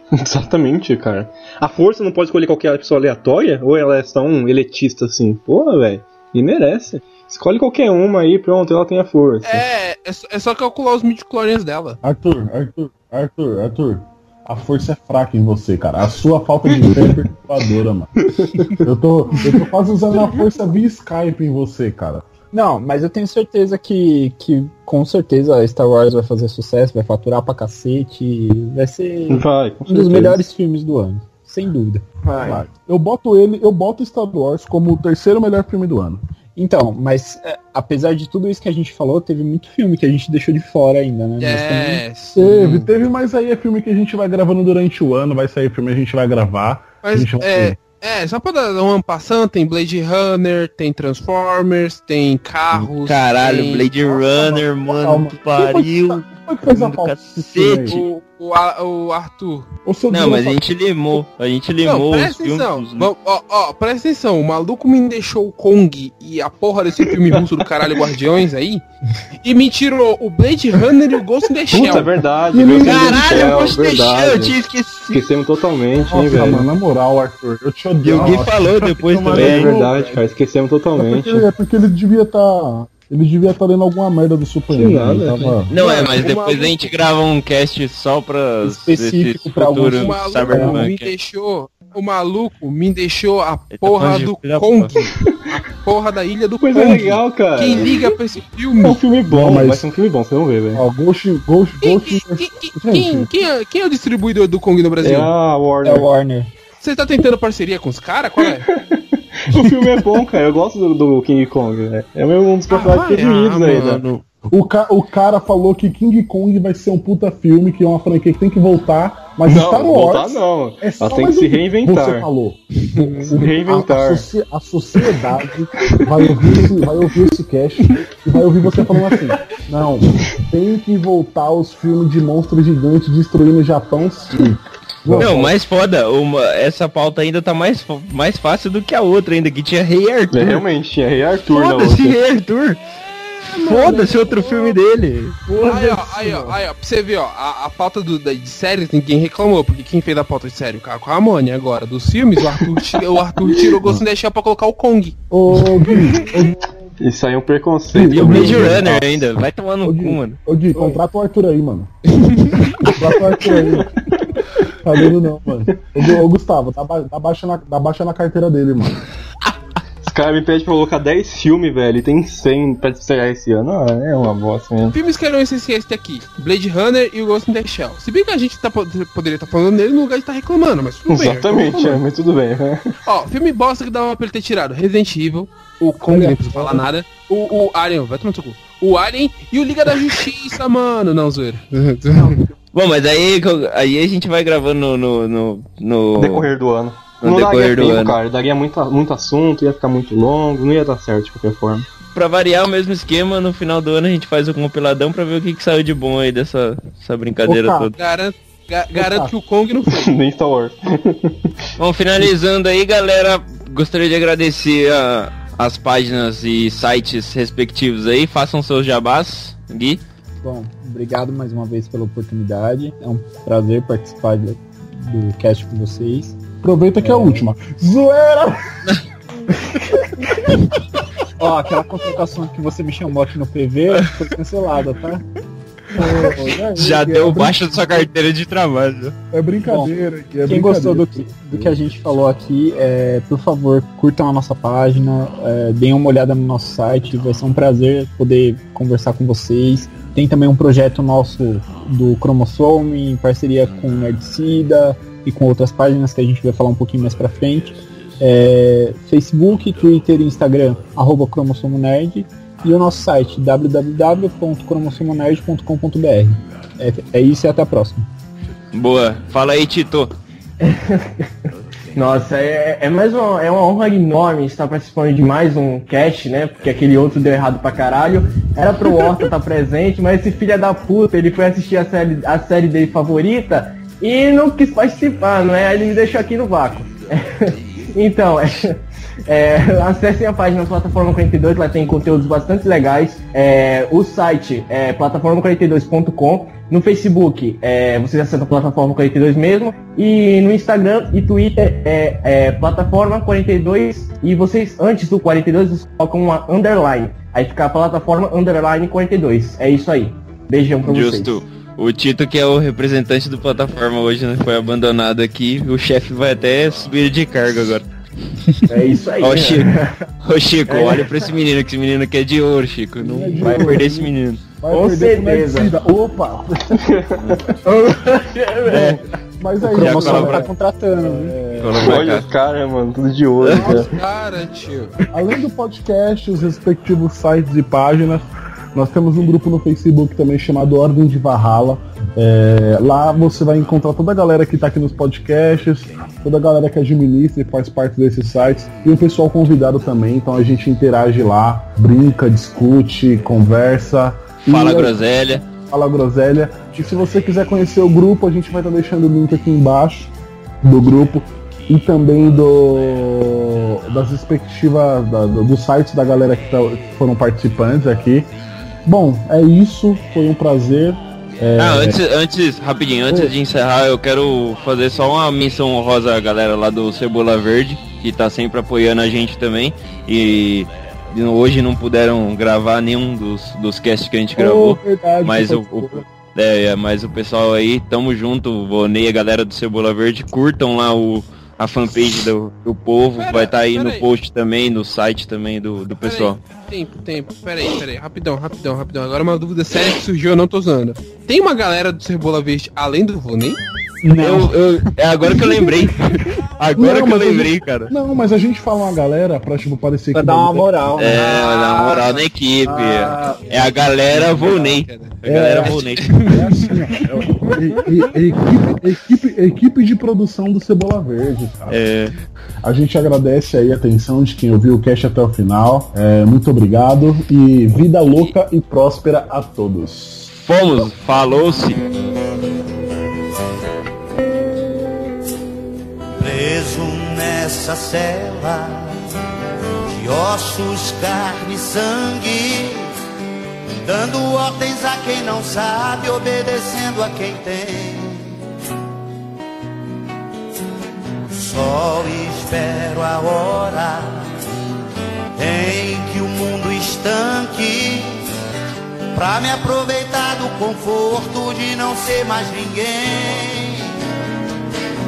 *laughs* Exatamente, cara. A força não pode escolher qualquer pessoa aleatória? Ou ela é só um elitista assim? Porra, velho. E merece. Escolhe qualquer uma aí, pronto, ela tem a força.
É, é, só- é só calcular os midi-chlorians dela.
Arthur, Arthur, Arthur, Arthur. A força é fraca em você, cara. A sua falta de fé é
*laughs*
perturbadora, mano. Eu tô, eu tô quase usando a força via Skype em você, cara.
Não, mas eu tenho certeza que, que com certeza a Star Wars vai fazer sucesso, vai faturar pra cacete. e Vai ser um
Vai, com
dos
certeza.
melhores filmes do ano. Sem dúvida.
Vai.
Vai. Eu boto ele, eu boto Star Wars como o terceiro melhor filme do ano.
Então, mas é, apesar de tudo isso que a gente falou, teve muito filme que a gente deixou de fora ainda, né? Nós também-
É,
Teve, teve, mas aí é filme que a gente vai gravando durante o ano, vai sair filme, a gente vai gravar.
Mas
Deixa eu
é,
ver.
é, só pra dar um ano passando, tem Blade Runner, tem Transformers, tem carros.
Caralho,
tem
Blade Runner, mano,
calma.
que pariu.
Foi coisa
Mundo
falsa esse filme aí.
Cacete.
O, o, A- o Arthur.
Ô, seu
Não, mas a
desgraçado,
gente limou. A gente
Não,
limou os
presta
filmes.
atenção.
dos-
Vamos- Ó, ó, presta atenção. O maluco me deixou o Kong e a porra desse filme russo do caralho Guardiões aí. E me tirou o Blade Runner e o Ghost in the Shell.
Puta, é verdade.
Ele-
meu Deus do
Caralho,
céu,
eu vou te deixar, eu
verdade.
tinha esquecido.
Esquecemos totalmente, hein,
Nossa,
velho.
mano, na moral, Arthur, eu te
E
odeio.
alguém falou depois
É
tomar
também.
vergonha.
verdade, cara. Esquecemos
É porque, *laughs*
totalmente.
é porque ele devia estar. ele devia estar lendo alguma merda do Super
Que
Nintendo,
nada,
ele tava-
Não é, mas depois a gente grava um cast só pra
Específico
esses
pra
futuros
O
alguns-
maluco me
Cyberpunk.
deixou. O maluco me deixou a
Ele tá
porra
falando de
do
filha da
Kong. A porra da ilha do
Coisa
Kong.
legal, cara.
Quem liga pra esse filme?
É um filme bom,
Não, mas-
vai ser um filme bom, vocês vão ver, velho.
Ó, Ghost, Ghost,
Quem,
Ghost.
quem, quem, quem, é, quem é o distribuidor do Kong no
É
um
Brasil?
a
É
Warner.
o Warner.
Você tá tentando parceria com os caras? Qual é?
O filme é bom, cara. Eu gosto do, do King Kong, né? É meu- um dos personagens
vai,
preferidos
ah,
ainda.
mano.
O, ca- o cara falou que King Kong vai ser um puta filme, que é uma franquia que tem que voltar, mas
Não,
Star
voltar
Wars.
não.
É só
Ela tem que
mais
se
um- Você
reinventar.
falou. assim.
Se
A, a
reinventar.
socie- a sociedade vai ouvir, esse, vai ouvir esse cast e vai ouvir você falando assim: Não, tem que voltar os filmes de monstro gigante destruindo o Japão, sim.
Não, mais foda, uma, essa pauta ainda tá mais, fo- mais fácil do que a outra ainda, que tinha Rei
É,
Arthur.
realmente, tinha Rei Arthur né, na
Foda-se
outra.
Rei Arthur. Foda-se outro filme dele.
Aí, ó, aí, ó, aí, ó, pra você ver, ó, a, a pauta do, da, de séries ninguém reclamou, porque quem fez a pauta de série? O Caco Ramone agora. Dos filmes, o Arthur, tira, o Arthur tirou o Ghost in the Shell pra colocar o Kong.
Ô, Gui,
Isso aí é um preconceito.
E o Blade Runner ainda. Vai tomar no cu, mano.
ô, Gui, contrata o Arthur aí, mano. contrata o Arthur aí. Tá dando não, mano. Ô, Gu- ô, Gustavo, dá, ba- dá baixa na, dá baixa na carteira dele, mano.
Os caras me pedem pra colocar 10 filmes, velho. E tem 100 pra estrear esse ano. Ah, é uma bosta mesmo.
Filmes que eram esses esse aqui, Blade Runner e o Ghost in the Shell. Se bem que a gente tá, po- poderia estar falando nele no lugar de estar reclamando, mas tudo bem.
Exatamente, é, mas tudo bem. né?
Ó, filme bosta que dava pra ele ter tirado. Resident Evil, o Kong, não preciso falar nada. O, o Alien, vai tomar no seu cu. O Alien e o Liga da Justiça, mano. Não, zoeira. *laughs*
Bom, mas aí, aí a gente vai gravando no. no, no-
No decorrer do ano.
No
não
decorrer
daria
do
tempo,
ano.
cara. Daria muito, muito assunto, ia ficar muito longo, não ia dar certo de qualquer forma.
Pra variar o mesmo esquema, no final do ano a gente faz um compiladão pra ver o que, que saiu de bom aí dessa essa brincadeira
Opa.
toda.
Garanto, ga- garanto que o Kong não foi.
*laughs* Nem Star Wars.
Bom, finalizando aí, galera, gostaria de agradecer a- as páginas e sites respectivos aí. Façam seus jabás, Gui.
Bom, obrigado mais uma vez pela oportunidade. É um prazer participar do, do cast com vocês.
Aproveita que é a última. Zoeira!
Ó, aquela contratação que você me chamou aqui no PV foi cancelada, tá?
Já deu baixo da sua carteira de trabalho.
É brincadeira aqui, é
Quem
brincadeira.
gostou do que, do que a gente falou aqui, é, por favor, curtam a nossa página, é, deem uma olhada no nosso site, vai ser um prazer poder conversar com vocês. Tem também um projeto nosso do Chromosome, em parceria com o Nerdcida e com outras páginas que a gente vai falar um pouquinho mais pra frente. É, Facebook, Twitter e Instagram, arroba Cromossomo Nerd. E o nosso site, www.cromossomonerd.com.br. É, é isso e até a próxima.
Boa. Fala aí, Tito.
Nossa, é, é mais uma, é uma honra enorme estar participando de mais um cast, né? Porque aquele outro deu errado pra caralho. Era pro Horta estar presente, mas esse filho da puta, ele foi assistir a série, a série dele favorita e não quis participar, não é? Aí Ele me deixou aqui no vácuo. então, é, é, acessem a página Plataforma 42, lá tem conteúdos bastante legais. É, o site é plataforma42.com. No Facebook, é, vocês acessam a Plataforma 42 mesmo. E no Instagram e Twitter é, é Plataforma 42. E vocês, antes do 42, vocês colocam uma underline. Aí fica a Plataforma Underline 42. É isso aí. Beijão pra
Justo. O Tito, que é o representante do plataforma hoje, né, foi abandonado aqui. O chefe vai até subir de cargo agora.
vocês. É isso
*laughs*
aí.
Ó,
né?
Chico. Ô, Chico, olha pra esse menino, que esse menino aqui é de ouro, Chico. Não
É de
vai
ouro.
perder esse menino.
Vai
Com
perder pro
certeza.
Nerdcida. Opa! Mas aí,
O
Já
Cromossomo
colaboraram.
tá contratando, viu?
Coloca
Olha os caras, mano, tudo de olho, cara.
Cara, tio.
Além do podcast, os respectivos sites e páginas, nós temos um grupo no Facebook também chamado Ordem de Valhalla. É, lá você vai encontrar toda a galera que está aqui nos podcasts, toda a galera que administra e faz parte desses sites, e o pessoal convidado também. Então a gente interage lá, brinca, discute, conversa. E é
Fala
a-
groselha.
Fala Groselha. E se você quiser conhecer o grupo, a gente vai estar deixando o link aqui embaixo do grupo e também do das respectivas da- do- dos sites da galera que, tá- que foram participantes aqui. Bom, é isso. Foi um prazer. É,
Ah, antes, antes, rapidinho, antes de encerrar, eu quero fazer só uma missão honrosa à galera lá do Cebola Verde, que tá sempre apoiando a gente também. E hoje não puderam gravar nenhum dos, dos casts que a gente gravou.
oh, verdade,
mas
foi-
o- o- É, é, mas o pessoal aí, tamo junto, o Vonei e a galera do Cebola Verde, curtam lá o, a fanpage do, do povo,
Pera,
vai estar tá aí
pera
no
aí.
post também, no site também do, do pessoal.
Tempo, tempo. Peraí, peraí. Rapidão, rapidão, rapidão. Agora uma dúvida séria que surgiu, eu não tô usando. Tem uma galera do Cebola Verde além do Vonei?
Eu, eu- é agora que eu
*laughs*
lembrei. Agora
Não,
que eu
mas eu-
lembrei, cara.
Não, mas a gente fala uma galera pra tipo parecer
Pra
que
dar uma moral, né?
É, na moral na equipe. é a galera Volney. A galera Volney.
é assim, ó. É- é- é equipe, equipe, equipe de produção do Cebola Verde, cara.
É,
A gente agradece aí a atenção de quem ouviu o cast até o final. É, muito obrigado e vida louca e próspera a todos.
fomos, falou-se.
preso nessa cela de ossos, carne e sangue, dando ordens a quem não sabe, obedecendo a quem tem. Só espero a hora em que o mundo estanque, pra me aproveitar do conforto de não ser mais ninguém.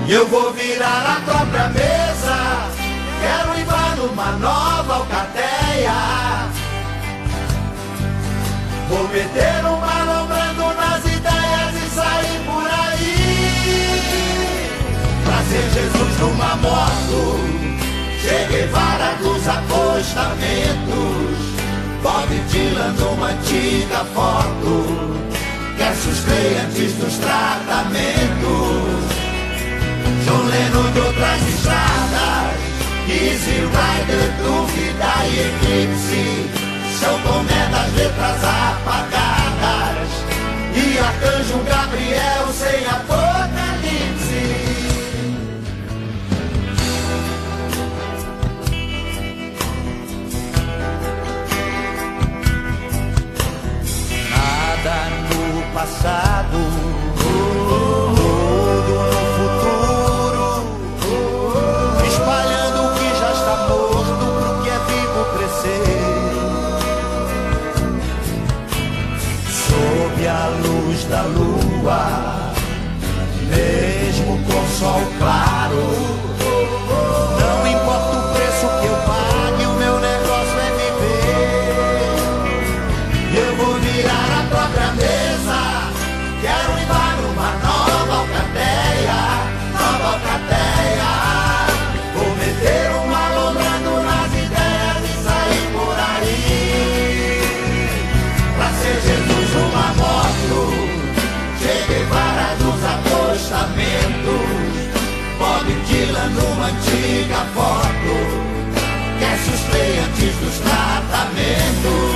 E eu vou virar a própria mesa. Quero entrar numa nova alcateia. Vou meter um malombrando nas ideias e sair por aí. Pra ser Jesus numa moto. Cheguei vara dos acostamentos. Bob Dylan numa antiga foto. Quer sustei antes dos tratamentos. John Lennon de outras estradas Easy Rider, Dúvida e Eclipse São comedas, letras apagadas E Arcanjo Gabriel sem apocalipse Nada no passado, tudo no futuro, espalhando o que é já está morto pro que sol claro. Não importa o preço que eu pague, o meu negócio é viver. Eu vou virar a própria mesa. Quero levar uma nova alcateia, nova alcateia. Vou meter um malombrado nas ideias e sair por aí. Pra ser Jesus um uma moto, cheguei para dos apostamentos. Bob Dylan numa antiga foto, quer suspeita antes dos tratamentos.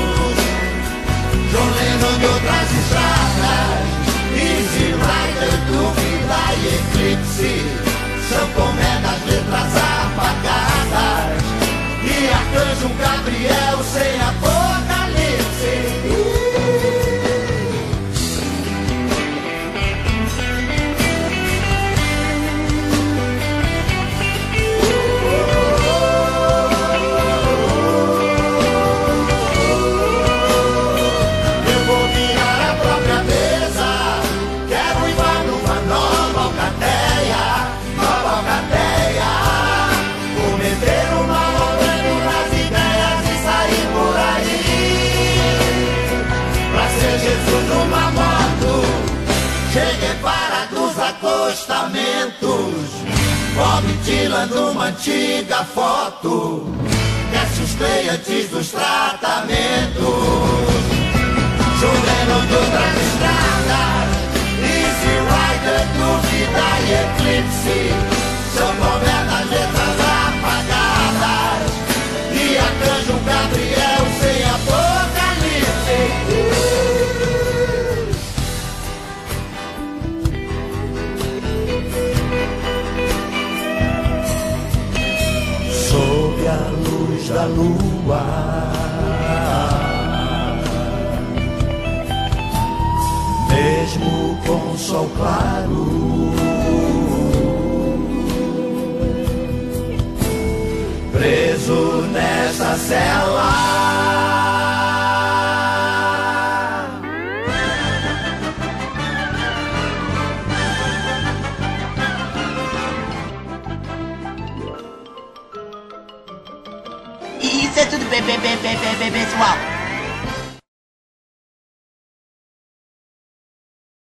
John Lennon de outras estradas Easy Rider, dúvida e eclipse São Tomé das letras apagadas E Arcanjo Gabriel sem apocalipse Eu vou virar a própria mesa. Quero levar numa nova alcateia, nova alcateia. Vou meter uma olhando nas ideias e sair por aí. Pra ser Jesus numa moto, cheguei para dos acostamentos. Bob Dylan numa antiga foto. Desce os antes dos tratamentos. Chovendo de outras estradas Easy Rider, dúvida e eclipse São novelas, letras apagadas E arcanjo Gabriel sem apocalipse Sob a luz da lua mesmo com sol claro. Preso nessa cela.
Isso é tudo bem, bem, bem, bem, bem, bem, pessoal.